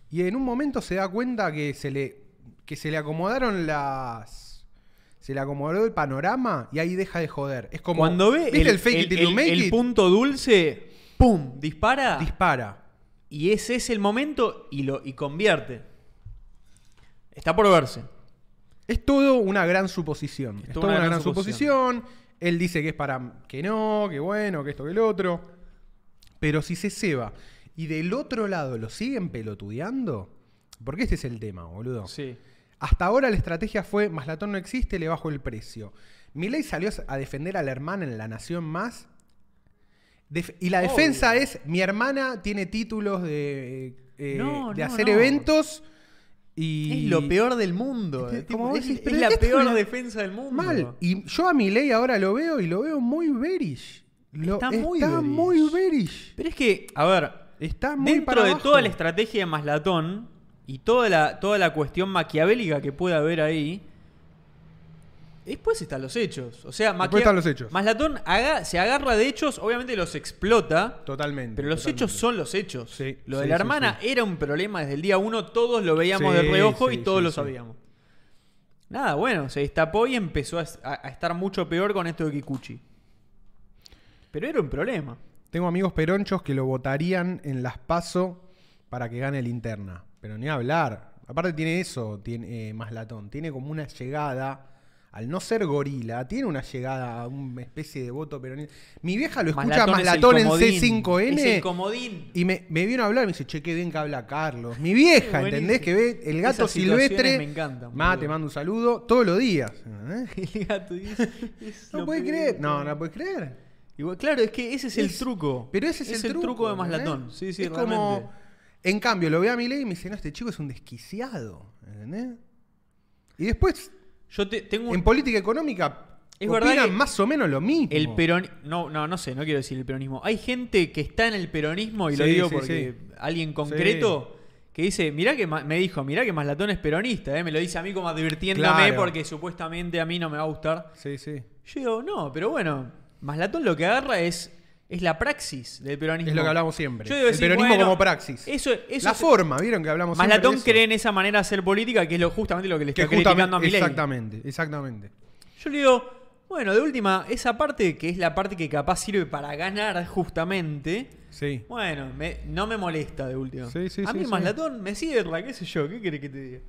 A: y en un momento se da cuenta que se le, que se le acomodaron las... Se le acomodó el panorama y ahí deja de joder. Es como...
B: Cuando ve
A: ¿viste
B: el,
A: fake it
B: el-
A: till you
B: el-
A: make
B: el
A: it?
B: punto dulce, ¡pum! Dispara.
A: Dispara.
B: y ese es el momento y lo y convierte. Está por verse.
A: Es todo una gran suposición. Es, toda una, gran, suposición.
B: suposición.
A: Él dice que es para que no, que bueno, que esto, que el otro. Pero si se ceba y del otro lado lo siguen pelotudeando, porque este es el tema, boludo.
B: Sí.
A: Hasta ahora la estrategia fue, Maslatón no existe, le bajo el precio. Milei salió a defender a la hermana en La Nación Más. Def- y la
B: Obvio.
A: defensa es, mi hermana tiene títulos de, eh,
B: No,
A: de
B: no,
A: hacer
B: no.
A: evolutos eventos y...
B: Es lo peor del mundo.
A: Este,
B: eh. Tipo,
A: como vos
B: es,
A: decís,
B: es
A: pero
B: la
A: ¿qué esto
B: peor
A: es?
B: defensa del mundo.
A: Mal. Y yo a Milei ahora lo veo y lo veo muy bearish. Lo- está
B: Está
A: muy
B: muy
A: bearish.
B: bearish. Pero es que, a ver,
A: Está muy para
B: Dentro de
A: abajo.
B: toda la estrategia de Maslatón y toda la, toda la cuestión maquiavélica que pueda haber ahí, después están los hechos. O sea,
A: Después están los hechos.
B: Maslatón aga- se agarra de hechos, obviamente los explota,
A: Totalmente.
B: pero los
A: totalmente.
B: hechos son los hechos.
A: Sí,
B: lo de
A: sí,
B: la
A: sí,
B: hermana era un problema desde el día uno, todos lo veíamos
A: Sí,
B: de reojo
A: sí,
B: y todos
A: sí,
B: lo
A: sí.
B: sabíamos. Nada, bueno, se destapó y empezó a, a- a estar mucho peor con esto de Kikuchi. Pero era un problema.
A: Tengo amigos peronchos que lo votarían en las PASO para que gane la interna. Pero ni hablar. Aparte tiene eso, tiene eh, Maslatón. Tiene como una llegada... Al no ser gorila, tiene una llegada a una especie de voto peronista. Mi vieja lo escucha
B: Maslatón es el
A: Maslatón en
B: comodín.
A: C5N.
B: Es el comodín.
A: Y me, me vino a hablar y me dice, che, qué bien que habla Carlos. Mi vieja,
B: Buenísimo.
A: ¿entendés? Que ve el gato
B: Esas situaciones
A: silvestre.
B: me encantan,
A: Ma,
B: boludo.
A: te mando un saludo todos los días. ¿eh?
B: El gato y es- es
A: No
B: lo
A: puedes
B: peor.
A: creer. No, no puedes creer.
B: Igual, claro, es que ese es el
A: Es-
B: truco.
A: Pero ese es,
B: el truco. de Maslatón.
A: ¿entendés?
B: Sí, sí,
A: es
B: realmente.
A: como. En cambio, lo ve a mi y me dice, no, este chico es un desquiciado. ¿entendés? Y después,
B: Yo te- tengo un-
A: en política económica,
B: Es
A: opinan
B: verdad que
A: más o menos lo mismo.
B: el peron no, no, no sé, no quiero decir el peronismo. Hay gente que está en el peronismo y lo
A: Sí,
B: digo
A: sí,
B: porque alguien concreto que dice, mirá que ma- me dijo, mirá que Maslatón es peronista, ¿eh? me lo dice a mí como advirtiéndome
A: Claro.
B: porque supuestamente a mí no me va a gustar.
A: Sí, sí.
B: Yo digo, no, pero bueno, Maslatón lo que agarra es es la praxis del peronismo.
A: Es lo que hablamos siempre.
B: Yo
A: El
B: debo decir,
A: peronismo
B: bueno,
A: como praxis.
B: Eso, eso
A: La
B: es-
A: forma, vieron que hablamos siempre de
B: Maslatón
A: eso?
B: cree en esa manera de hacer política, que es lo, justamente lo que le
A: que
B: está
A: justamente,
B: criticando a Milei.
A: Exactamente, exactamente.
B: Yo le digo, bueno, de última, esa parte que es la parte que capaz sirve para ganar justamente,
A: Sí.
B: bueno, me- no me molesta de última.
A: Sí, sí,
B: a
A: sí,
B: mí
A: sí.
B: Maslatón me cierra, qué sé yo, qué querés que te diga.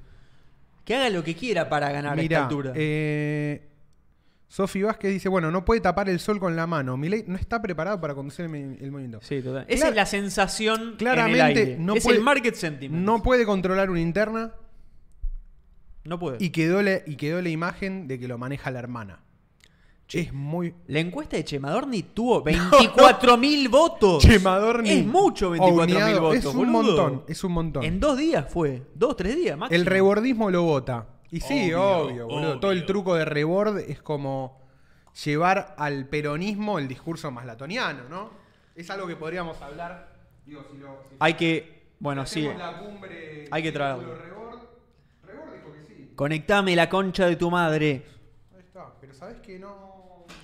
B: Que haga lo que quiera para ganar a esta
A: Mira,
B: altura.
A: eh, Sofi Vázquez dice, bueno, no puede tapar el sol con la mano. Milei no está preparado para conducir el, mi- el movimiento.
B: sí, total.
A: clar-
B: Esa es la sensación en el
A: claramente
B: aire.
A: no
B: es
A: puede-
B: el market sentiment.
A: No puede controlar una interna
B: No puede.
A: y quedó, la, y quedó la imagen de que lo maneja la hermana. Es muy...
B: La encuesta de Chemadorni tuvo 24.000 votos.
A: Chemadorni.
B: Es mucho 24.000
A: Auneado.
B: votos.
A: Es un
B: boludo.
A: montón, es un montón.
B: En dos días fue. Dos, tres días máximo.
A: El rebordismo lo vota. Y sí, obvio,
B: Ah, Obvio,
A: boludo.
B: obvio.
A: Todo el truco de rebord es como llevar al peronismo el discurso más latoniano, ¿no? Es algo que podríamos hablar. Digo, si lo. si
B: Hay que... Bueno, Ah, sí.
A: hacemos la cumbre
B: Hay que traerlo.
A: círculo Rebord, Rebord dijo que sí.
B: Conectame la concha de tu madre.
A: Ahí está. Pero sabes que no.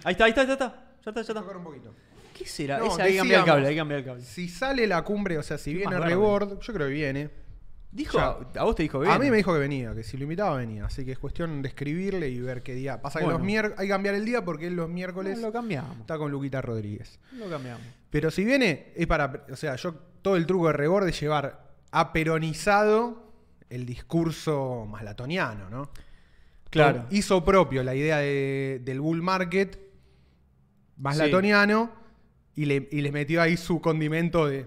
B: Ahí está, ahí está, ahí está. Ya está, ya está.
A: Tocar un poquito.
B: ¿Qué será?
A: No,
B: Esa, hay que cambiar el
A: decíamos,
B: cable, hay que cambiar el cable.
A: Si sale la cumbre, o sea, si viene
B: más verde.
A: Rebord, yo creo que viene.
B: Dijo,
A: Ya.
B: a vos te dijo bien.
A: A mí me dijo que venía, que si lo invitaba venía. Así que es cuestión de escribirle y ver qué día. Pasa que
B: Bueno.
A: los miércoles. Hay que cambiar el día porque él los miércoles.
B: No, lo cambiamos.
A: Está con Luquita Rodríguez.
B: Lo cambiamos.
A: Pero si viene, es para. O sea, yo todo el truco de rebord es llevar aperonizado el discurso maslatoniano, ¿no?
B: Claro.
A: Hizo propio la idea de- del bull market maslatoniano y, le, y les metió ahí su condimento de,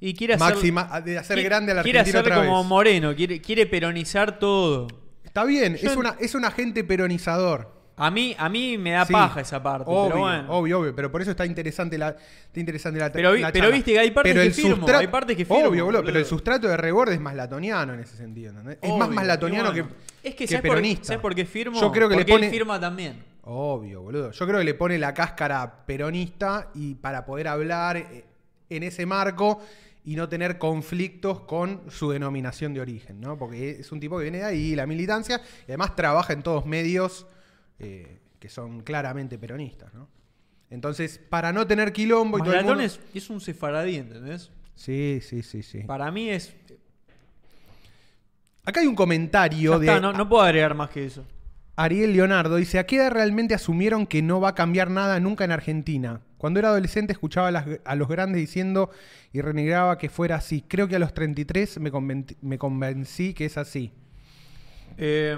B: Y quiere hacer...
A: máxima, de hacer
B: quiere-
A: grande a la
B: Quiere
A: Argentina
B: hacerle
A: otra vez.
B: como Moreno, quiere, quiere peronizar todo.
A: Está bien,
B: Yo
A: es,
B: en-
A: una, es un agente peronizador.
B: A mí, a mí me da
A: Sí.
B: paja esa parte,
A: Obvio,
B: pero bueno.
A: obvio, obvio, pero por eso está interesante la, está interesante la
B: Pero vi-
A: la
B: pero
A: charla.
B: viste que hay partes
A: Pero
B: que
A: el
B: firmo,
A: sustra-
B: hay partes que firmo,
A: Obvio, boludo, pero el
B: boludo.
A: sustrato de rebord es más latoniano en ese sentido, ¿entendés? Es más
B: Obvio,
A: más latoniano
B: y bueno.
A: que,
B: es que,
A: que
B: ¿sabes
A: peronista.
B: Por, ¿Sabes por qué firmo?
A: Yo creo que
B: Porque
A: le pone
B: él firma también.
A: Obvio, boludo. Yo creo que le pone la cáscara peronista y para poder hablar eh, en ese marco y no tener conflictos con su denominación de origen, ¿no? Porque es un tipo que viene de ahí, la militancia, y además trabaja en todos medios eh, que son claramente peronistas, ¿no? Entonces, para no tener quilombo y todo el
B: Maratón
A: mundo-
B: es, es un sefaradí, ¿entendés?
A: Sí, sí, sí, sí.
B: Para mí es.
A: Acá hay un comentario
B: Ya
A: de
B: está, no, no puedo agregar más que eso.
A: Ariel Leonardo. Dice, ¿a qué edad realmente asumieron que no va a cambiar nada nunca en Argentina? Cuando era adolescente escuchaba a, las- a los grandes diciendo y renegaba que fuera así. Creo que a los 33 me, conventi- me convencí que es así.
B: Eh,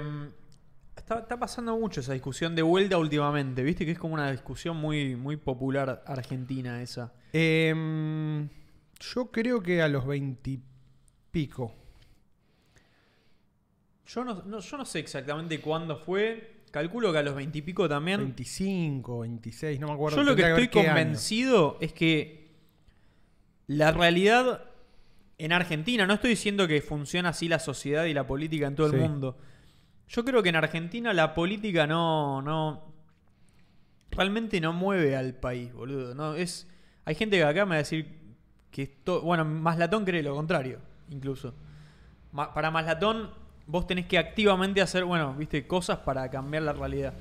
B: está, está pasando mucho esa discusión de vuelta últimamente, ¿viste? Que es como una discusión muy, muy popular argentina esa.
A: Em, yo creo que a los 20 y pico.
B: Yo no, no- yo no sé exactamente cuándo fue. Calculo que a los veintipico también.
A: 25, 26, no me acuerdo.
B: Yo lo que
A: Tendría
B: estoy
A: ver qué año.
B: convencido es que la realidad en Argentina, no estoy diciendo que funciona así la sociedad y la política en todo
A: Sí.
B: el mundo. Yo creo que en Argentina la política no, no realmente no mueve al país, boludo. No, es, hay gente que acá me va a decir que esto, bueno, Maslatón cree lo contrario, incluso. Ma- para Maslatón, vos tenés que activamente hacer, bueno, viste, cosas para cambiar la realidad.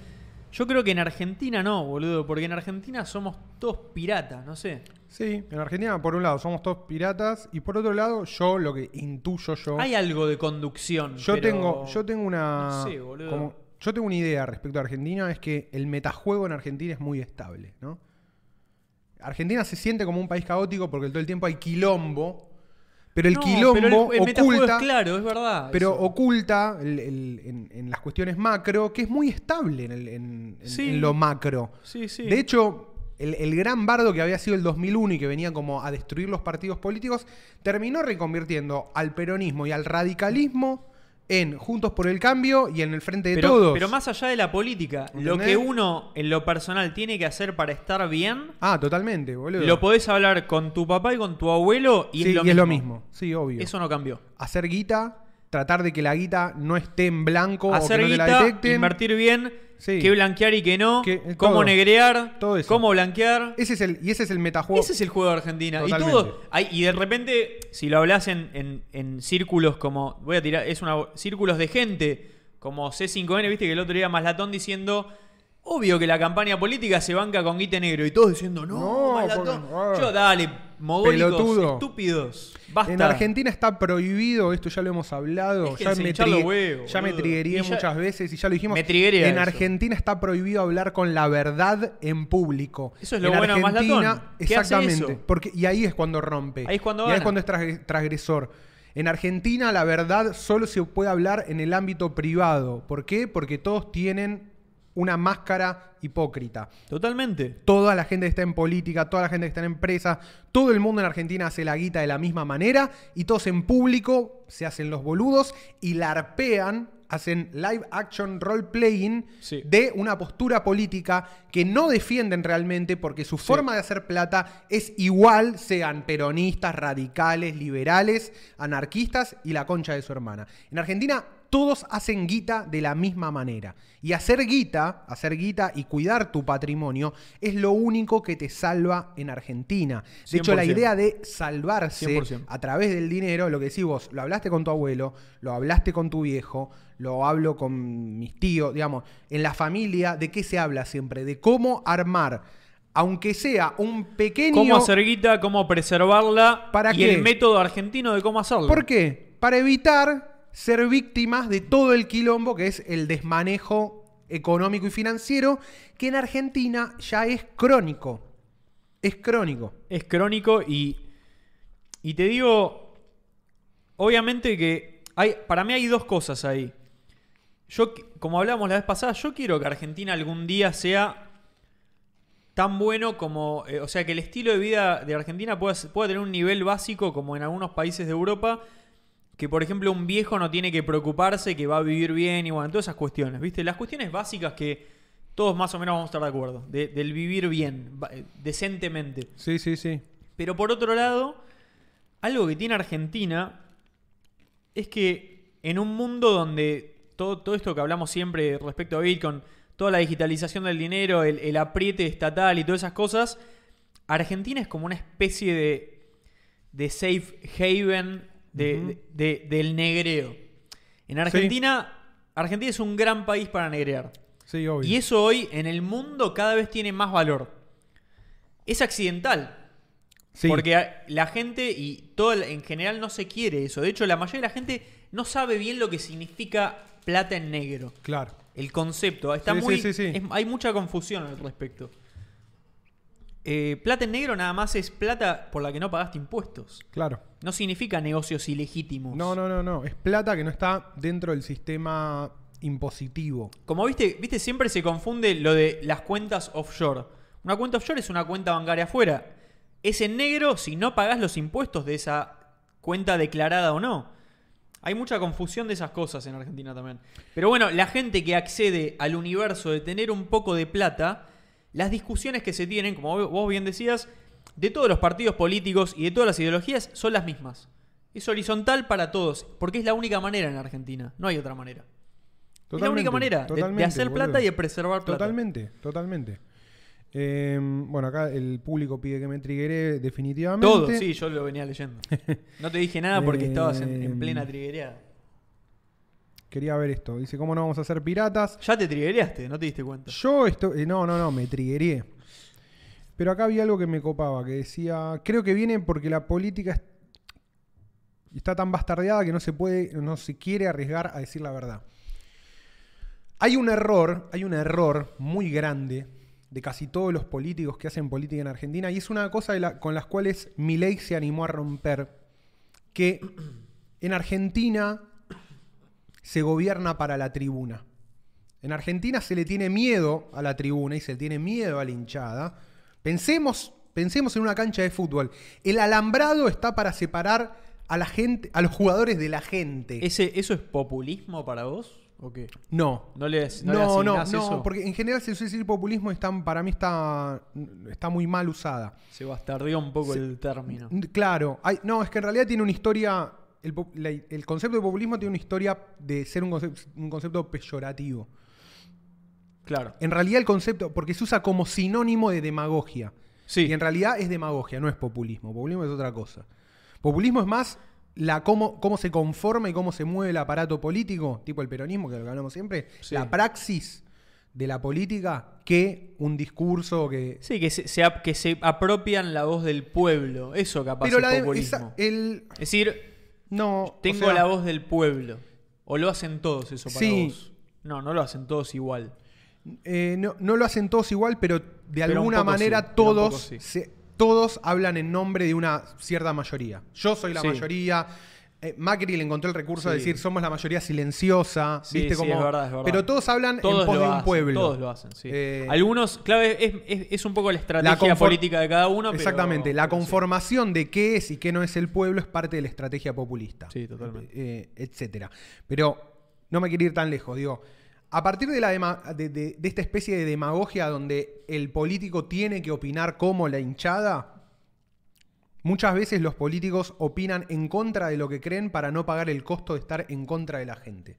B: Yo creo que en Argentina no, boludo, porque en Argentina somos todos piratas, no sé.
A: Sí, en Argentina, por un lado, somos todos piratas. Y por otro lado, yo lo que intuyo yo.
B: Hay algo de conducción.
A: yo
B: pero-
A: tengo, yo tengo una.
B: no sé, boludo.
A: yo tengo una idea respecto a Argentina, es que el metajuego en Argentina es muy estable, ¿no? Argentina se siente como un país caótico porque todo el tiempo hay quilombo. Pero el
B: No,
A: quilombo
B: pero el- el metajuego
A: oculta.
B: es claro, es verdad.
A: Pero
B: eso.
A: oculta el- el- en, en las cuestiones macro, que es muy estable en, el- en- en-
B: Sí.
A: en lo macro.
B: Sí, sí.
A: De hecho, el, el gran bardo que había sido el 2001 y que venía como a destruir los partidos políticos, terminó reconvirtiendo al peronismo y al radicalismo en Juntos por el Cambio y en el Frente de
B: pero,
A: Todos.
B: pero más allá de la política, lo
A: ¿Entendés?
B: que uno en lo personal tiene que hacer para estar bien,
A: Ah, totalmente, boludo.
B: lo podés hablar con tu papá y con tu abuelo y,
A: Sí,
B: es, lo
A: y
B: mismo.
A: es lo mismo. Sí, obvio.
B: Eso no cambió.
A: Hacer guita, tratar de que la guita no esté en blanco
B: Hacer
A: o Oh, que no te la
B: guita,
A: detecten.
B: invertir bien,
A: Sí.
B: qué blanquear y qué no,
A: Qué- eh,
B: cómo
A: todo.
B: negrear,
A: Todo eso.
B: cómo blanquear.
A: Ese es el, y ese es el metajuego.
B: Ese es el juego de Argentina.
A: Totalmente.
B: Y todo. hay- y de repente, si lo hablas en, en- en círculos como. Voy a tirar. Es una. Círculos de gente. Como C5N, viste que el otro día Maslatón diciendo. Obvio que la campaña política se banca con guite negro. Y todos diciendo, no,
A: No,
B: Maslatón.
A: porque- ah.
B: Yo, dale, mogólicos,
A: Pelotudo.
B: estúpidos. Basta.
A: En Argentina está prohibido, esto ya lo hemos hablado,
B: Dejen
A: ya,
B: sin
A: me,
B: hinchar los
A: trigui-
B: huevos,
A: ya me
B: boludo.
A: triggeré
B: Y ya-
A: muchas veces y ya lo dijimos.
B: Me triguea
A: en
B: eso.
A: Argentina está prohibido hablar con la verdad en público.
B: Eso es lo
A: en
B: bueno de Maslatón, que hace
A: Exactamente.
B: eso.
A: Porque, y ahí es cuando rompe.
B: Ahí es cuando
A: y ahí es
B: gana.
A: cuando es trasg- transgresor. En Argentina la verdad solo se puede hablar en el ámbito privado. ¿Por qué? Porque todos tienen una máscara hipócrita.
B: Totalmente.
A: Toda la gente que está en política, toda la gente que está en empresas, todo el mundo en Argentina hace la guita de la misma manera y todos en público se hacen los boludos y larpean, hacen live action role playing
B: Sí.
A: de una postura política que no defienden realmente porque su forma de hacer plata es igual, sean peronistas, radicales, liberales, anarquistas y la concha de su hermana. En Argentina todos hacen guita de la misma manera. Y hacer guita, hacer guita y cuidar tu patrimonio es lo único que te salva en Argentina. De hecho, la
B: 100%.
A: idea de salvarse
B: 100%.
A: a través del dinero, lo que decís vos, lo hablaste con tu abuelo, lo hablaste con tu viejo, lo hablo con mis tíos, digamos, en la familia, ¿de qué se habla siempre? De cómo armar, aunque sea un pequeño...
B: Cómo hacer guita, cómo preservarla.
A: ¿Para
B: y
A: qué?
B: el método argentino de cómo hacerlo.
A: ¿Por qué? Para evitar ser víctimas de todo el quilombo que es el desmanejo económico y financiero, que en Argentina ya es crónico. Es crónico.
B: es crónico y, y te digo, obviamente que hay, para mí hay dos cosas ahí. Yo, qui- como hablamos la vez pasada, yo quiero que Argentina algún día sea tan bueno como, eh, o sea, que el estilo de vida de Argentina pueda, s- pueda tener un nivel básico como en algunos países de Europa, que por ejemplo un viejo no tiene que preocuparse que va a vivir bien y bueno, todas esas cuestiones, ¿viste? Las cuestiones básicas que todos más o menos vamos a estar de acuerdo, de- del vivir bien, ba- eh, decentemente.
A: Sí, sí, sí.
B: Pero por otro lado, algo que tiene Argentina es que en un mundo donde todo, todo esto que hablamos siempre respecto a Bitcoin, toda la digitalización del dinero, el, el apriete estatal y todas esas cosas, Argentina es como una especie de, de safe haven de- de- del negreo. En Argentina, Argentina es un gran país para negrear.
A: Sí, obvio.
B: Y eso hoy en el mundo cada vez tiene más valor. es accidental.
A: Sí,
B: Porque a- la gente y todo el- en general no se quiere eso. De hecho, la mayoría de la gente no sabe bien lo que significa plata en negro.
A: claro.
B: El concepto. Está
A: Sí, sí,
B: muy,
A: sí, sí.
B: es- hay mucha confusión al respecto. Eh, plata en negro nada más es plata por la que no pagaste impuestos.
A: Claro.
B: No significa negocios ilegítimos.
A: No, no, no, no. Es plata que no está dentro del sistema impositivo.
B: Como viste, viste, siempre se confunde lo de las cuentas offshore. Una cuenta offshore es una cuenta bancaria afuera. Es en negro si no pagás los impuestos de esa cuenta declarada o no. Hay mucha confusión de esas cosas en Argentina también. Pero bueno, la gente que accede al universo de tener un poco de plata, las discusiones que se tienen, como vos bien decías, de todos los partidos políticos y de todas las ideologías son las mismas. Es horizontal para todos, porque es la única manera en Argentina. No hay otra manera. Es la
A: Totalmente,
B: única manera de- de,
A: totalmente,
B: hacer
A: boludo.
B: plata y de preservar plata.
A: Totalmente, totalmente. Eh, bueno, acá el público pide que me triguere definitivamente.
B: Todo, sí, yo lo venía leyendo. No te dije nada porque
A: Eh,
B: estabas en, en plena triguereada.
A: Quería ver esto. Dice, ¿cómo no vamos a ser piratas?
B: Ya te triguereaste, no te diste cuenta.
A: Yo esto... eh, no, no, no, me trigueré. Pero acá había algo que me copaba, que decía, creo que viene porque la política es- está tan bastardeada que no se puede, no se quiere arriesgar a decir la verdad. Hay un error, hay un error muy grande de casi todos los políticos que hacen política en Argentina y es una cosa de la- con las cuales Milei se animó a romper, que en Argentina se gobierna para la tribuna. En Argentina se le tiene miedo a la tribuna y se le tiene miedo a la hinchada. Pensemos, pensemos en una cancha de fútbol. El alambrado está para separar a la gente, a los jugadores de la gente.
B: ¿Ese, ¿Eso es populismo para vos o qué?
A: no,
B: No le des- no, le
A: no, no,
B: asignás
A: no,
B: eso?
A: porque en general si decir populismo está, para mí está, está muy mal usada.
B: Se bastardeó un poco el término.
A: N- Claro, hay- no, es que en realidad tiene una historia, el, pop- la- el concepto de populismo tiene una historia de ser un, concep- un concepto peyorativo.
B: Claro.
A: En realidad el concepto, porque se usa como sinónimo de demagogia.
B: Sí.
A: Y en realidad es demagogia, no es populismo. Populismo es otra cosa. Populismo es más la cómo, cómo se conforma y cómo se mueve el aparato político, tipo el peronismo, que lo que hablamos siempre,
B: Sí.
A: la praxis de la política que un discurso que...
B: Sí, que se, se ap- que se apropian la voz del pueblo. Eso capaz
A: Pero
B: es
A: la de-
B: populismo.
A: esa- el...
B: Es decir,
A: No... o
B: tengo
A: sea,
B: la voz del pueblo. O lo hacen todos eso para
A: Sí.
B: vos. No, no lo hacen todos igual.
A: eh, no, no lo hacen todos igual, pero de
B: un
A: alguna
B: poco
A: manera
B: sí, pero un
A: todos,
B: poco sí.
A: se- todos hablan en nombre de una cierta mayoría. Yo soy la
B: Sí.
A: mayoría. eh, Macri le encontró el recurso de
B: Sí.
A: decir somos la mayoría silenciosa.
B: Sí,
A: ¿viste?
B: sí,
A: Como-
B: es verdad, es verdad.
A: Pero todos hablan
B: Todos
A: en pos
B: lo
A: de un
B: hacen,
A: pueblo.
B: Todos lo hacen, sí.
A: Eh,
B: Algunos, clave, es, es- es un poco la estrategia
A: confor-
B: política de cada uno. pero-
A: Exactamente. La
B: pero sí.
A: conformación de qué es y qué no es el pueblo es parte de la estrategia populista.
B: Sí, totalmente.
A: eh, etcétera. Pero no me quiero ir tan lejos, digo. A partir de, la dema- de, de- de esta especie de demagogia donde el político tiene que opinar como la hinchada, muchas veces los políticos opinan en contra de lo que creen para no pagar el costo de estar en contra de la gente.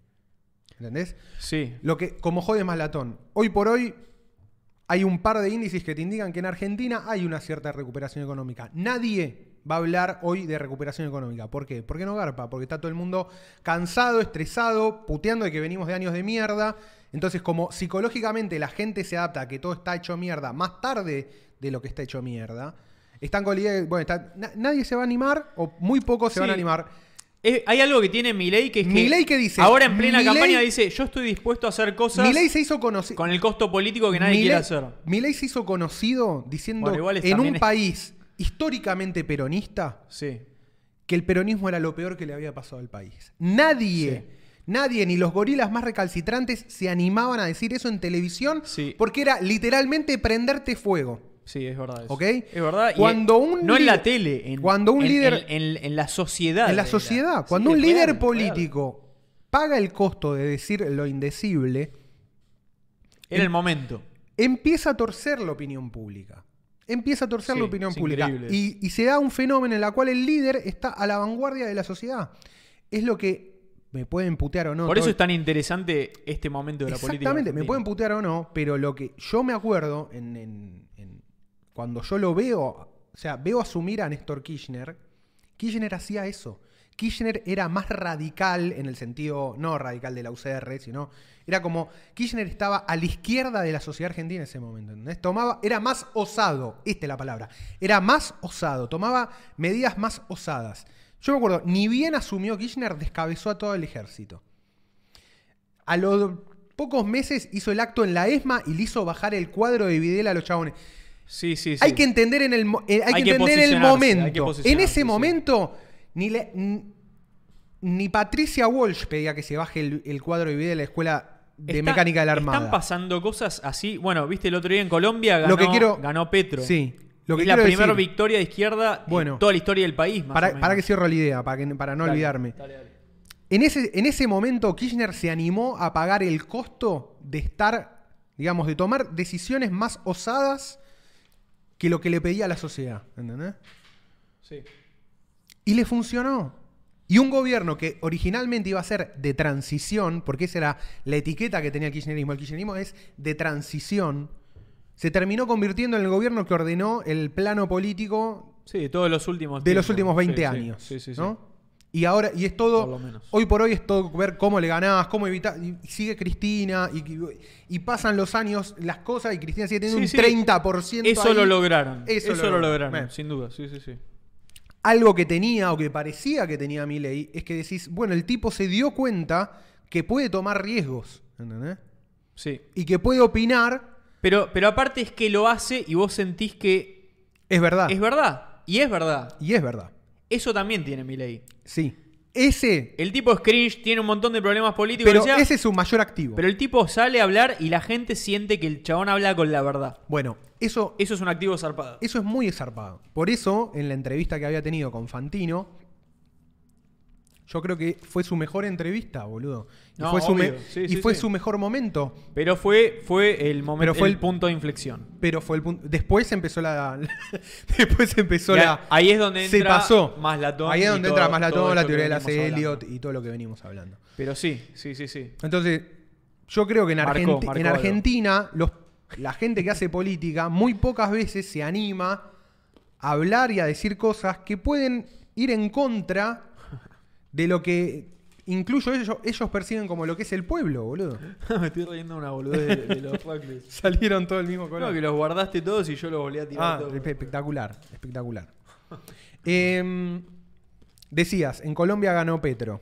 A: ¿Entendés?
B: Sí.
A: Lo que, como jode más latón, hoy por hoy hay un par de índices que te indican que en Argentina hay una cierta recuperación económica. Nadie va a hablar hoy de recuperación económica. ¿Por qué? Porque no garpa, porque está todo el mundo cansado, estresado, puteando de que venimos de años de mierda. Entonces, como psicológicamente la gente se adapta a que todo está hecho mierda más tarde de lo que está hecho mierda, están con la idea de- bueno, está- na- nadie se va a animar o muy pocos se
B: Sí.
A: van a animar.
B: Es- hay algo que tiene Milei que es que
A: Milei, ¿qué dice?
B: ahora en plena
A: Milei-
B: campaña dice yo estoy dispuesto a hacer cosas
A: Milei se hizo conocido.
B: con el costo político que nadie
A: Milei-
B: quiere hacer.
A: Milei se hizo conocido diciendo
B: Bueno, igual es
A: en
B: también
A: un
B: es-
A: país históricamente peronista
B: Sí.
A: que el peronismo era lo peor que le había pasado al país. Nadie, nadie, ni los gorilas más recalcitrantes se animaban a decir eso en televisión
B: Sí.
A: porque era literalmente prenderte fuego.
B: Sí, es verdad. eso.
A: ¿Ok?
B: Es verdad. y
A: Cuando
B: eh,
A: un
B: no en la
A: líder-
B: tele, en,
A: cuando un
B: en-
A: líder-
B: en, en- en la sociedad.
A: En la
B: era.
A: sociedad,
B: Sí,
A: cuando un
B: es
A: líder
B: real, es real.
A: político paga el costo de decir lo indecible,
B: Era el momento.
A: empieza a torcer la opinión pública. Empieza a torcer
B: Sí,
A: la opinión
B: es
A: pública.
B: increíble
A: Y, y se da un fenómeno en el cual el líder está a la vanguardia de la sociedad. Es lo que me pueden putear o no.
B: Por eso
A: todo-
B: es tan interesante este momento de la política.
A: Exactamente, me
B: argentina.
A: pueden putear o no, pero lo que yo me acuerdo en, en- en- cuando yo lo veo, o sea, veo asumir a Néstor Kirchner, Kirchner hacía eso. Kirchner era más radical en el sentido, no radical de la UCR, sino era como Kirchner estaba a la izquierda de la sociedad argentina en ese momento. ¿entendés? Tomaba, era más osado, esta es la palabra, era más osado, tomaba medidas más osadas. Yo me acuerdo, ni bien asumió Kirchner, descabezó a todo el ejército. A los pocos meses hizo el acto en la ESMA y le hizo bajar el cuadro de Videla a los chabones.
B: Sí, sí, sí.
A: Hay que entender en el, mo- eh, hay
B: Hay
A: que
B: que
A: entender el
B: posicionarse, hay que
A: momento. En
B: posicionarse,
A: ese
B: sí.
A: momento, ni, le- n- ni Patricia Walsh pedía que se baje el, el cuadro de vida de la Escuela de
B: Está-
A: Mecánica de la
B: Están
A: Armada.
B: pasando cosas así. Bueno, viste el otro día en Colombia ganó,
A: Lo que quiero-
B: ganó Petro.
A: Sí. Lo que
B: es la
A: quiero
B: primera
A: decir-
B: victoria de izquierda
A: Bueno.
B: en toda la historia del país. más o
A: Para,
B: menos.
A: para que cierro la idea, para, que- para no
B: Dale,
A: olvidarme.
B: dale, dale.
A: En ese, en ese momento Kirchner se animó a pagar el costo de estar, digamos, de tomar decisiones más osadas que lo que le pedía la sociedad. ¿Entendés?
B: Sí.
A: Y le funcionó. Y un gobierno que originalmente iba a ser de transición, porque esa era la etiqueta que tenía el kirchnerismo, el kirchnerismo es de transición, se terminó convirtiendo en el gobierno que ordenó el plano político
B: Sí, de todos los últimos.
A: de los
B: tiempos.
A: últimos 20
B: Sí, sí,
A: años.
B: Sí, sí, sí.
A: ¿no? Y ahora, y es todo,
B: Por lo menos.
A: hoy por hoy es todo ver cómo le ganás, cómo evitar, y y sigue Cristina, y, y- y pasan los años, las cosas, y Cristina sigue teniendo
B: Sí,
A: un
B: sí.
A: 30%.
B: Eso
A: ahí.
B: lo lograron.
A: Eso
B: Eso,
A: lo
B: lo
A: lograron.
B: lograron,
A: Bueno.
B: sin duda. Sí, sí, sí.
A: algo que tenía o que parecía que tenía Milei es que decís, bueno, el tipo se dio cuenta que puede tomar riesgos, ¿entendés?
B: Sí.
A: Y que puede opinar,
B: Pero, pero aparte es que lo hace y vos sentís que
A: es verdad.
B: es verdad. Y es verdad.
A: y es verdad.
B: Eso también tiene mi ley.
A: Sí. Ese,
B: El tipo es cringe, tiene un montón de problemas políticos.
A: pero
B: lo que sea,
A: ese es su mayor activo.
B: pero el tipo sale a hablar y la gente siente que el chabón habla con la verdad.
A: bueno, eso,
B: Eso es un activo zarpado.
A: eso es muy zarpado. Por eso, en la entrevista que había tenido con Fantino, yo creo que fue su mejor entrevista, boludo. Y
B: No,
A: fue, su,
B: obvio.
A: me-
B: Sí,
A: y
B: sí,
A: fue
B: sí.
A: su mejor momento.
B: Pero fue, fue el momento,
A: Pero fue
B: el,
A: el-
B: punto de inflexión.
A: Pero fue el punto. Después empezó la. después empezó
B: Y
A: la.
B: ahí es donde
A: se
B: entra
A: pasó.
B: Maslatón
A: Ahí es
B: y
A: donde
B: todo-
A: entra más
B: todo
A: latón, la
B: esto que
A: teoría de las
B: venimos hablando.
A: Elliot y todo lo que venimos hablando.
B: Pero sí, sí, sí, sí.
A: Entonces, yo creo que en,
B: Marcó,
A: Argenti-
B: marcó
A: en
B: algo.
A: Argentina, los, la gente que hace política muy pocas veces se anima a hablar y a decir cosas que pueden ir en contra de lo que incluso ellos, ellos perciben como lo que es el pueblo, boludo.
B: Me estoy riendo de una boludez de, de los Rockles.
A: Salieron todo el mismo color.
B: Creo que los guardaste todos y yo los volví a tirar
A: Ah,
B: todos.
A: espe- espectacular, espectacular. Em, decías, en Colombia ganó Petro.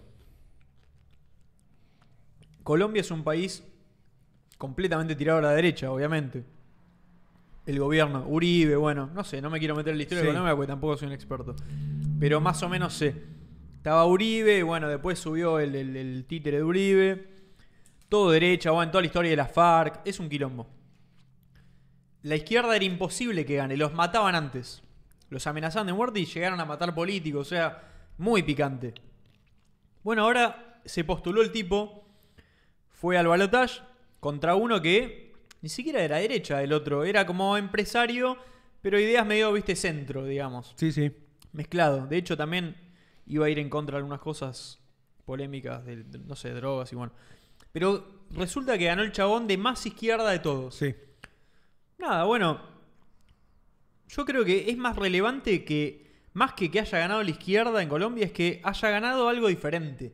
B: Colombia es un país completamente tirado a la derecha, obviamente. El gobierno, Uribe, bueno, no sé, no me quiero meter en la historia
A: Sí.
B: económica porque tampoco soy un experto. Pero más o menos sé. Estaba Uribe, bueno, después subió el, el- el títere de Uribe. Todo derecha, bueno, toda la historia de la FARC. Es un quilombo. La izquierda era imposible que gane, los mataban antes. Los amenazaban de muerte y llegaron a matar políticos, o sea, muy picante. Bueno, ahora se postuló el tipo, fue al balotaje contra uno que ni siquiera era derecha del otro, era como empresario, pero ideas medio, viste, centro, digamos,
A: Sí, sí.
B: mezclado. De hecho, también iba a ir en contra de algunas cosas polémicas, de, de- no sé, drogas y bueno. Pero resulta que ganó el chabón de más izquierda de todos.
A: Sí.
B: Nada, bueno. Yo creo que es más relevante que, más que que haya ganado la izquierda en Colombia, es que haya ganado algo diferente.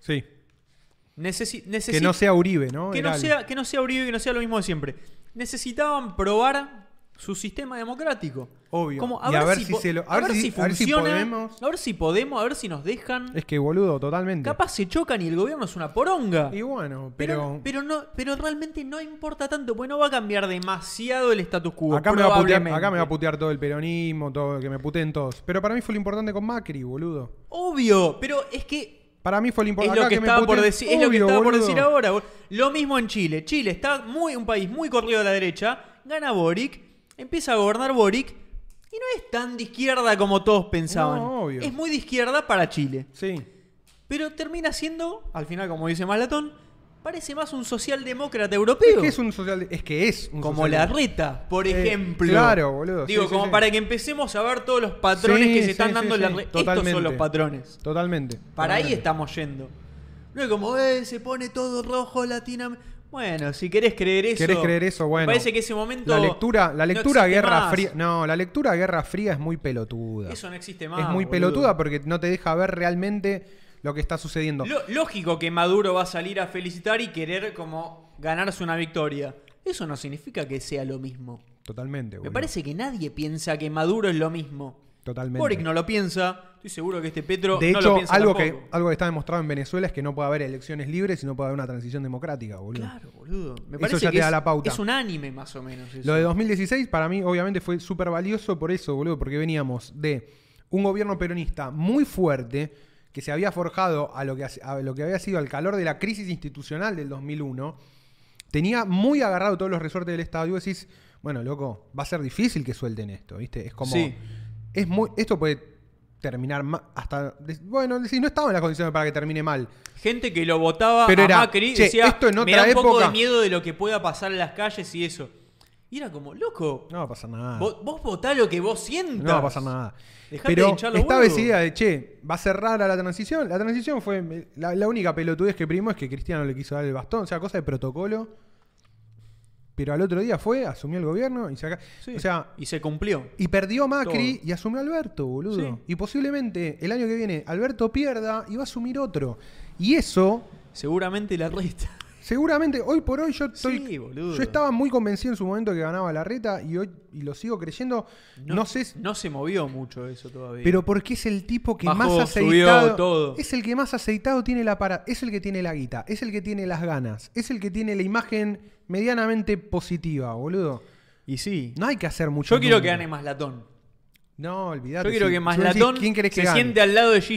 A: Sí.
B: Necesi- necesi-
A: Que no sea Uribe, ¿no?
B: que no
A: Era el-
B: sea, que no sea Uribe, que no sea lo mismo de siempre. Necesitaban probar su sistema democrático.
A: Obvio.
B: Como,
A: Y a ver si
B: po-
A: se lo-
B: a ver si
A: a ver si
B: funciona,
A: podemos.
B: a ver si podemos, a ver si nos dejan.
A: Es que boludo, totalmente.
B: Capaz se chocan y el gobierno es una poronga.
A: Y bueno,
B: Pero,
A: pero,
B: pero no, pero realmente no importa tanto, porque no va a cambiar demasiado el status quo.
A: acá, me va a putear,
B: probablemente.
A: acá me va a putear todo el peronismo, todo, que me puteen todos. Pero para mí fue lo importante con Macri, boludo.
B: Obvio, pero es que
A: Para mí fue lo
B: es
A: importante.
B: lo que, estaba, por, deci- es lo que estaba por decir ahora. bol- Lo mismo en Chile. Chile está muy un país muy corrido a la derecha, gana Boric, empieza a gobernar Boric y no es tan de izquierda como todos pensaban.
A: No, obvio.
B: Es muy de izquierda para Chile.
A: Sí.
B: Pero termina siendo, al final, como dice Malatón, parece más un socialdemócrata
A: Es
B: europeo.
A: que es un social. Es que es un
B: Como
A: social-
B: la reta, por
A: Eh,
B: ejemplo.
A: claro, boludo,
B: Digo,
A: sí, sí,
B: como
A: sí.
B: para que empecemos a ver todos los patrones
A: Sí,
B: que
A: sí,
B: se están
A: sí,
B: dando
A: sí.
B: en la red. Estos
A: Totalmente.
B: son los patrones.
A: Totalmente.
B: Para ahí
A: totalmente.
B: estamos yendo. No es como, eh, se pone todo rojo Latinoamérica. Bueno, si querés creer eso.
A: ¿Querés creer eso?
B: me
A: Bueno.
B: Parece que ese momento.
A: La lectura, la
B: no
A: lectura
B: existe
A: Guerra
B: más.
A: Fría. No, la lectura Guerra Fría es muy pelotuda.
B: Eso no existe más.
A: es muy
B: boludo.
A: pelotuda porque no te deja ver realmente lo que está sucediendo.
B: Lo- lógico que Maduro va a salir a felicitar y querer como ganarse una victoria. Eso no significa que sea lo mismo.
A: Totalmente,
B: Me
A: boludo.
B: parece que nadie piensa que Maduro es lo mismo.
A: Totalmente.
B: Boric no lo piensa. Estoy seguro que este Petro
A: de
B: no
A: hecho,
B: lo piensa
A: algo que, Ah,
B: tampoco.
A: algo que está demostrado en Venezuela es que no puede haber elecciones libres y no puede haber una transición democrática, boludo.
B: Claro, boludo. Me
A: Eso
B: parece
A: ya
B: que
A: te da
B: es,
A: la pauta.
B: es un anime más o menos. eso.
A: Lo de 2016 para mí obviamente fue súper valioso por eso, boludo, porque veníamos de un gobierno peronista muy fuerte que se había forjado a lo que, hace- a lo que había sido al calor de la crisis institucional del 2001, tenía muy agarrado todos los resortes del Estado. Y vos decís, bueno, loco, va a ser difícil que suelten esto, ¿viste? Es como...
B: Sí.
A: Es muy, esto puede terminar ma- hasta... Bueno, decís, no estaba en las condiciones para que termine mal.
B: Gente que lo votaba
A: Pero
B: a
A: era,
B: Macri
A: che,
B: decía,
A: esto en
B: me
A: otra
B: da un poco
A: época-
B: de miedo de lo que pueda pasar en las calles y eso. Y era como, loco,
A: No va a pasar nada.
B: vos, vos votá lo que vos sientas.
A: No va a pasar nada.
B: Dejate de
A: Pero
B: hinchar los
A: estaba
B: huevos.
A: decidida de, che, va a ser rara la transición. La transición fue la, la única pelotudez que primó es que Cristiano le quiso dar el bastón, o sea, cosa de protocolo. Pero al otro día fue, asumió el gobierno y se acá-
B: Sí.
A: O sea,
B: y se cumplió.
A: y perdió Macri
B: Todo.
A: y asumió Alberto, boludo.
B: Sí.
A: Y posiblemente el año que viene Alberto pierda y va a asumir otro. Y eso,
B: Seguramente la resta.
A: seguramente, hoy por hoy yo estoy.
B: Sí, boludo.
A: Yo estaba muy convencido en su momento que ganaba la reta y hoy y lo sigo creyendo. No, sé. si-
B: no se movió mucho eso todavía.
A: Pero porque es el tipo que
B: Bajó,
A: más
B: subió,
A: aceitado.
B: todo.
A: Es el que más aceitado tiene la para. Es el que tiene la guita. Es el que tiene las ganas. Es el que tiene la imagen medianamente positiva, boludo.
B: y sí.
A: No hay que hacer mucho.
B: Yo quiero que
A: número.
B: gane Maslatón.
A: No, olvidate.
B: Yo quiero
A: sí.
B: que
A: Si vos decís,
B: Maslatón
A: ¿Quién querés que
B: se
A: gane?
B: siente al lado de Xi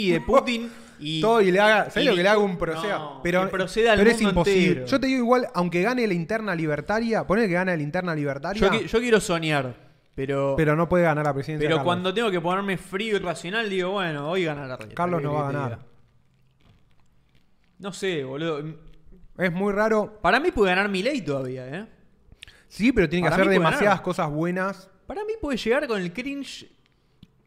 B: y de Putin y
A: Todo y le haga. ¿Sabés
B: y
A: lo que le hago un
B: no,
A: proceda?
B: que
A: pero
B: proceda al
A: pero es
B: mundo
A: imposible.
B: entero.
A: Yo te digo igual, aunque gane la interna libertaria, poner que gana la interna libertaria,
B: Yo, qui- yo quiero soñar, pero, pero,
A: pero no puede ganar la presidencia. Carlos.
B: cuando tengo que ponerme frío y racional, digo, bueno, hoy gana la reta.
A: Carlos
B: ¿qué
A: no
B: querés
A: va a
B: que te
A: ganar.
B: diga? No sé, boludo.
A: Es muy raro.
B: Para mí puede ganar Milei todavía, ¿eh?
A: Sí, pero tiene que
B: Para
A: hacer
B: mí puede ganar.
A: demasiadas cosas buenas
B: Para mí puede llegar con el cringe.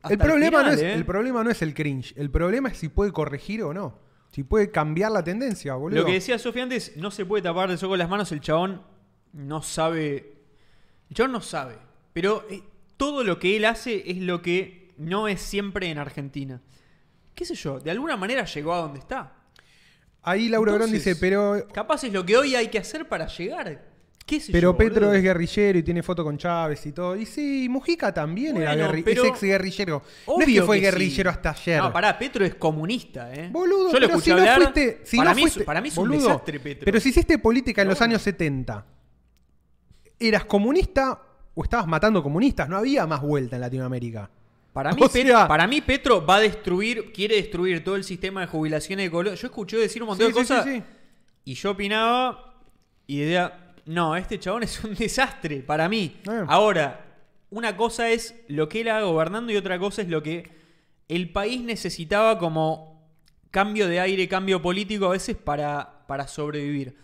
B: hasta
A: El problema,
B: final,
A: no es,
B: ¿eh?
A: el problema no es el cringe, el problema es si puede corregir o no. Si puede cambiar la tendencia, boludo.
B: Lo que decía Sofía antes, no se puede tapar el sol con las manos, el chabón no sabe. El chabón no sabe. Pero eh, todo lo que él hace es lo que no es siempre en Argentina. ¿Qué sé yo? De alguna manera llegó a donde está.
A: Ahí Lauro Grón
B: Entonces,
A: dice, pero,
B: Capaz es lo que hoy hay que hacer para llegar. ¿Qué sé
A: pero
B: yo,
A: Petro
B: boludo?
A: es guerrillero y tiene foto con Chávez y todo. Y sí, Mujica también era
B: Bueno,
A: guerri-
B: pero-
A: es ex guerrillero. No
B: Obvio
A: es que fue
B: sí.
A: guerrillero hasta ayer.
B: No, pará, Petro es comunista, ¿eh?
A: Boludo,
B: yo lo
A: pero
B: escuché
A: si
B: hablar.
A: no fuiste. Si
B: para,
A: no
B: mí, es-
A: fuiste-
B: para mí es un
A: boludo,
B: desastre, Petro.
A: Pero si hiciste política en los
B: No.
A: años 70, ¿eras comunista o estabas matando comunistas? No había más vuelta en Latinoamérica.
B: Para
A: O
B: mí,
A: sea-
B: Petro, para mí Petro va a destruir, quiere destruir todo el sistema de jubilaciones de Colombia. Yo escuché decir un montón
A: Sí,
B: de
A: sí, sí,
B: cosas
A: sí.
B: y yo opinaba y decía, no, este chabón es un desastre para mí.
A: Eh.
B: Ahora, una cosa es lo que él haga gobernando y otra cosa es lo que el país necesitaba como cambio de aire, cambio político a veces para, para sobrevivir.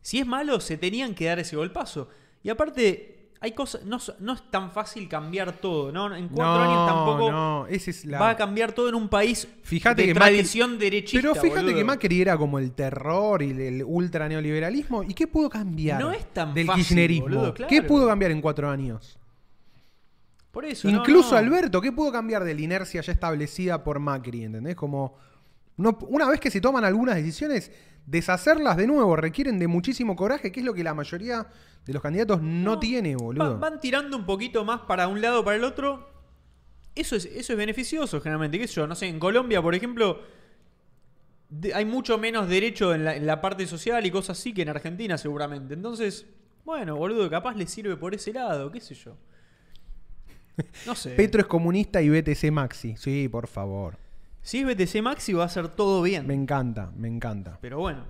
B: Si es malo, se tenían que dar ese golpazo. Y aparte, hay cosas. No, so- no es tan fácil cambiar todo, ¿no? En cuatro
A: no,
B: años tampoco
A: No, esa es la.
B: va a cambiar todo en un país
A: Fíjate
B: de
A: que Macri-
B: tradición derechista.
A: Pero fíjate
B: boludo.
A: que Macri era como el terror y el ultra neoliberalismo. ¿Y qué pudo cambiar?
B: No es tan
A: Del
B: fácil,
A: kirchnerismo.
B: boludo, claro.
A: ¿Qué pudo cambiar en cuatro años?
B: Por eso, no,
A: Incluso
B: no.
A: Alberto, ¿qué pudo cambiar de la inercia ya establecida por Macri? ¿Entendés? Como. no- una vez que se toman algunas decisiones, deshacerlas de nuevo requieren de muchísimo coraje, que es lo que la mayoría de los candidatos no, tiene,
B: Va-
A: boludo.
B: van tirando un poquito más para un lado para el otro. Eso es, eso es beneficioso, generalmente. ¿Qué sé yo? No sé, en Colombia, por ejemplo, de- hay mucho menos derecho en la, en la parte social y cosas así que en Argentina, seguramente. Entonces, bueno, boludo, capaz le sirve por ese lado, qué sé yo. No sé.
A: Petro es comunista y BTC Maxi. Sí, por favor.
B: Si es BTC Maxi, va a ser todo bien.
A: Me encanta, me encanta.
B: Pero bueno,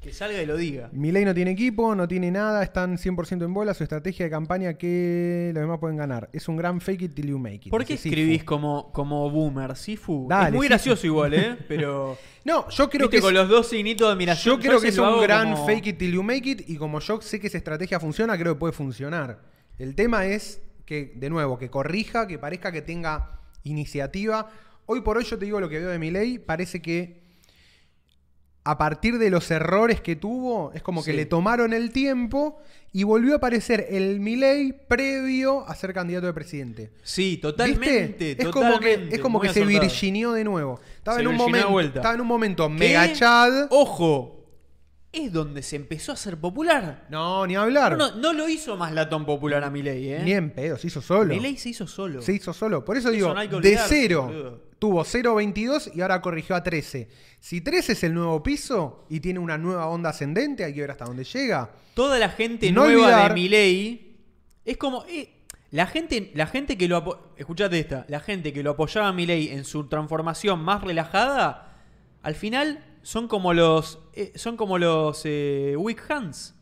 B: que salga y lo diga.
A: Milei no tiene equipo, no tiene nada, están 100% en bola, su estrategia de campaña que los demás pueden ganar. Es un gran fake it till you make it.
B: ¿Por qué
A: dice Sifu.
B: escribís como, como boomer, Sifu? es
A: Dale,
B: muy
A: Sifu.
B: gracioso igual, ¿eh? Pero.
A: No, yo creo
B: Viste,
A: que
B: con
A: es,
B: los dos signitos de admiración.
A: yo creo que
B: se
A: es
B: lo
A: un
B: hago
A: gran
B: como-
A: fake it till you make it y como yo sé que esa estrategia funciona, creo que puede funcionar. El tema es que, de nuevo, que corrija, que parezca que tenga iniciativa. Hoy por hoy yo te digo lo que veo de Milei, parece que a partir de los errores que tuvo, es como que
B: Sí.
A: le tomaron el tiempo y volvió a aparecer el Milei previo a ser candidato de presidente.
B: Sí,
A: ¿Viste?
B: totalmente.
A: Es como que,
B: totalmente,
A: es como
B: muy
A: que se
B: acertado.
A: virginió de nuevo. Estaba,
B: Se
A: en un,
B: virginió de
A: momento,
B: vuelta.
A: estaba en un momento
B: ¿Qué?
A: mega chad.
B: Ojo, es donde se empezó a hacer popular.
A: No, ni hablar.
B: No, no lo hizo más latón popular a Milei, ¿eh?
A: Ni en pedo, se hizo solo.
B: Milei se hizo solo.
A: Se hizo solo. Por eso,
B: Eso
A: digo,
B: no hay que
A: de
B: olvidarse,
A: cero
B: boludo.
A: tuvo 0.22 y ahora corrigió a 13. Si 13 es el nuevo piso y tiene una nueva onda ascendente, hay que ver hasta dónde llega.
B: Toda la gente
A: No
B: nueva
A: olvidar-
B: de Milei es como. eh, la gente, la gente que lo apo- escuchate esta, la gente que lo apoyaba a Milei en su transformación más relajada, al final son como los eh, son como los eh, weak hands.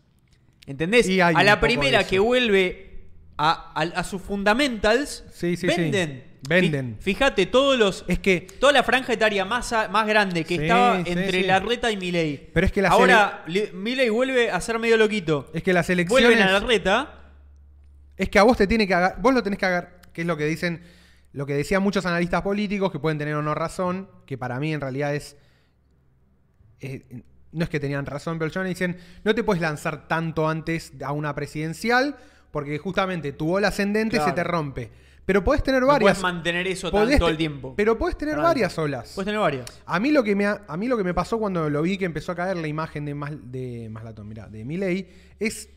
B: ¿Entendés?
A: Y hay
B: A
A: un
B: la
A: poco de
B: primera
A: eso.
B: que vuelve a, a- a sus fundamentals,
A: Sí, sí, sí.
B: venden.
A: Venden.
B: Fi- Fíjate, todos los
A: Es que
B: Toda la franja etaria más, a- más grande que
A: Sí,
B: estaba
A: sí,
B: entre
A: sí.
B: Larreta y Milei.
A: Pero es que la
B: Ahora Li- Milei vuelve a ser medio loquito.
A: es que las
B: Vuelven
A: elecciones
B: a Larreta.
A: es que a vos te tiene que agar- vos lo tenés que agarrar, que es lo que dicen lo que decían muchos analistas políticos que pueden tener o no razón, que para mí en realidad es eh, no es que tenían razón, pero yo me dicen, no te puedes lanzar tanto antes a una presidencial porque justamente tu ola ascendente
B: Claro.
A: se te rompe. Pero podés tener
B: No puedes
A: varias
B: mantener eso
A: podés
B: tan, todo
A: te-
B: el tiempo.
A: Pero podés tener
B: Claro.
A: varias olas.
B: Puedes tener varias.
A: A mí lo que me ha- a mí lo que me pasó cuando lo vi que empezó a caer la imagen de más de Maslatón, mirá, de Milley, es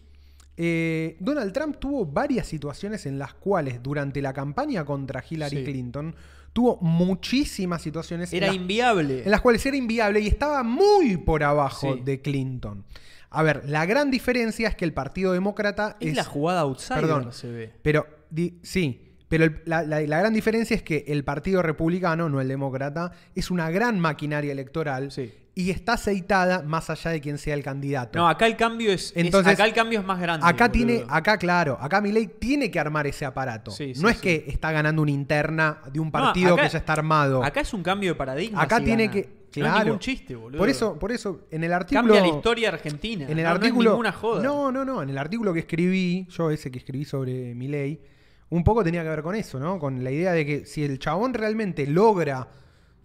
A: eh, Donald Trump tuvo varias situaciones en las cuales durante la campaña contra Hillary
B: Sí.
A: Clinton tuvo muchísimas situaciones en
B: Era
A: las-
B: inviable.
A: en las cuales era inviable y estaba muy por abajo
B: Sí.
A: de Clinton. A ver, la gran diferencia es que el Partido Demócrata
B: es, la jugada outsider,
A: Perdón.
B: se ve.
A: pero di- sí, pero el- la, la- la gran diferencia es que el Partido Republicano, no el Demócrata, es una gran maquinaria electoral
B: Sí.
A: y está aceitada más allá de quien sea el candidato.
B: No, acá el cambio es, es-
A: Entonces,
B: acá el cambio es más grande.
A: acá
B: boludo.
A: tiene, acá claro, acá Milei tiene que armar ese aparato.
B: Sí, sí,
A: no es
B: sí.
A: que está ganando una interna de un
B: No,
A: partido
B: acá-
A: que ya está armado.
B: Acá es un cambio de paradigma.
A: Acá
B: si
A: tiene
B: gana.
A: que
B: No es
A: claro.
B: ningún chiste, boludo.
A: Por eso, por eso en el artículo
B: cambia la historia argentina.
A: en el
B: no, no es
A: artículo,
B: ninguna joda.
A: No, no, no. En el artículo que escribí, yo ese que escribí sobre Milei, un poco tenía que ver con eso, ¿no? Con la idea de que si el chabón realmente logra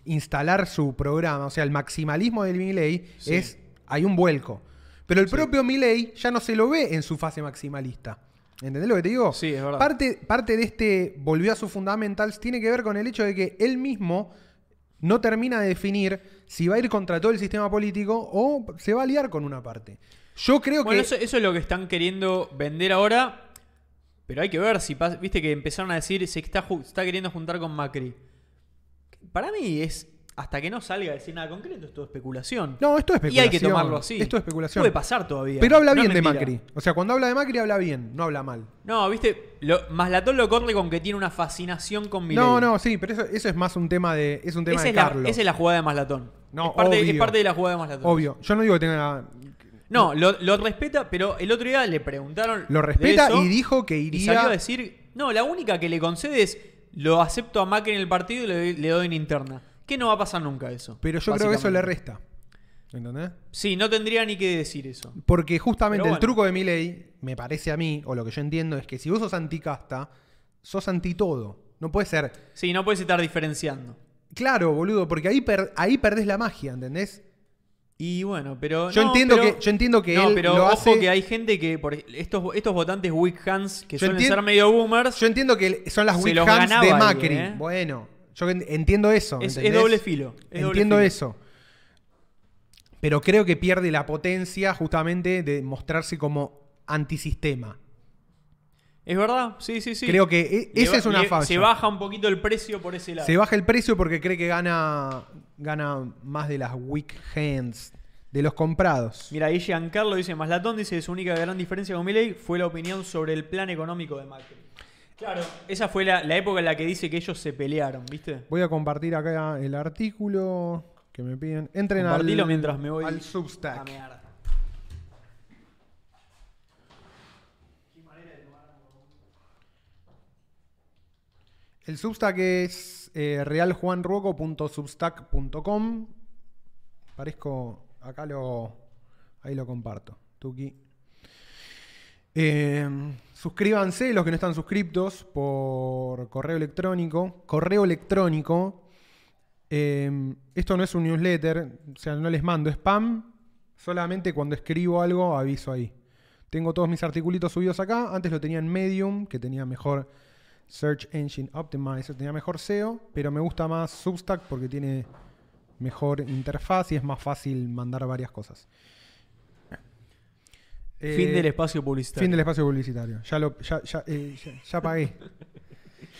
A: instalar su programa, o sea, el maximalismo del Milei
B: Sí.
A: es hay un vuelco. Pero el propio Milei ya no se lo ve en su fase maximalista. ¿Entendés lo que te digo?
B: Sí, es verdad.
A: Parte, parte de este volvió a sus fundamentals tiene que ver con el hecho de que él mismo no termina de definir si va a ir contra todo el sistema político o se va a liar con una parte. Yo creo
B: Bueno,
A: que.
B: eso, eso es lo que están queriendo vender ahora. Pero hay que ver si pas- viste que empezaron a decir se está, ju- está queriendo juntar con Macri. Para mí es hasta que no salga a decir nada concreto, es todo especulación.
A: No, esto es
B: y
A: especulación.
B: hay que tomarlo así.
A: Esto es especulación.
B: Puede pasar todavía.
A: Pero habla
B: No es
A: bien de
B: mentira.
A: Macri. O sea, cuando habla de Macri, habla bien, no habla mal.
B: No, viste, lo, Maslatón lo corre con que tiene una fascinación con Milei.
A: No, no, sí, pero eso, eso es más un tema de. Es un tema
B: Esa
A: de
B: es, la,
A: Carlos.
B: esa es la jugada de Maslatón.
A: No,
B: es, parte, es
A: obvio.
B: parte de la jugada de Maslatón.
A: Obvio. Yo no digo que tenga.
B: No, lo, lo respeta, pero el otro día le preguntaron.
A: Lo
B: de
A: respeta
B: eso,
A: y dijo que
B: Y
A: iría.
B: salió a decir, no, la única que le concede es lo acepto a Macri en el partido y le, le doy en interna. Que no va a pasar nunca eso.
A: Pero yo creo que eso le
B: básicamente.
A: resta. ¿Entendés?
B: Sí, no tendría ni que decir eso.
A: Porque justamente
B: Pero
A: el
B: bueno.
A: truco de Milei, me parece a mí, o lo que yo entiendo, es que si vos sos anticasta, sos anti todo. No puede ser.
B: Sí, no puedes estar diferenciando.
A: Claro, boludo, porque ahí, per- ahí perdés la magia, ¿entendés?
B: Y bueno, pero.
A: Yo
B: no,
A: entiendo
B: pero-
A: que- yo entiendo que
B: No,
A: él
B: pero
A: lo
B: ojo
A: hace-
B: que hay gente que. Por estos, estos votantes weak hands que
A: Yo
B: suelen
A: entien-
B: ser medio boomers.
A: Yo entiendo que el- son las
B: Se
A: weak
B: los
A: hands
B: ganaba
A: de
B: ahí,
A: Macri.
B: ¿eh?
A: Bueno, yo en- entiendo eso.
B: es, es
A: ¿entendés?
B: doble filo. es doble
A: entiendo
B: filo.
A: eso. Pero creo que pierde la potencia justamente de mostrarse como antisistema.
B: Es verdad, sí, sí, sí.
A: Creo que e-
B: Le
A: esa
B: ba-
A: es una
B: le-
A: falla.
B: Se baja un poquito el precio por ese lado.
A: Se baja el precio porque cree que gana, gana más de las weak hands, de los comprados.
B: Mira, ahí Giancarlo dice, Maslatón dice, su única gran diferencia con Milei fue la opinión sobre el plan económico de Macri. Claro, esa fue la, la época en la que dice que ellos se pelearon, ¿viste?
A: Voy a compartir acá el artículo que me piden. Entren
B: Compartilo
A: al,
B: mientras me voy Ah,
A: al
B: a
A: Substack.
B: mear.
A: El Substack es eh, realjuanruoco.substack.com. Parezco. Acá lo. Ahí lo comparto. Tuki. Eh, suscríbanse los que no están suscriptos por correo electrónico. Correo electrónico Eh, esto no es un newsletter, o sea, no les mando spam, solamente cuando escribo algo aviso ahí. Tengo todos mis articulitos subidos acá, antes lo tenía en Medium, que tenía mejor Search Engine Optimizer, tenía mejor SEO, pero me gusta más Substack porque tiene mejor interfaz y es más fácil mandar varias cosas. Eh,
B: fin del espacio publicitario.
A: Fin del espacio publicitario. Ya, lo, ya, ya, eh, ya- ya pagué.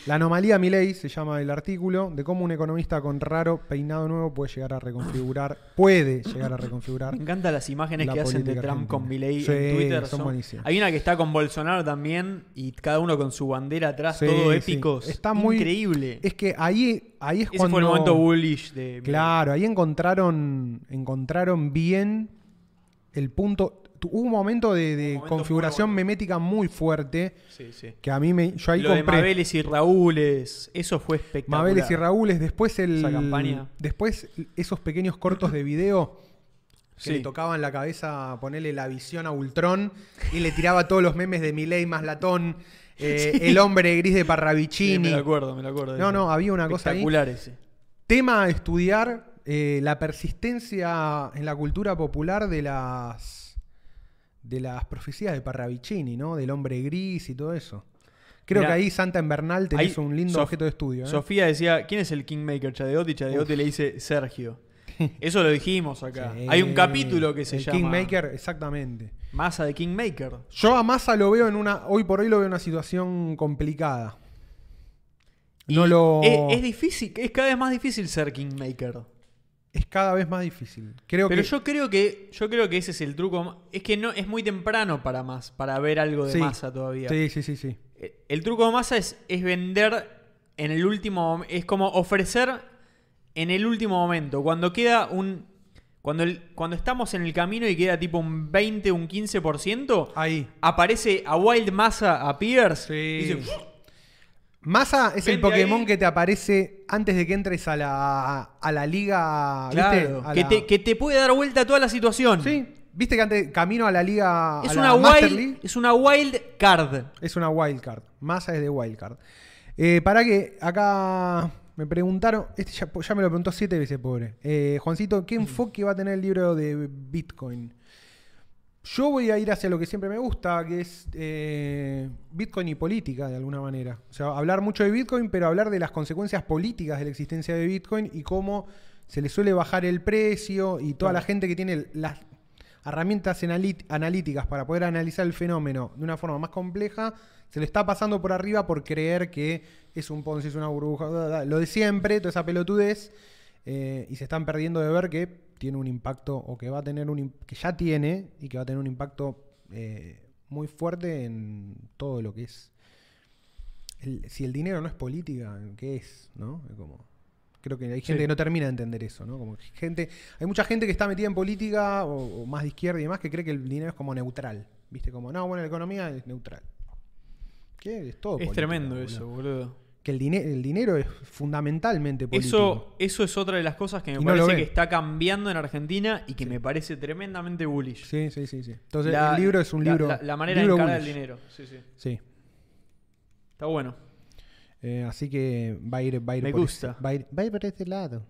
A: La anomalía Milei se llama el artículo de cómo un economista con raro peinado nuevo puede llegar a reconfigurar, puede llegar a reconfigurar
B: Me encantan las imágenes
A: La
B: que hacen de
A: política
B: Trump con
A: argentina.
B: Milei
A: Sí,
B: en Twitter.
A: son buenísimas.
B: Hay una que está con Bolsonaro también y cada uno con su bandera atrás,
A: Sí,
B: todo
A: sí.
B: épico.
A: Está muy-
B: increíble.
A: Es que ahí, ahí es
B: Ese
A: cuando.
B: fue el momento bullish de Milei.
A: Claro, ahí encontraron, encontraron bien el punto. tu- Hubo un momento de, de
B: Un momento
A: configuración
B: muy bueno.
A: memética muy fuerte
B: Sí, sí.
A: que a mí me. Yo ahí
B: Lo de
A: compré.
B: Mabeles y Raúles, eso fue espectacular.
A: Mabeles y Raúles, después el.
B: Esa campaña.
A: Después esos pequeños cortos de video que
B: Sí.
A: le tocaban la cabeza, ponerle la visión a Ultron y le tiraba todos los memes de Miley más latón, eh, el hombre gris de
B: Sí, me
A: Parravicini.
B: lo acuerdo, me lo acuerdo. de
A: No,
B: eso.
A: no, había una cosa ahí.
B: espectacular ese.
A: Tema a estudiar, eh, la persistencia en la cultura popular de las de las profecías de Parravicini, ¿no? Del hombre gris y todo eso. Creo
B: Mirá,
A: que ahí Santa Invernal
B: ahí
A: tenés un lindo
B: Sof-
A: objeto de estudio. ¿eh?
B: Sofía decía, ¿quién es el Kingmaker? Chadeotti, Chadeotti le dice Sergio. Eso lo dijimos acá.
A: Sí.
B: Hay un capítulo que se
A: El
B: llama
A: Kingmaker, exactamente.
B: Masa de Kingmaker.
A: Yo a Massa lo veo en una. Hoy por hoy lo veo en una situación complicada.
B: Y e-
A: no lo.
B: Es, es difícil, es cada vez más difícil ser Kingmaker.
A: es cada vez más difícil. Creo
B: Pero
A: que.
B: yo creo que yo creo que ese es el truco. ma- Es que no es muy temprano para más, para ver algo de
A: Sí.
B: masa todavía.
A: Sí, sí, sí, sí.
B: Eh, El truco de masa es, es vender en el último mom- es como ofrecer en el último momento, cuando queda un cuando el- cuando estamos en el camino y queda tipo un 20, un 15%,
A: Ahí.
B: aparece a Wild Masa a Pierce
A: Sí.
B: y dice, "Uf,
A: Massa es el
B: Vente
A: Pokémon
B: ahí.
A: que te aparece antes de que entres a la, a la liga.
B: claro,
A: Ah, ¿viste? A
B: que,
A: la-
B: te, que te puede dar vuelta a toda la situación."
A: Sí, viste que antes camino a la liga. a
B: Es
A: la
B: una
A: Master
B: wild
A: League.
B: es una wild card.
A: Es una wildcard. Massa es de wildcard. Eh, para que acá me preguntaron, este ya, ya me lo preguntó siete veces, pobre. Eh, Juancito, ¿qué enfoque va a tener el libro de Bitcoin? Yo voy a ir hacia lo que siempre me gusta, que es eh, Bitcoin y política, de alguna manera. O sea, hablar mucho de Bitcoin, pero hablar de las consecuencias políticas de la existencia de Bitcoin y cómo se le suele bajar el precio y toda la gente que tiene las herramientas analít- analíticas para poder analizar el fenómeno de una forma más compleja, se le está pasando por arriba por creer que es un Ponzi, es una burbuja, da, da, lo de siempre, toda esa pelotudez, eh, y se están perdiendo de ver que tiene un impacto, o que va a tener un, im- que ya tiene, y que va a tener un impacto eh, muy fuerte en todo lo que es. el- si el dinero no es política, ¿qué es? ¿No? Es como- creo que hay gente
B: Sí.
A: que no termina de entender eso, ¿no? Como que gente, hay mucha gente que está metida en política, o, o más de izquierda y demás, que cree que el dinero es como neutral. ¿Viste? Como, no, bueno, la economía es neutral. ¿Qué? Es todo
B: Es
A: política,
B: tremendo
A: boludo.
B: eso, boludo.
A: Que el, dine- el dinero es fundamentalmente político.
B: Eso, eso es otra de las cosas que me
A: Y no lo
B: parece
A: ven.
B: que está cambiando en Argentina y que me parece tremendamente bullish.
A: Sí, sí, sí, sí. Entonces,
B: La-
A: el libro es un
B: la-
A: libro.
B: La, la manera
A: libro
B: de encarar el
A: bullish.
B: dinero. Sí, sí.
A: Sí.
B: Está bueno.
A: Eh, así que va a ir, va a ir
B: Me
A: por
B: gusta.
A: ese- va, a ir, va a ir por este lado.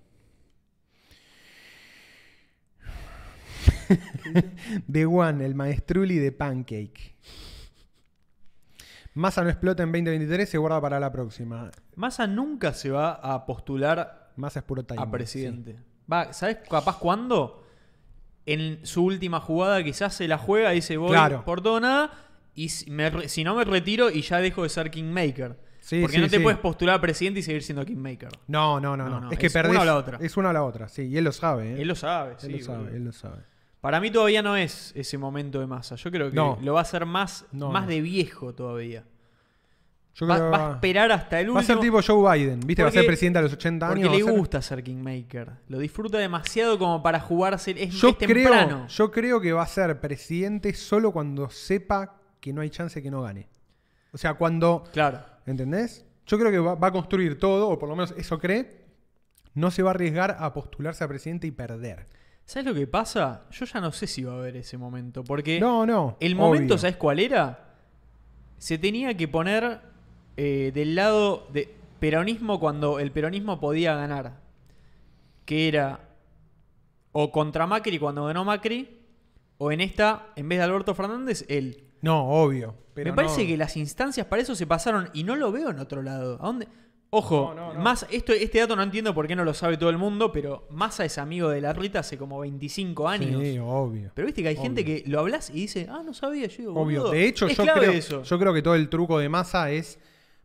A: The One, el maestruli de Pancake. Masa no explota en 2023, se guarda para la próxima.
B: Massa nunca se va a postular
A: Masa es puro timing.
B: a presidente. Va, ¿sabes capaz cuándo? En su última jugada quizás se la juega y dice voy
A: Claro.
B: por todo o nada y si, me re- si no me retiro y ya dejo de ser Kingmaker.
A: Sí,
B: Porque
A: sí,
B: no te
A: sí.
B: puedes postular a presidente y seguir siendo Kingmaker.
A: sí. No, no, no, no,
B: No, no,
A: Es que
B: es
A: perdés.
B: una o la otra.
A: Es una o la otra, sí. Y él lo sabe, ¿eh?
B: Él lo sabe,
A: Él
B: sí,
A: lo sabe,
B: boludo.
A: él lo sabe.
B: Para mí todavía no es ese momento de masa. Yo creo que
A: No.
B: lo va a hacer más,
A: No,
B: más
A: no.
B: de viejo todavía.
A: Yo
B: Va,
A: creo
B: va a esperar hasta el
A: va
B: último.
A: a ser tipo Joe Biden, ¿viste? va a ser
B: Porque-
A: presidente a los 80
B: porque
A: años. va
B: le
A: a ser-
B: gusta ser Kingmaker. Lo disfruta demasiado como para jugarse. Es,
A: Yo
B: es
A: creo,
B: temprano.
A: yo creo que va a ser presidente solo cuando sepa que no hay chance que no gane. O sea, cuando.
B: Claro.
A: ¿Entendés? Yo creo que va, va a construir todo, o por lo menos eso cree. No se va a arriesgar a postularse a presidente y perder.
B: ¿Sabes lo que pasa? Yo ya no sé si va a haber ese momento. Porque
A: No, no.
B: Eh, el momento,
A: obvio.
B: ¿sabes cuál era? Se tenía que poner eh, del lado de peronismo cuando el peronismo podía ganar. que era o contra Macri cuando ganó Macri, o en esta, en vez de Alberto Fernández, él.
A: No, obvio. Pero
B: Me parece
A: no.
B: que las instancias para eso se pasaron y no lo veo en otro lado. ¿A dónde? Ojo,
A: No, no, no.
B: más esto, este dato no entiendo por qué no lo sabe todo el mundo, pero Massa es amigo de la Rita hace como 25 años.
A: Sí, obvio.
B: pero viste que hay gente
A: obvio.
B: que lo hablas y dice, ah, no sabía, yo digo,
A: Obvio.
B: boludo,
A: De hecho,
B: es
A: yo
B: clave
A: creo,
B: eso.
A: yo creo que todo el truco de Massa es.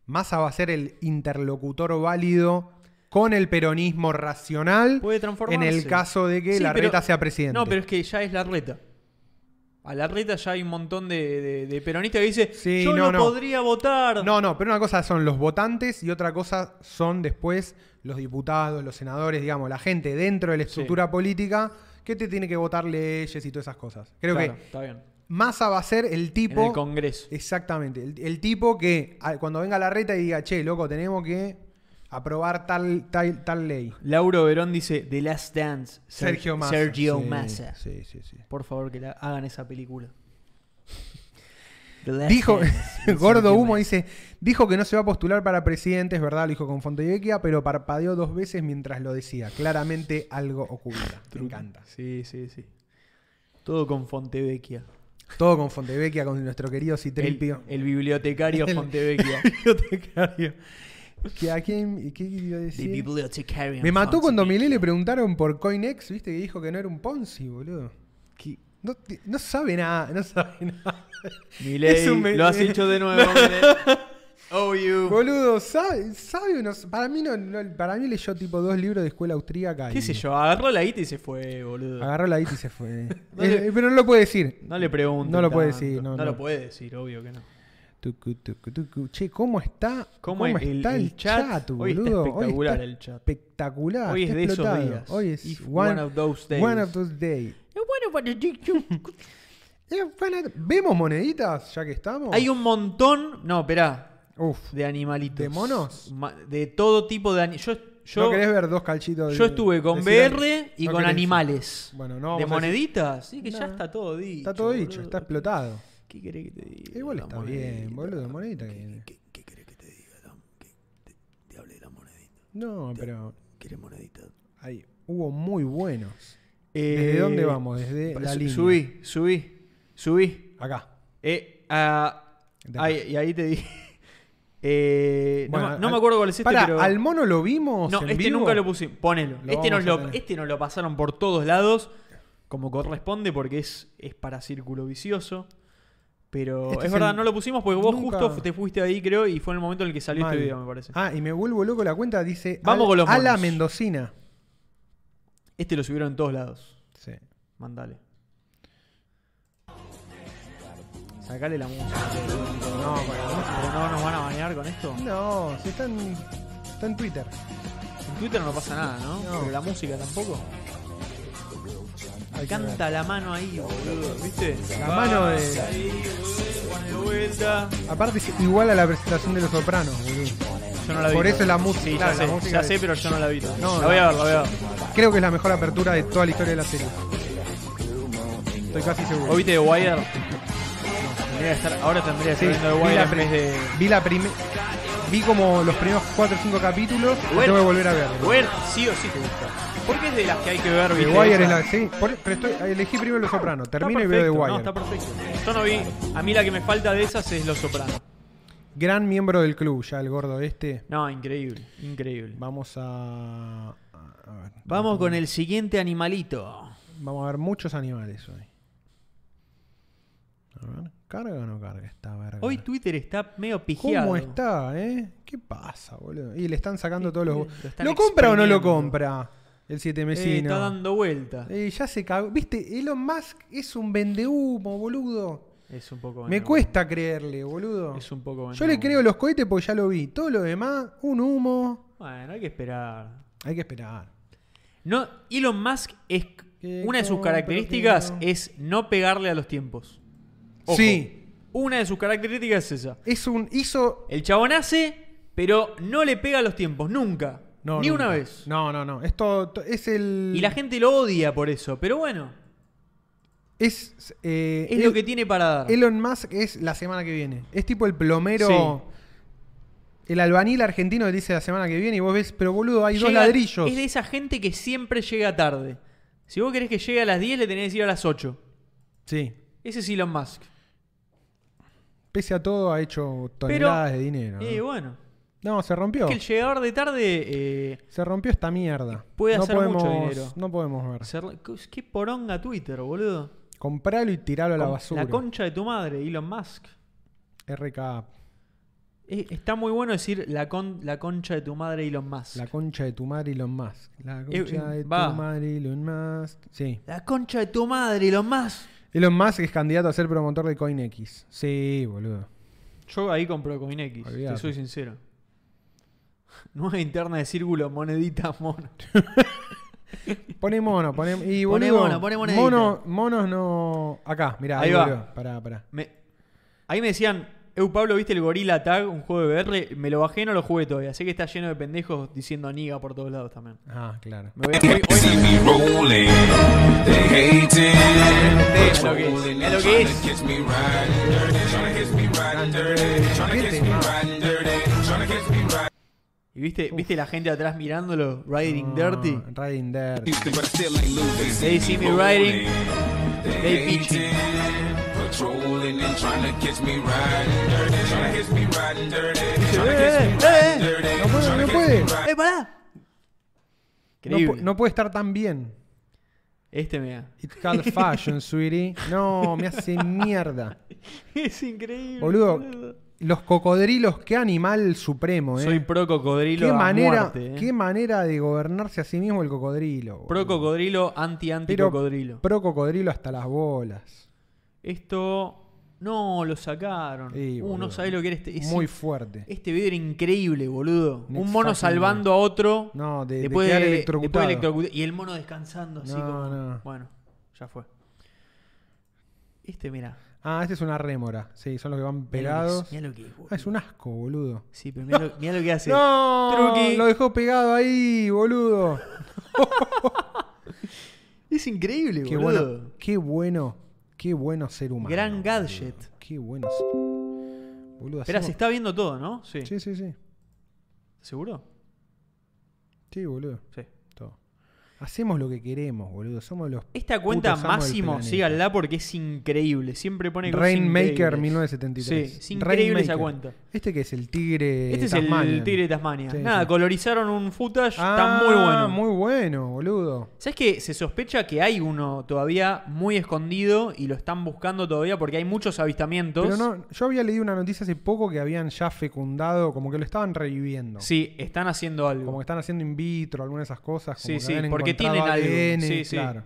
A: Massa va a ser el interlocutor válido con el peronismo racional.
B: Puede transformarse.
A: En el caso de que
B: Sí,
A: la
B: pero-
A: reta sea presidente.
B: No, pero es que ya es la reta. A la reta ya hay un montón de, de- de peronistas que dice,
A: Sí,
B: yo
A: no,
B: no,
A: no.
B: podría votar.
A: No, no, pero una cosa son los votantes y otra cosa son después los diputados, los senadores, digamos, la gente dentro de la estructura política que te tiene que votar leyes y todas esas cosas. Creo
B: Claro,
A: que
B: está bien.
A: Massa va a ser el
B: En
A: tipo.
B: el Congreso.
A: exactamente, el, el tipo que al- cuando venga la reta y diga, che, loco, tenemos que aprobar tal, tal, tal ley.
B: Lauro Verón dice The Last Dance. Ser-
A: Sergio Massa.
B: Sergio
A: Sí,
B: Massa.
A: Sí, sí, sí.
B: Por favor, que la hagan esa película. The Last
A: Dijo,
B: Dance de
A: Gordo
B: Sergio
A: Humo
B: Massa.
A: dice, dijo que no se va a postular para presidente, es verdad, lo dijo con Fontevecchia, pero parpadeó dos veces mientras lo decía. Claramente algo oculta. Me encanta.
B: Sí, sí, sí. Todo con Fontevecchia.
A: Todo con Fontevecchia, con nuestro querido
B: El,
A: Citripio.
B: el bibliotecario
A: El-
B: Fontevecchia.
A: bibliotecario. Que a quién- qué iba a
B: The
A: decir?
B: bibliotecario.
A: Me mató cuando a Milei le
B: Fontevecchia.
A: preguntaron por CoinEx, viste, que dijo que no era un Ponzi, boludo.
B: ¿Qué?
A: No, te- no sabe nada, no sabe nada.
B: Milei,
A: Es un me-
B: lo has hecho de nuevo, Milei. Oh, you.
A: Boludo, sabe, sabe o no sabe? para mí no, no- para mí leyó tipo dos libros de escuela austríaca.
B: ¿Qué
A: y-
B: sé yo? Agarró la guita y se fue, boludo.
A: Agarró la guita y se fue.
B: No
A: Eh,
B: le-
A: eh, pero no lo puede decir.
B: No le pregunto.
A: No lo puede decir, no, no.
B: lo puede decir, obvio que no.
A: Tucu, tucu, tucu. Che, ¿cómo está?
B: ¿Cómo el- el chat? Hoy está espectacular el chat.
A: Espectacular.
B: Hoy es
A: está
B: de esos
A: explotado.
B: días.
A: Hoy es
B: If
A: one,
B: one of those days.
A: one of those days. Eh, van a- ¿Vemos moneditas ya que estamos?
B: Hay un montón. No, esperá.
A: Uf.
B: De animalitos.
A: ¿De monos?
B: Ma- De todo tipo de animalitos. Yo, yo,
A: ¿No querés ver dos calchitos? de-
B: yo estuve con
A: decir algo?
B: BR y
A: No
B: con
A: querés.
B: animales.
A: Bueno, no vamos a
B: ¿De
A: decir-
B: moneditas? Sí, que ya
A: No.
B: está todo dicho.
A: Está todo dicho,
B: boludo.
A: está explotado.
B: ¿Qué querés que te diga?
A: Igual
B: La
A: está
B: monedita.
A: bien, boludo, monedita que viene.
B: ¿Qué, qué querés que te diga, Tom? Que te, te hablé de la monedita.
A: No, pero
B: ¿Querés monedita?
A: ahí hubo muy buenos. ¿Desde dónde vamos? Desde la
B: Eh, Su-
A: línea.
B: Subí, subí, subí.
A: Acá.
B: Eh, ah,
A: De
B: ahí- y ahí te dije. Eh, no
A: Bueno,
B: me- no,
A: al-
B: me acuerdo cuál es este,
A: Pará,
B: pero.
A: al mono lo vimos.
B: no,
A: en
B: este
A: vivo?
B: nunca lo pusimos. Ponelo.
A: Lo
B: este, nos
A: vamos a
B: lo,
A: tener.
B: este nos lo pasaron por todos lados, como corresponde, porque es, es para círculo vicioso. Pero
A: Este
B: es
A: es
B: verdad,
A: el-
B: no lo pusimos porque vos
A: Nunca-
B: justo te fuiste ahí, creo, y fue en el momento en el que salió
A: Mal.
B: este video, me parece.
A: Ah, y me vuelvo loco la cuenta, dice.
B: Vamos con los
A: A la
B: monos.
A: Mendocina.
B: Este lo subieron en todos lados.
A: Sí.
B: Mandale. Sacale la música.
A: No, bueno,
B: ¿Pero no nos van a bañar con esto?
A: no, si está en, está en Twitter.
B: En Twitter no pasa nada, ¿no?
A: No.
B: Pero la música tampoco.
A: Hay que
B: Canta la mano ahí, boludo, ¿viste?
A: La mano de-
B: Vas Ahí, boludo, ponle vuelta.
A: ver. Aparte, es igual a la presentación de los sopranos, boludo.
B: Yo no la vi.
A: Por eso es la música,
B: Sí,
A: claro,
B: ya
A: la
B: sé,
A: música
B: ya
A: de-
B: sé, pero yo no la vi.
A: No,
B: la voy
A: no.
B: a ver, la voy a ver.
A: Creo que es la mejor apertura de toda la historia de la serie. Estoy casi seguro.
B: ¿Vos viste The Wire? Tendría que estar, ahora tendría que
A: Sí,
B: estar viendo The
A: vi
B: Wire
A: la
B: en
A: pre-
B: vez de...
A: Vi la primera. Vi como los primeros 4 o 5 capítulos. y
B: Bueno.
A: Tengo que volver a ver.
B: Wire sí o sí te gusta. Porque es de las que hay que ver,
A: The
B: ¿viste?
A: Wire
B: Esa-
A: es la. Sí, por- pero estoy- elegí primero Los Sopranos.
B: Está
A: Termino y veo The
B: perfecto,
A: Wire.
B: No, está perfecto. Yo no vi... A mí la que me falta de esas es Los Sopranos.
A: Gran miembro del club, ya el gordo este.
B: No, increíble, increíble.
A: Vamos a. a- a ver.
B: Vamos con el siguiente animalito.
A: Vamos a ver muchos animales hoy. A ver, ¿carga o no carga esta verga?
B: Hoy Twitter está medio pijeado.
A: ¿Cómo está, eh? ¿Qué pasa, boludo? Y le están sacando todos los.
B: Lo
A: ¿Lo,
B: están
A: compra o no lo
B: exprimiendo.
A: compra? El siete
B: Eh,
A: mesino.
B: está dando vuelta.
A: Eh, ya se cagó. Viste, Elon Musk es un vendehumo, boludo.
B: Es un poco
A: Me
B: bueno.
A: cuesta creerle, boludo.
B: Es un poco
A: Yo
B: bueno.
A: le creo los cohetes porque ya lo vi. Todo lo demás, un humo.
B: Bueno, hay que esperar.
A: Hay que esperar.
B: No, Elon Musk es
A: Que
B: una de sus
A: compra,
B: características
A: que no.
B: es no pegarle a los tiempos. Ojo,
A: Sí.
B: Una de sus características es esa.
A: Es un. Hizo.
B: El chabón hace, pero no le pega a los tiempos nunca.
A: No,
B: Ni
A: nunca.
B: una vez.
A: No, no, no. Esto to- es el.
B: Y la gente lo odia por eso, pero bueno,
A: Es. eh,
B: es
A: el-
B: lo que tiene para dar.
A: Elon Musk es la semana que viene. Es tipo el plomero.
B: Sí.
A: El albanil argentino que te dice la semana que viene y vos ves, pero boludo, hay dos
B: Llega-
A: ladrillos.
B: Es de esa gente que siempre llega tarde. Si vos querés que llegue a las 10, le tenés que ir a las 8.
A: Sí.
B: Ese es Elon Musk.
A: Pese a todo, ha hecho
B: Pero-
A: toneladas de dinero. ¿no?
B: Y Eh, bueno,
A: No, se rompió.
B: es que el llegador de tarde. eh,
A: Se rompió esta mierda.
B: Puede
A: no
B: hacer mucho
A: podemos,
B: dinero.
A: No podemos ver.
B: cerra- Qué poronga Twitter, boludo.
A: Compralo y tiralo a la
B: Con-
A: basura.
B: concha de tu madre, Elon Musk.
A: RK,
B: Eh, Está muy bueno decir la, con- la concha de tu madre, Elon Musk.
A: la
B: La,
A: concha de tu madre Elon Musk. La
B: Eh,
A: concha de
B: va.
A: tu madre Elon Musk. Sí.
B: concha de tu madre, Elon Musk.
A: Elon Musk es candidato a ser promotor de CoinX. Sí, boludo.
B: Yo ahí compro CoinX,
A: Olvídate.
B: te soy sincero. Nueva interna de círculo, monedita, mono.
A: Pone mono, pone. Y
B: Pone
A: boludo,
B: mono, pone monedita.
A: mono, monos no. Acá, mirá,
B: Ahí
A: ahí,
B: va.
A: volvió. Pará, pará.
B: Me- Ahí me decían, Eu Pablo, ¿viste el Gorilla Tag? Un juego de VR. Me lo bajé, no lo jugué todavía. Sé que está lleno de pendejos diciendo niga por todos lados también.
A: Ah, claro.
B: Me voy, hoy- hoy
C: See me rolling, they hating.
B: That's okay.
C: Rolling and
B: That's okay.
C: tryna kiss me riding dirty, tryna kiss me riding dirty, tryna
A: Qué
C: kiss me
A: tema.
C: riding dirty, tryna kiss me riding.
B: Y viste, viste la gente atrás mirándolo, Riding
A: No,
B: Dirty.
A: Riding Dirty.
C: dirty, But I still ain't losing.
B: They see me riding, they bitching.
C: Patrolling and tryna kiss me riding dirty, tryna kiss me riding dirty, tryna kiss
B: ¡Eh,
C: me
B: eh, eh!
C: dirty,
A: No puede,
C: tryna
A: no
C: kiss
A: puede.
C: me riding-
B: ¡Eh, pará!
A: No,
B: Increíble.
A: pu- no puede estar tan bien.
B: Este me da.
A: It's called fashion, sweetie. No, me hace mierda.
B: Es increíble.
A: Boludo, los cocodrilos, qué animal supremo, ¿eh?
B: Soy pro cocodrilo.
A: qué
B: a
A: manera,
B: muerte, eh.
A: qué manera de gobernarse a sí mismo el cocodrilo. boludo.
B: Pro cocodrilo, anti anti
A: Pero
B: cocodrilo.
A: pro cocodrilo hasta las bolas.
B: Esto. No, lo sacaron.
A: Sí,
B: uh, no
A: boludo.
B: sabés lo que era este. es
A: Muy fuerte.
B: Este video era increíble, boludo.
A: Next
B: un mono
A: fucking
B: salvando a otro.
A: No, de- de
B: después
A: quedar
B: después
A: electrocutado.
B: de electrocuta- Y el mono descansando así
A: No,
B: como.
A: no.
B: Bueno, ya fue. Este, mira.
A: Ah, este es una rémora. Sí, son los que van pegados.
B: Mira lo que es, boludo.
A: Ah, es un asco, boludo.
B: Sí, pero mira lo, mirá lo que hace.
A: No,
B: Truqui.
A: lo dejó pegado ahí, boludo.
B: Es increíble,
A: Qué
B: boludo.
A: bueno, qué bueno, qué bueno ser humano.
B: Gran
A: boludo.
B: gadget.
A: Qué bueno. ser- Boludo,
B: Espera, se
A: hacemos-
B: está viendo todo, ¿no? Sí.
A: Sí, sí, sí.
B: ¿Seguro?
A: Sí, boludo.
B: Sí.
A: Todo. Hacemos lo que queremos, boludo. Somos los
B: Esta cuenta
A: Putos amo del
B: Máximo,
A: planeta.
B: síganla porque es increíble. Siempre pone cosas
A: Rainmaker
B: increíbles.
A: 1973.
B: Sí, es increíble esa
A: Rainmaker.
B: cuenta.
A: Este que es el tigre.
B: Este es el
A: Tasmanian.
B: Tigre de Tasmania.
A: Sí,
B: Nada,
A: sí.
B: colorizaron un footage,
A: Ah,
B: está muy bueno.
A: Muy bueno, boludo.
B: ¿Sabes qué? Se sospecha que hay uno todavía muy escondido y lo están buscando todavía porque hay muchos avistamientos.
A: Pero no, yo había leído una noticia hace poco que habían ya fecundado, como que lo estaban reviviendo.
B: Sí, están haciendo algo.
A: Como que están haciendo in vitro, alguna de esas cosas. Como
B: Sí,
A: que
B: sí,
A: habían
B: porque
A: encontrado
B: tienen algo.
A: ADN,
B: Sí, sí.
A: claro.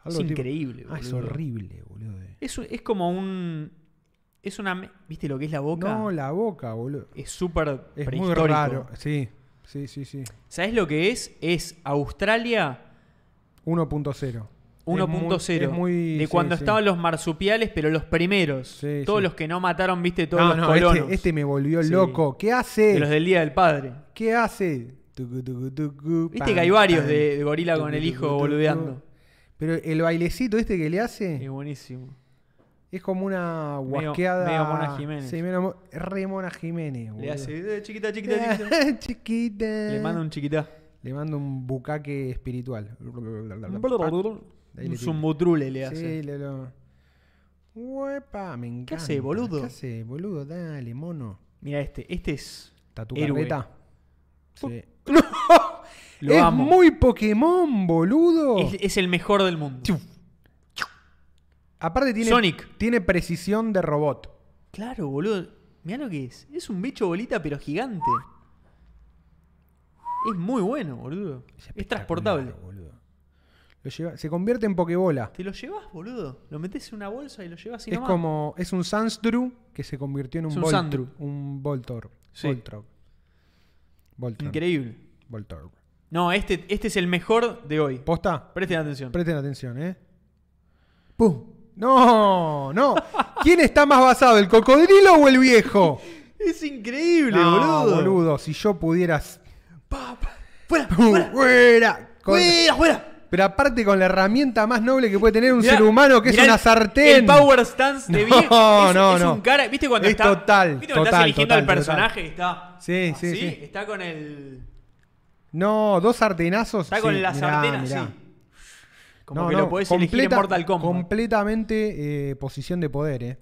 B: Es
A: Algo tipo-
B: increíble,
A: Ah, es
B: boludo.
A: horrible, boludo.
B: Es, un- es como un. Es una. me- ¿Viste lo que es la boca?
A: No, la boca, boludo.
B: Es súper
A: Es muy
B: prehistórico.
A: raro. Sí, sí, sí, sí.
B: ¿Sabes lo que es? Es Australia
A: 1.0. Es
B: 1.0.
A: muy-
B: De
A: sí,
B: cuando
A: sí.
B: estaban los marsupiales, pero los primeros.
A: Sí,
B: todos
A: sí.
B: los que no mataron, viste, todos
A: No,
B: los
A: no,
B: colonos.
A: este, este me volvió
B: Sí.
A: loco. ¿Qué hace?
B: De los del Día del Padre.
A: ¿Qué hace? Tucu, tucu, tucu,
B: Viste
A: pam,
B: que hay varios
A: pam.
B: de, de gorila con el hijo boludeando.
A: Pero el bailecito este que le
B: Es
A: hace
B: buenísimo.
A: es como una
B: Medio-
A: guasqueada.
B: medio Mona Jiménez.
A: Sí, medio mo- re Mona Jiménez,
B: Le
A: boludo.
B: hace, "Eh, chiquita, chiquita, chiquita.
A: Chiquita.
B: Le manda un chiquitá.
A: Le mando un bucaque espiritual. le
B: Un
A: tira.
B: zumbutrule le hace.
A: Sí, le lo. Uepa, me encanta.
B: hace, boludo?
A: ¿Qué hace, boludo? Dale, mono.
B: Mira este, este es. héroe.
A: Tatucarreta. Sí.
B: Lo
A: es
B: amo.
A: muy Pokémon, boludo.
B: Es, es el mejor del mundo.
A: Chiu. Aparte tiene,
B: Sonic.
A: tiene precisión de robot.
B: Claro, boludo. Mirá lo que es. Es un bicho bolita, pero gigante. Es muy bueno, boludo. Es transportable.
A: Boludo. Lo lleva- se convierte en Pokébola.
B: Te lo llevas, boludo. Lo metes en una bolsa y lo llevas así
A: es
B: nomás.
A: como. Es un Sansdru que se convirtió en un,
B: Es un
A: Volt-
B: Sandru.
A: Un Voltor.
B: Sí.
A: Voltorb. Voltorb.
B: Increíble.
A: Voltorb.
B: No, este, este es el mejor de hoy.
A: ¿Posta?
B: Presten atención.
A: Presten atención, ¿eh? No, no. ¿Quién está más basado, el cocodrilo o el viejo?
B: Es increíble,
A: No,
B: boludo.
A: boludo, si yo pudieras.
B: Pa, pa. Fuera,
A: ¡Fuera!
B: fuera, fuera.
A: Pero aparte con la herramienta más noble que puede tener un
B: Mirá,
A: ser humano, que es
B: mirá
A: una
B: el-
A: sartén.
B: El power stance de
A: No,
B: Bill es,
A: no,
B: es
A: no.
B: un cara. ¿Viste cuando
A: Es
B: está-
A: total,
B: ¿Viste cuando estás
A: total,
B: eligiendo al
A: total,
B: personaje? y Está.
A: Sí, sí,
B: así,
A: sí.
B: Está con el.
A: No, dos sartenazos.
B: Está
A: sí,
B: con la
A: mirá,
B: sartén
A: mirá.
B: así. Como
A: No,
B: que
A: no,
B: lo podés elegir en
A: completa-
B: Mortal Kombat.
A: Completamente eh, posición de poder, eh.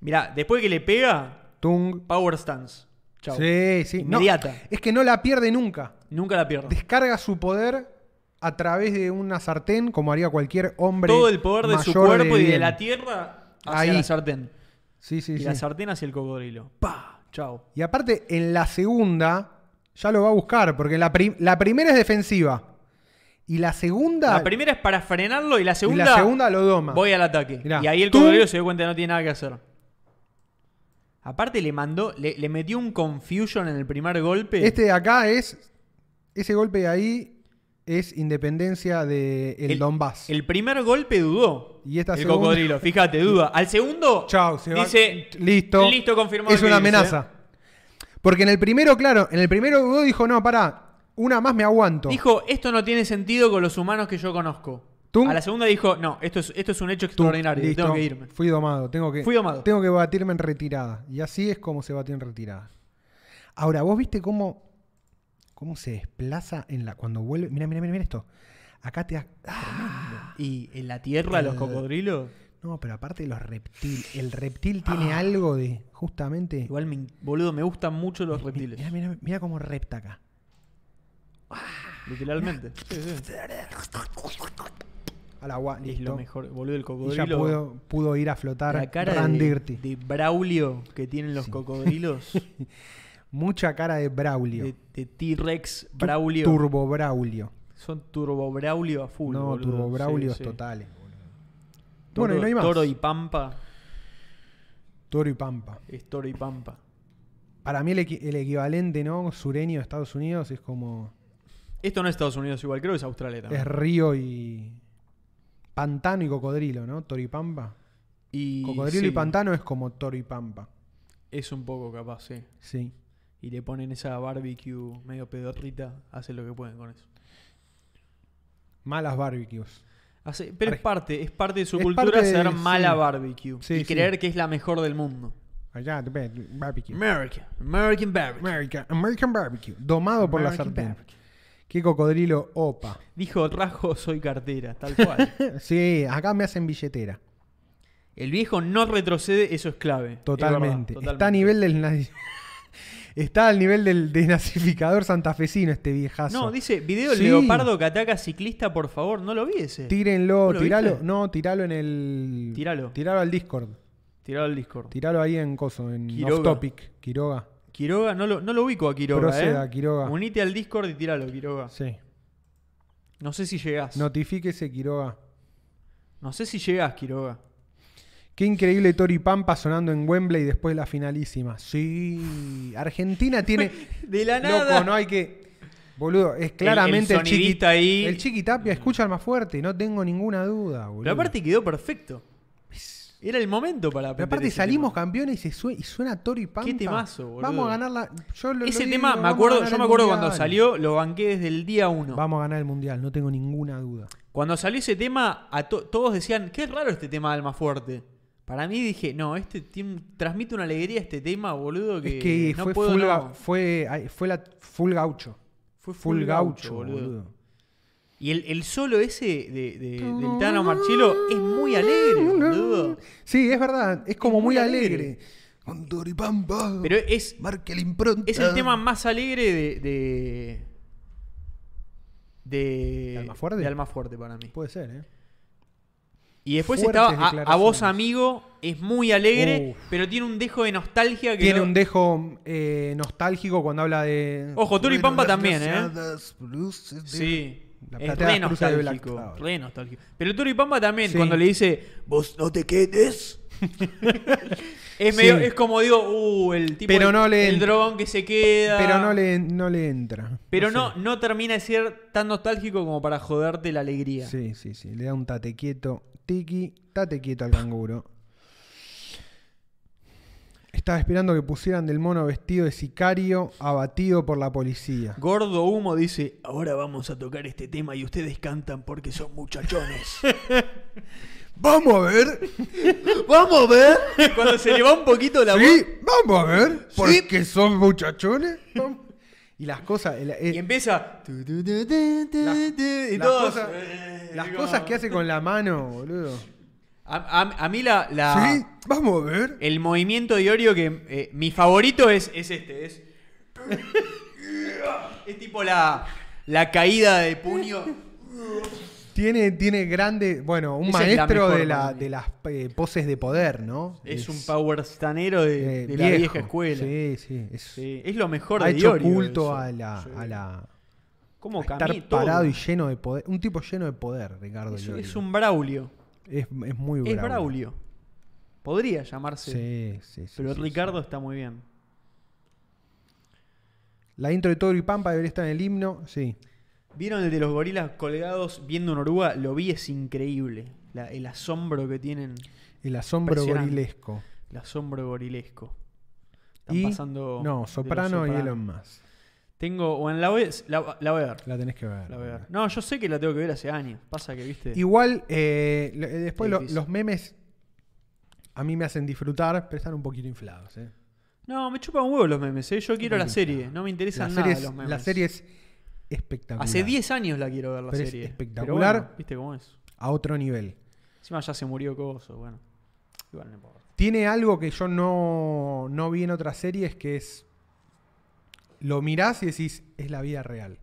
B: Mirá, después que le pega,
A: Tung.
B: power stance. Chau.
A: Sí, sí. No,
B: Inmediata.
A: es que no la pierde nunca.
B: Nunca la pierdo.
A: Descarga su poder a través de una sartén, como haría cualquier hombre.
B: Todo el poder de su
A: mayor
B: cuerpo y de
A: bien.
B: la tierra hacia
A: Ahí.
B: la sartén.
A: Sí, sí,
B: y
A: sí.
B: la sartén hacia el cocodrilo. ¡Pah! Chau.
A: Y aparte, en la segunda ya lo va a buscar, porque la, prim- la primera es defensiva. Y la segunda.
B: La primera es para frenarlo y la segunda,
A: y la segunda lo doma.
B: voy al ataque.
A: Mirá,
B: y ahí el
A: tú-
B: cocodrilo se dio cuenta que no tiene nada que hacer. Aparte le mandó, le, le metió un confusion en el primer golpe.
A: Este de acá es. Ese golpe de ahí es independencia del el Donbass.
B: El primer golpe dudó.
A: Y esta
B: el
A: segunda-
B: cocodrilo, fíjate, duda. Al segundo
A: Chau, se va.
B: dice,
A: Listo.
B: listo confirmado.
A: Es
B: que
A: una
B: dice".
A: amenaza. Porque en el primero, claro, en el primero dudó, dijo, no, pará, una más me aguanto.
B: Dijo, esto no tiene sentido con los humanos que yo conozco.
A: Tum.
B: A la segunda dijo, no, esto es, esto es un hecho
A: Tú,
B: extraordinario,
A: listo,
B: tengo que irme.
A: Fui domado, tengo que,
B: Fui domado.
A: tengo que batirme en retirada. Y así es como se batió en retirada. Ahora, vos viste cómo, cómo se desplaza en la, cuando vuelve. Mira, mira, mira esto. Acá te. da- ¡Ah!
B: Y en la tierra, los cocodrilos.
A: No, pero aparte los reptiles. El reptil tiene algo de. Justamente.
B: Ah. Igual, me, boludo, me gustan mucho los reptiles.
A: Mira, mira, mira cómo repta acá.
B: Literalmente. Sí, sí.
A: A la gua-
B: Es lo
A: listo.
B: mejor, boludo, el
A: Y ya
B: cocodrilo.
A: pudo, pudo ir a flotar
B: la cara
A: Run
B: de,
A: Dirty.
B: de Braulio que tienen los cocodrilos.
A: Mucha cara de Braulio.
B: de de T-Rex
A: Tu-
B: Braulio.
A: Turbo Braulio.
B: Son Turbo Braulio a full.
A: no,
B: boludo.
A: Turbo Braulios
B: Sí, sí.
A: totales. eh, boludo.
B: Toro,
A: bueno, y no hay más.
B: Toro y Pampa
A: Toro y Pampa.
B: es Toro y Pampa.
A: Para mí el, equi- el equivalente, ¿no? Sureño de Estados Unidos es como...
B: Esto no es Estados Unidos igual, creo que es Australia también.
A: Es río y... Pantano y cocodrilo, ¿no? Toro y Pampa.
B: y,
A: Cocodrilo y
B: sí,
A: pantano es como Toro y Pampa.
B: Es un poco capaz, sí.
A: Sí.
B: Y le ponen esa barbecue medio pedorrita, hacen lo que pueden con eso.
A: Malas barbecues.
B: Hace- pero es
A: Arge-
B: parte, es parte de su
A: Es
B: cultura
A: parte de-
B: ser
A: sí.
B: mala barbecue
A: Sí,
B: y
A: sí.
B: creer que es la mejor del mundo.
A: Allá, te pe- barbecue.
B: American, American barbecue.
A: American, American barbecue. Domado por la
B: American
A: sartén.
B: barbecue.
A: Qué cocodrilo opa.
B: Dijo Rajo, soy cartera, tal cual.
A: Sí, acá me hacen billetera.
B: El viejo no retrocede, eso es clave. Es
A: Totalmente.
B: verdad,
A: Está a nivel del nazi- Está al nivel del desnazificador santafesino este viejazo.
B: No, dice, video
A: Sí.
B: leopardo que ataca ciclista, por favor, no lo vi ese.
A: Tírenlo,
B: ¿Vos lo
A: tiralo.
B: viste?
A: No, tiralo en el.
B: Tiralo.
A: Tiralo al Discord.
B: Tirado al Discord.
A: Tiralo ahí en Coso, en
B: Quiroga.
A: Off Topic. Quiroga.
B: Quiroga, no lo, no lo ubico a Quiroga,
A: Proceda,
B: eh.
A: Quiroga.
B: Unite al Discord y tiralo, Quiroga.
A: Sí.
B: No sé si llegás. No,
A: Notifíquese, Quiroga.
B: sé si llegás, Quiroga.
A: Qué increíble Tori Pampa sonando en Wembley después de la finalísima. Sí. Argentina tiene.
B: De la nada.
A: Loco, no hay que. Boludo, es claramente
B: el
A: el, chiqui-
B: sonidista ahí.
A: El chiquitapia escucha al más fuerte, no tengo ninguna duda, boludo.
B: Pero aparte quedó perfecto. Era el momento para
A: Pero
B: aprender
A: aparte
B: ese
A: salimos
B: tema.
A: campeones y, se sue- y suena Tori Pampa.
B: Qué temazo, boludo.
A: Vamos a ganar la. yo lo- lo
B: Ese
A: digo,
B: tema, me
A: vamos a
B: acuerdo,
A: ganar
B: yo
A: el
B: me acuerdo
A: mundial.
B: cuando salió, lo banqué desde el día uno.
A: Vamos a ganar el mundial, no tengo ninguna duda.
B: Cuando salió ese tema, a to- todos decían, qué raro este tema de Alma Fuerte. Para mí dije, no, este tiene- transmite una alegría este tema, boludo, que,
A: es que
B: no
A: fue,
B: puedo
A: full,
B: no".
A: ga- fue, ay, fue la full gaucho.
B: Fue
A: Full, gaucho, boludo.
B: Y el, el solo ese de, de- Eh, del Tano Marchelo es muy alegre, boludo.
A: Sí, es verdad, es como
B: Es muy
A: muy
B: alegre.
A: alegre. Con Tori Pampa.
B: Pero es,
A: Marque la impronta.
B: es el tema más alegre de... ¿De, de,
A: ¿De Alma Fuerte?
B: de Alma Fuerte para mí.
A: Puede ser, ¿eh?
B: Y después
A: Fuertes
B: estaba a- a,
A: declaraciones.
B: Vos Amigo, es muy alegre,
A: Uf.
B: pero tiene un dejo de nostalgia que...
A: Tiene
B: no-
A: un dejo eh, nostálgico cuando habla de.
B: Ojo, Turi Pampa también, ¿eh?
D: Luces de
B: Sí.
A: La
B: es
A: platea
B: re
A: cruza de Black
B: nostálgico,
A: Sabbath.
B: re nostálgico. Pero Turi Pampa también,
A: Sí.
B: cuando le dice, vos no te quedes. es,
A: Sí.
B: medio, es como digo, uh, el tipo.
A: Pero
B: el,
A: no le-
B: el dron que se queda.
A: Pero no le, no le entra.
B: Pero
A: sé.
B: no, no termina de ser tan nostálgico como para joderte la alegría.
A: Sí, sí, sí. Le da un tate quieto. Tiki, tate quieto al canguro. Estaba esperando que pusieran del mono vestido de sicario abatido por la policía.
B: Gordo Humo dice, ahora vamos a tocar este tema y ustedes cantan porque son muchachones.
A: Vamos a ver.
B: ¡Vamos a ver! Cuando se le va un poquito la voz
A: Sí, vamos a ver. Porque son muchachones. Vamos. Y las cosas. el- el-
B: y empieza... tu, tu, tu, tu, tu, y
A: las
B: todos,
A: cosas,
B: eh,
A: las
B: digo,
A: cosas que hace con la mano, boludo.
B: A, a- a mí la... la-
A: Sí, vamos a ver.
B: El movimiento de Iorio que eh, mi favorito es, es este, es... es tipo la, la caída de puño.
A: Tiene, tiene grande. Bueno, un
B: Esa es la
A: maestro
B: mejor
A: de, la,
B: para mí.
A: de las eh, poses de poder, ¿no?
B: Es un powerstanero de,
A: eh,
B: de la
A: viejo.
B: vieja escuela.
A: Sí, sí. Es,
B: Sí, Es lo mejor
A: ha
B: de
A: hecho
B: Iorio.
A: culto
B: eso.
A: a la,
B: Sí.
A: a la-
B: ¿Cómo
A: a
B: camina
A: estar
B: todo?
A: parado y lleno de poder. Un tipo lleno de poder, Ricardo.
B: Es,
A: Iorio.
B: es un Braulio.
A: Es- es muy
B: Es
A: bravo.
B: Braulio. Podría llamarse.
A: Sí, sí, sí,
B: pero
A: sí,
B: Ricardo
A: sí.
B: está muy bien.
A: La intro de Toro y Pampa debería estar en el himno. Sí.
B: ¿Vieron el de los gorilas colgados viendo una oruga? Lo vi, es increíble. La- el asombro que tienen.
A: El asombro
B: Impresionante.
A: gorilesco.
B: El asombro gorilesco. Están
A: Y-
B: pasando. de
A: No,
B: los
A: Soprano y
B: Soprano.
A: Elon más.
B: Tengo. Bueno, la voy, la, la voy a ver.
A: La tenés que ver.
B: La voy a ver. No, yo sé que la tengo que ver hace años. Pasa que, viste.
A: Igual, eh, lo- eh, después
B: Es
A: lo-
B: difícil.
A: los memes a mí me hacen disfrutar, pero están un poquito inflados. eh.
B: No, me chupan huevo los memes. ¿eh? Yo quiero la
A: poquito.
B: serie. No me
A: La,
B: interesan
A: serie
B: nada
A: es,
B: los memes.
A: la serie es espectacular.
B: Hace 10 años la quiero ver la
A: Pero es
B: serie.
A: espectacular.
B: bueno, ¿Viste cómo es?
A: A otro nivel.
B: Encima ya se murió Coso, bueno. Igual no importa.
A: Tiene algo que yo no, no vi en otras series que es. Lo mirás y decís, es la vida real.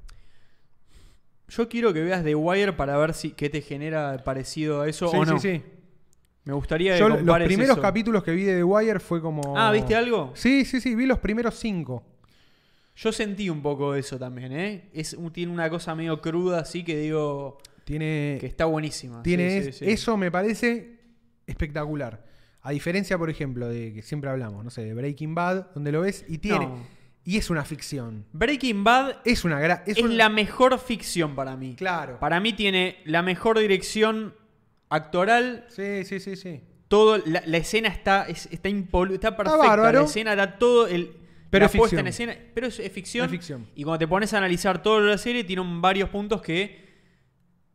B: Yo quiero que veas The Wire para ver si qué te genera parecido a eso
A: Sí,
B: o
A: sí,
B: no.
A: sí.
B: Me gustaría que
A: Yo los
B: compares
A: primeros
B: eso.
A: capítulos que vi de The Wire fue como.
B: Ah, ¿viste algo?
A: Sí, sí, sí, vi los primeros cinco.
B: Yo sentí un poco eso también, ¿eh? Es, un- tiene una cosa medio cruda así que digo
A: Tiene.
B: que está buenísima.
A: tiene
B: Sí,
A: es-
B: sí, sí.
A: Eso me parece espectacular. A diferencia, por ejemplo, de que siempre hablamos, no sé, de Breaking Bad, donde lo ves y tiene.
B: No.
A: Y es una ficción.
B: Breaking Bad
A: Es una gra-
B: es,
A: una-
B: la mejor ficción para mí.
A: Claro.
B: Para mí tiene la mejor dirección actoral,
A: Sí, sí, sí, sí.
B: todo la, la escena está es- está impolu- está perfecta
A: bárbaro.
B: la escena da todo el
A: Pero
B: la
A: es
B: puesta en
A: ficción.
B: escena pero es, es ficción
A: Es ficción.
B: y cuando te pones a analizar toda la serie tienen varios puntos que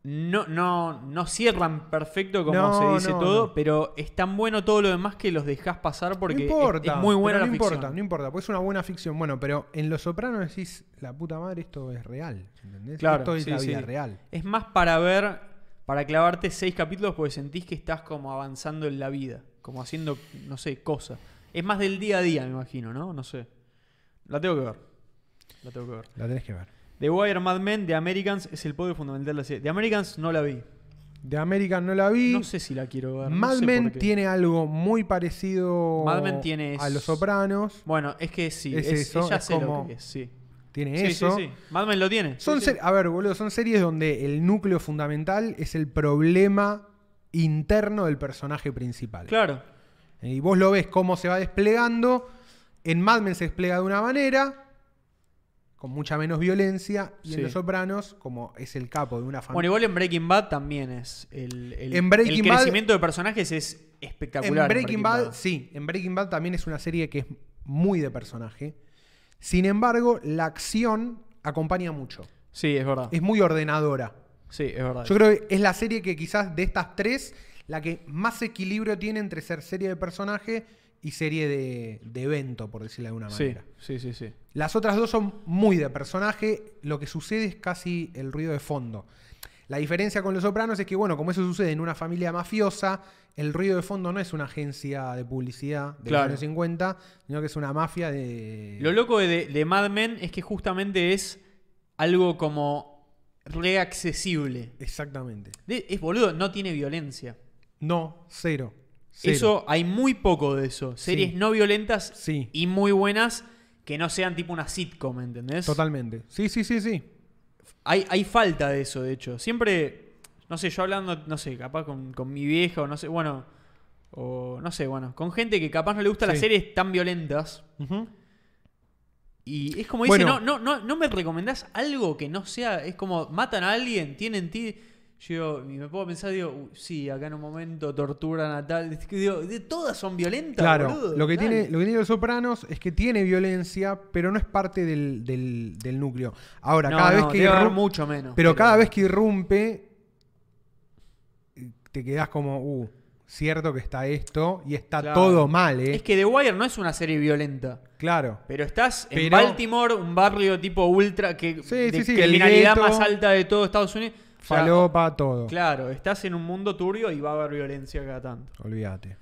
B: no, no, no cierran perfecto como
A: No,
B: se dice
A: no,
B: todo,
A: no.
B: pero es tan bueno todo lo demás que los dejas pasar porque
A: no
B: es-
A: importa.
B: es, muy buena
A: pero
B: la
A: No
B: ficción.
A: importa, no importa, porque es una buena ficción. Bueno, pero en Los Sopranos decís, la puta madre, esto es real. ¿Entendés?
B: Claro,
A: esto es
B: sí,
A: la vida
B: sí.
A: real.
B: Es más para ver, para clavarte seis capítulos porque sentís que estás como avanzando en la vida, como haciendo, no sé, cosas. Es más del día a día, me imagino, ¿no? No sé. La tengo que ver. La tengo que ver.
A: La tenés que ver.
B: The Wire Mad Men, The Americans es el podio fundamental de la serie. The Americans no la vi.
A: De American no la vi.
B: No sé si la quiero ver. no
A: Mad
B: sé
A: Men
B: por qué.
A: tiene algo muy parecido
B: Mad Men tiene
A: a
B: es-
A: Los Sopranos.
B: Bueno, es que sí.
A: Es
B: Es,
A: eso,
B: ya
A: es
B: sé lo
A: como-
B: que es, sí.
A: Tiene
B: Sí,
A: eso.
B: sí, sí. Mad Men lo tiene.
A: Son
B: sí, sí.
A: ser- A ver, boludo, son series donde el núcleo fundamental es el problema interno del personaje principal.
B: Claro.
A: Eh, Y vos lo ves cómo se va desplegando. En Mad Men se despliega de una manera, con mucha menos violencia. Y
B: Sí.
A: en Los Sopranos, como es el capo de una
B: Bueno,
A: familia.
B: igual en Breaking Bad también es. El, el-
A: En Breaking
B: el
A: Bad-
B: crecimiento de personajes es espectacular.
A: en Breaking, Bad, sí. En Breaking Bad también es una serie que es muy de personaje. Sin embargo, la acción acompaña mucho.
B: Sí, es verdad.
A: Es muy ordenadora.
B: Sí, es verdad.
A: Yo creo que es la serie que quizás de estas tres, la que más equilibrio tiene entre ser serie de personaje y serie de, de evento, por decirlo de alguna
B: sí,
A: manera.
B: sí, sí, sí.
A: Las otras dos son muy de personaje, lo que sucede es casi el ruido de fondo. La diferencia con Los Sopranos es que, bueno, como eso sucede en una familia mafiosa, el ruido de fondo no es una agencia de publicidad de
B: Claro.
A: los años 50, sino que es una mafia de...
B: Lo loco de, de Mad Men es que justamente es algo como reaccesible.
A: Exactamente.
B: De- es boludo, no tiene violencia.
A: No, cero. Cero.
B: Eso, hay muy poco de eso. Series
A: Sí.
B: no violentas
A: Sí.
B: y muy buenas que no sean tipo una sitcom, ¿entendés?
A: Totalmente. Sí, sí, sí, sí.
B: Hay, hay falta de eso, de hecho. Siempre, no sé, yo hablando, no sé, capaz con, con mi vieja o no sé, bueno, o no sé, bueno, con gente que capaz no le gusta las
A: Sí.
B: series tan violentas. Y es como dice,
A: Bueno.
B: no, no, no, no me recomendás algo que no sea, es como matan a alguien, tienen ti. Yo y me puedo pensar, digo, "Uy, sí, acá en un momento tortura natal. Digo, de- todas son violentas.
A: Claro,
B: boludo,
A: lo, que
B: dale.
A: tiene, lo que tiene Los Sopranos es que tiene violencia, pero no es parte del, del- del núcleo. Ahora,
B: No,
A: cada vez
B: no,
A: que
B: debe haber
A: irrum-
B: mucho menos.
A: pero cada vez que irrumpe, eh, te quedás como, uh, cierto que está esto y está
B: Claro.
A: todo mal, ¿eh?
B: Es que The Wire no es una serie violenta.
A: Claro.
B: Pero estás en
A: Pero-
B: Baltimore, un barrio tipo ultra, que
A: Sí,
B: de
A: sí, sí,
B: criminalidad
A: el gueto.
B: más alta de todo Estados Unidos. O sea,
A: Falopa, todo.
B: Claro, estás en un mundo turbio y va a haber violencia cada tanto.
A: Olvídate.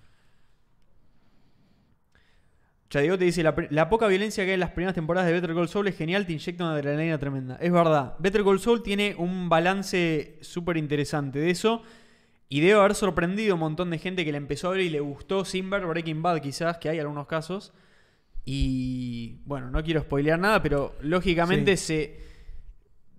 B: Chadigo te dice, la, pri- la poca violencia que hay en las primeras temporadas de Better Call Saul es genial, te inyecta una adrenalina tremenda. Es verdad, Better Call Saul tiene un balance súper interesante de eso y debe haber sorprendido a un montón de gente que la empezó a ver y le gustó sin ver Breaking Bad quizás, que hay algunos casos. Y bueno, no quiero spoilear nada, pero lógicamente se,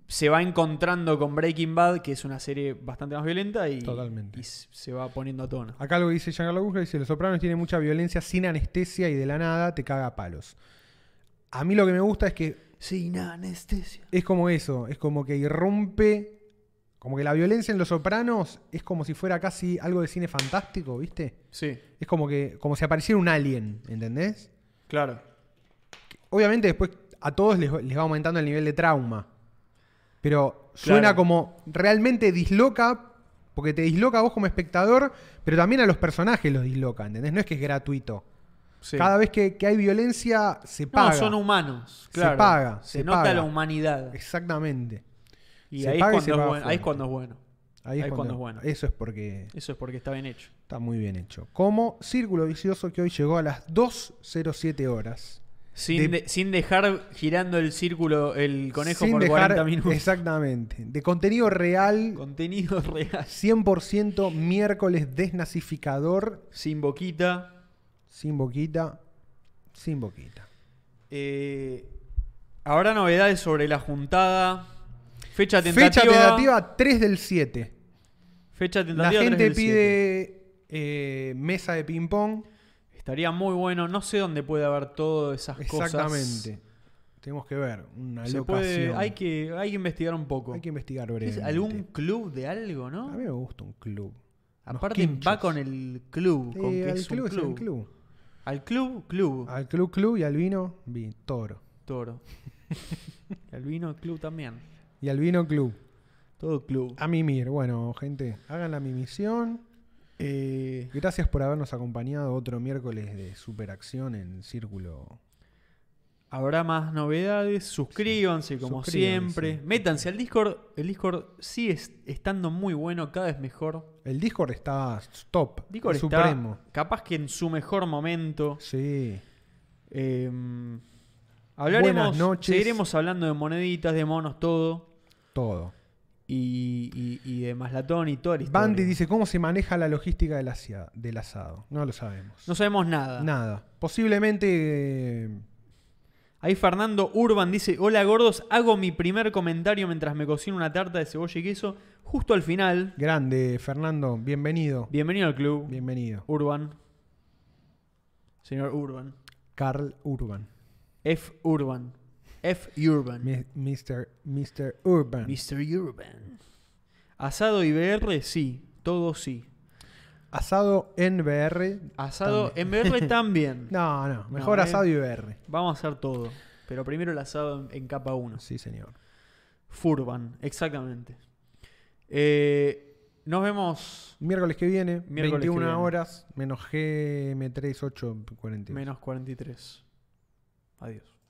B: se va encontrando con Breaking Bad, que es una serie bastante más violenta y,
A: Totalmente.
B: y s- se va poniendo a tono.
A: Acá lo que dice Giancarlo Busca dice, Los Sopranos tiene mucha violencia sin anestesia y de la nada te caga a palos. A mí lo que me gusta es que
B: Sin anestesia.
A: Es como eso, es como que irrumpe. Como que la violencia en Los Sopranos es como si fuera casi algo de cine fantástico, ¿viste?
B: Sí,
A: Es como que como si apareciera un alien, ¿entendés?
B: claro.
A: Obviamente después a todos les, les va aumentando el nivel de trauma. Pero suena
B: Claro.
A: como realmente disloca, porque te disloca a vos como espectador, pero también a los personajes los disloca, ¿entendés? No es que es gratuito.
B: Sí.
A: Cada vez que, que hay violencia se paga.
B: No, son humanos.
A: Se
B: Claro.
A: paga,
B: Se,
A: se
B: nota
A: paga.
B: la humanidad.
A: Exactamente.
B: Y
A: se
B: ahí es,
A: paga y
B: cuando
A: se
B: es
A: paga
B: bueno, ahí es
A: fuerte.
B: cuando es bueno.
A: Ahí es cuando,
B: es bueno.
A: Eso es porque
B: Eso es porque está bien hecho.
A: Está muy bien hecho. Como Círculo Vicioso que hoy llegó a las 2.07 horas.
B: Sin,
A: De-
B: de- sin dejar girando el círculo, el conejo
A: Sin
B: por
A: dejar-
B: 40 minutos.
A: Exactamente. De contenido real,
B: Contenido real.
A: 100% miércoles desnazificador,
B: Sin boquita.
A: sin boquita, sin boquita.
B: Eh, Habrá novedades sobre la juntada. Fecha tentativa.
A: Fecha tentativa 3 del 7.
B: Fecha
A: La
B: tentativa.
A: gente
B: 3 del 7.
A: pide eh, mesa de ping-pong.
B: Estaría muy bueno. No sé dónde puede haber todas esas cosas.
A: Exactamente. Tenemos que ver una
B: Se
A: locación.
B: puede, hay, que, hay que investigar un poco.
A: Hay que investigar
B: ¿Es
A: brevemente.
B: ¿Algún club de algo,
A: A
B: no?
A: mí me gusta un club. Unos
B: Aparte va
A: quinchos.
B: con el club, con
A: Eh,
B: que
A: al
B: es un
A: club es el
B: club.
A: club. Ah.
B: Al club, club,
A: Al club club y al vino, vi, toro.
B: toro. al vino, club también.
A: Y al vino club.
B: Todo club.
A: A mimir. Bueno, gente, hagan la misión.
B: Eh,
A: Gracias por habernos acompañado otro miércoles de Superacción en Círculo.
B: habrá más novedades. Suscríbanse como
A: Suscríbanse.
B: siempre. Métanse al Discord. El Discord sigue es- estando muy bueno, cada vez mejor.
A: El Discord está top.
B: Discord está
A: supremo.
B: capaz que en su mejor momento.
A: Sí.
B: Eh, hablaremos,
A: Buenas noches.
B: seguiremos hablando de moneditas, de monos, todo.
A: Todo.
B: Y, y- y de Maslatón y toda la historia.
A: Bandy dice, ¿cómo se maneja la logística del, asia- del asado? No lo sabemos.
B: No sabemos nada.
A: Nada. Posiblemente... eh,
B: Ahí Fernando Urban dice: Hola gordos, hago mi primer comentario mientras me cocino una tarta de cebolla y queso justo al final.
A: Grande, Fernando. Bienvenido.
B: Bienvenido al club,
A: Bienvenido.
B: Urban. Señor Urban.
A: Carl Urban.
B: F. Urban. F. Urban.
A: Mi- Mr. Mr. Urban.
B: Mr. Urban. Asado y BR, sí. Todo sí.
A: Asado en VR.
B: Asado
A: También.
B: en BR también.
A: No, no. Mejor
B: No, eh.
A: asado y VR.
B: Vamos a hacer todo. Pero primero el asado en, en capa 1.
A: Sí, señor.
B: Furban, exactamente. Eh, nos vemos
A: Miércoles que viene,
B: Miércoles que
A: 21
B: viene.
A: horas, menos GM3842.
B: menos 43. Adiós.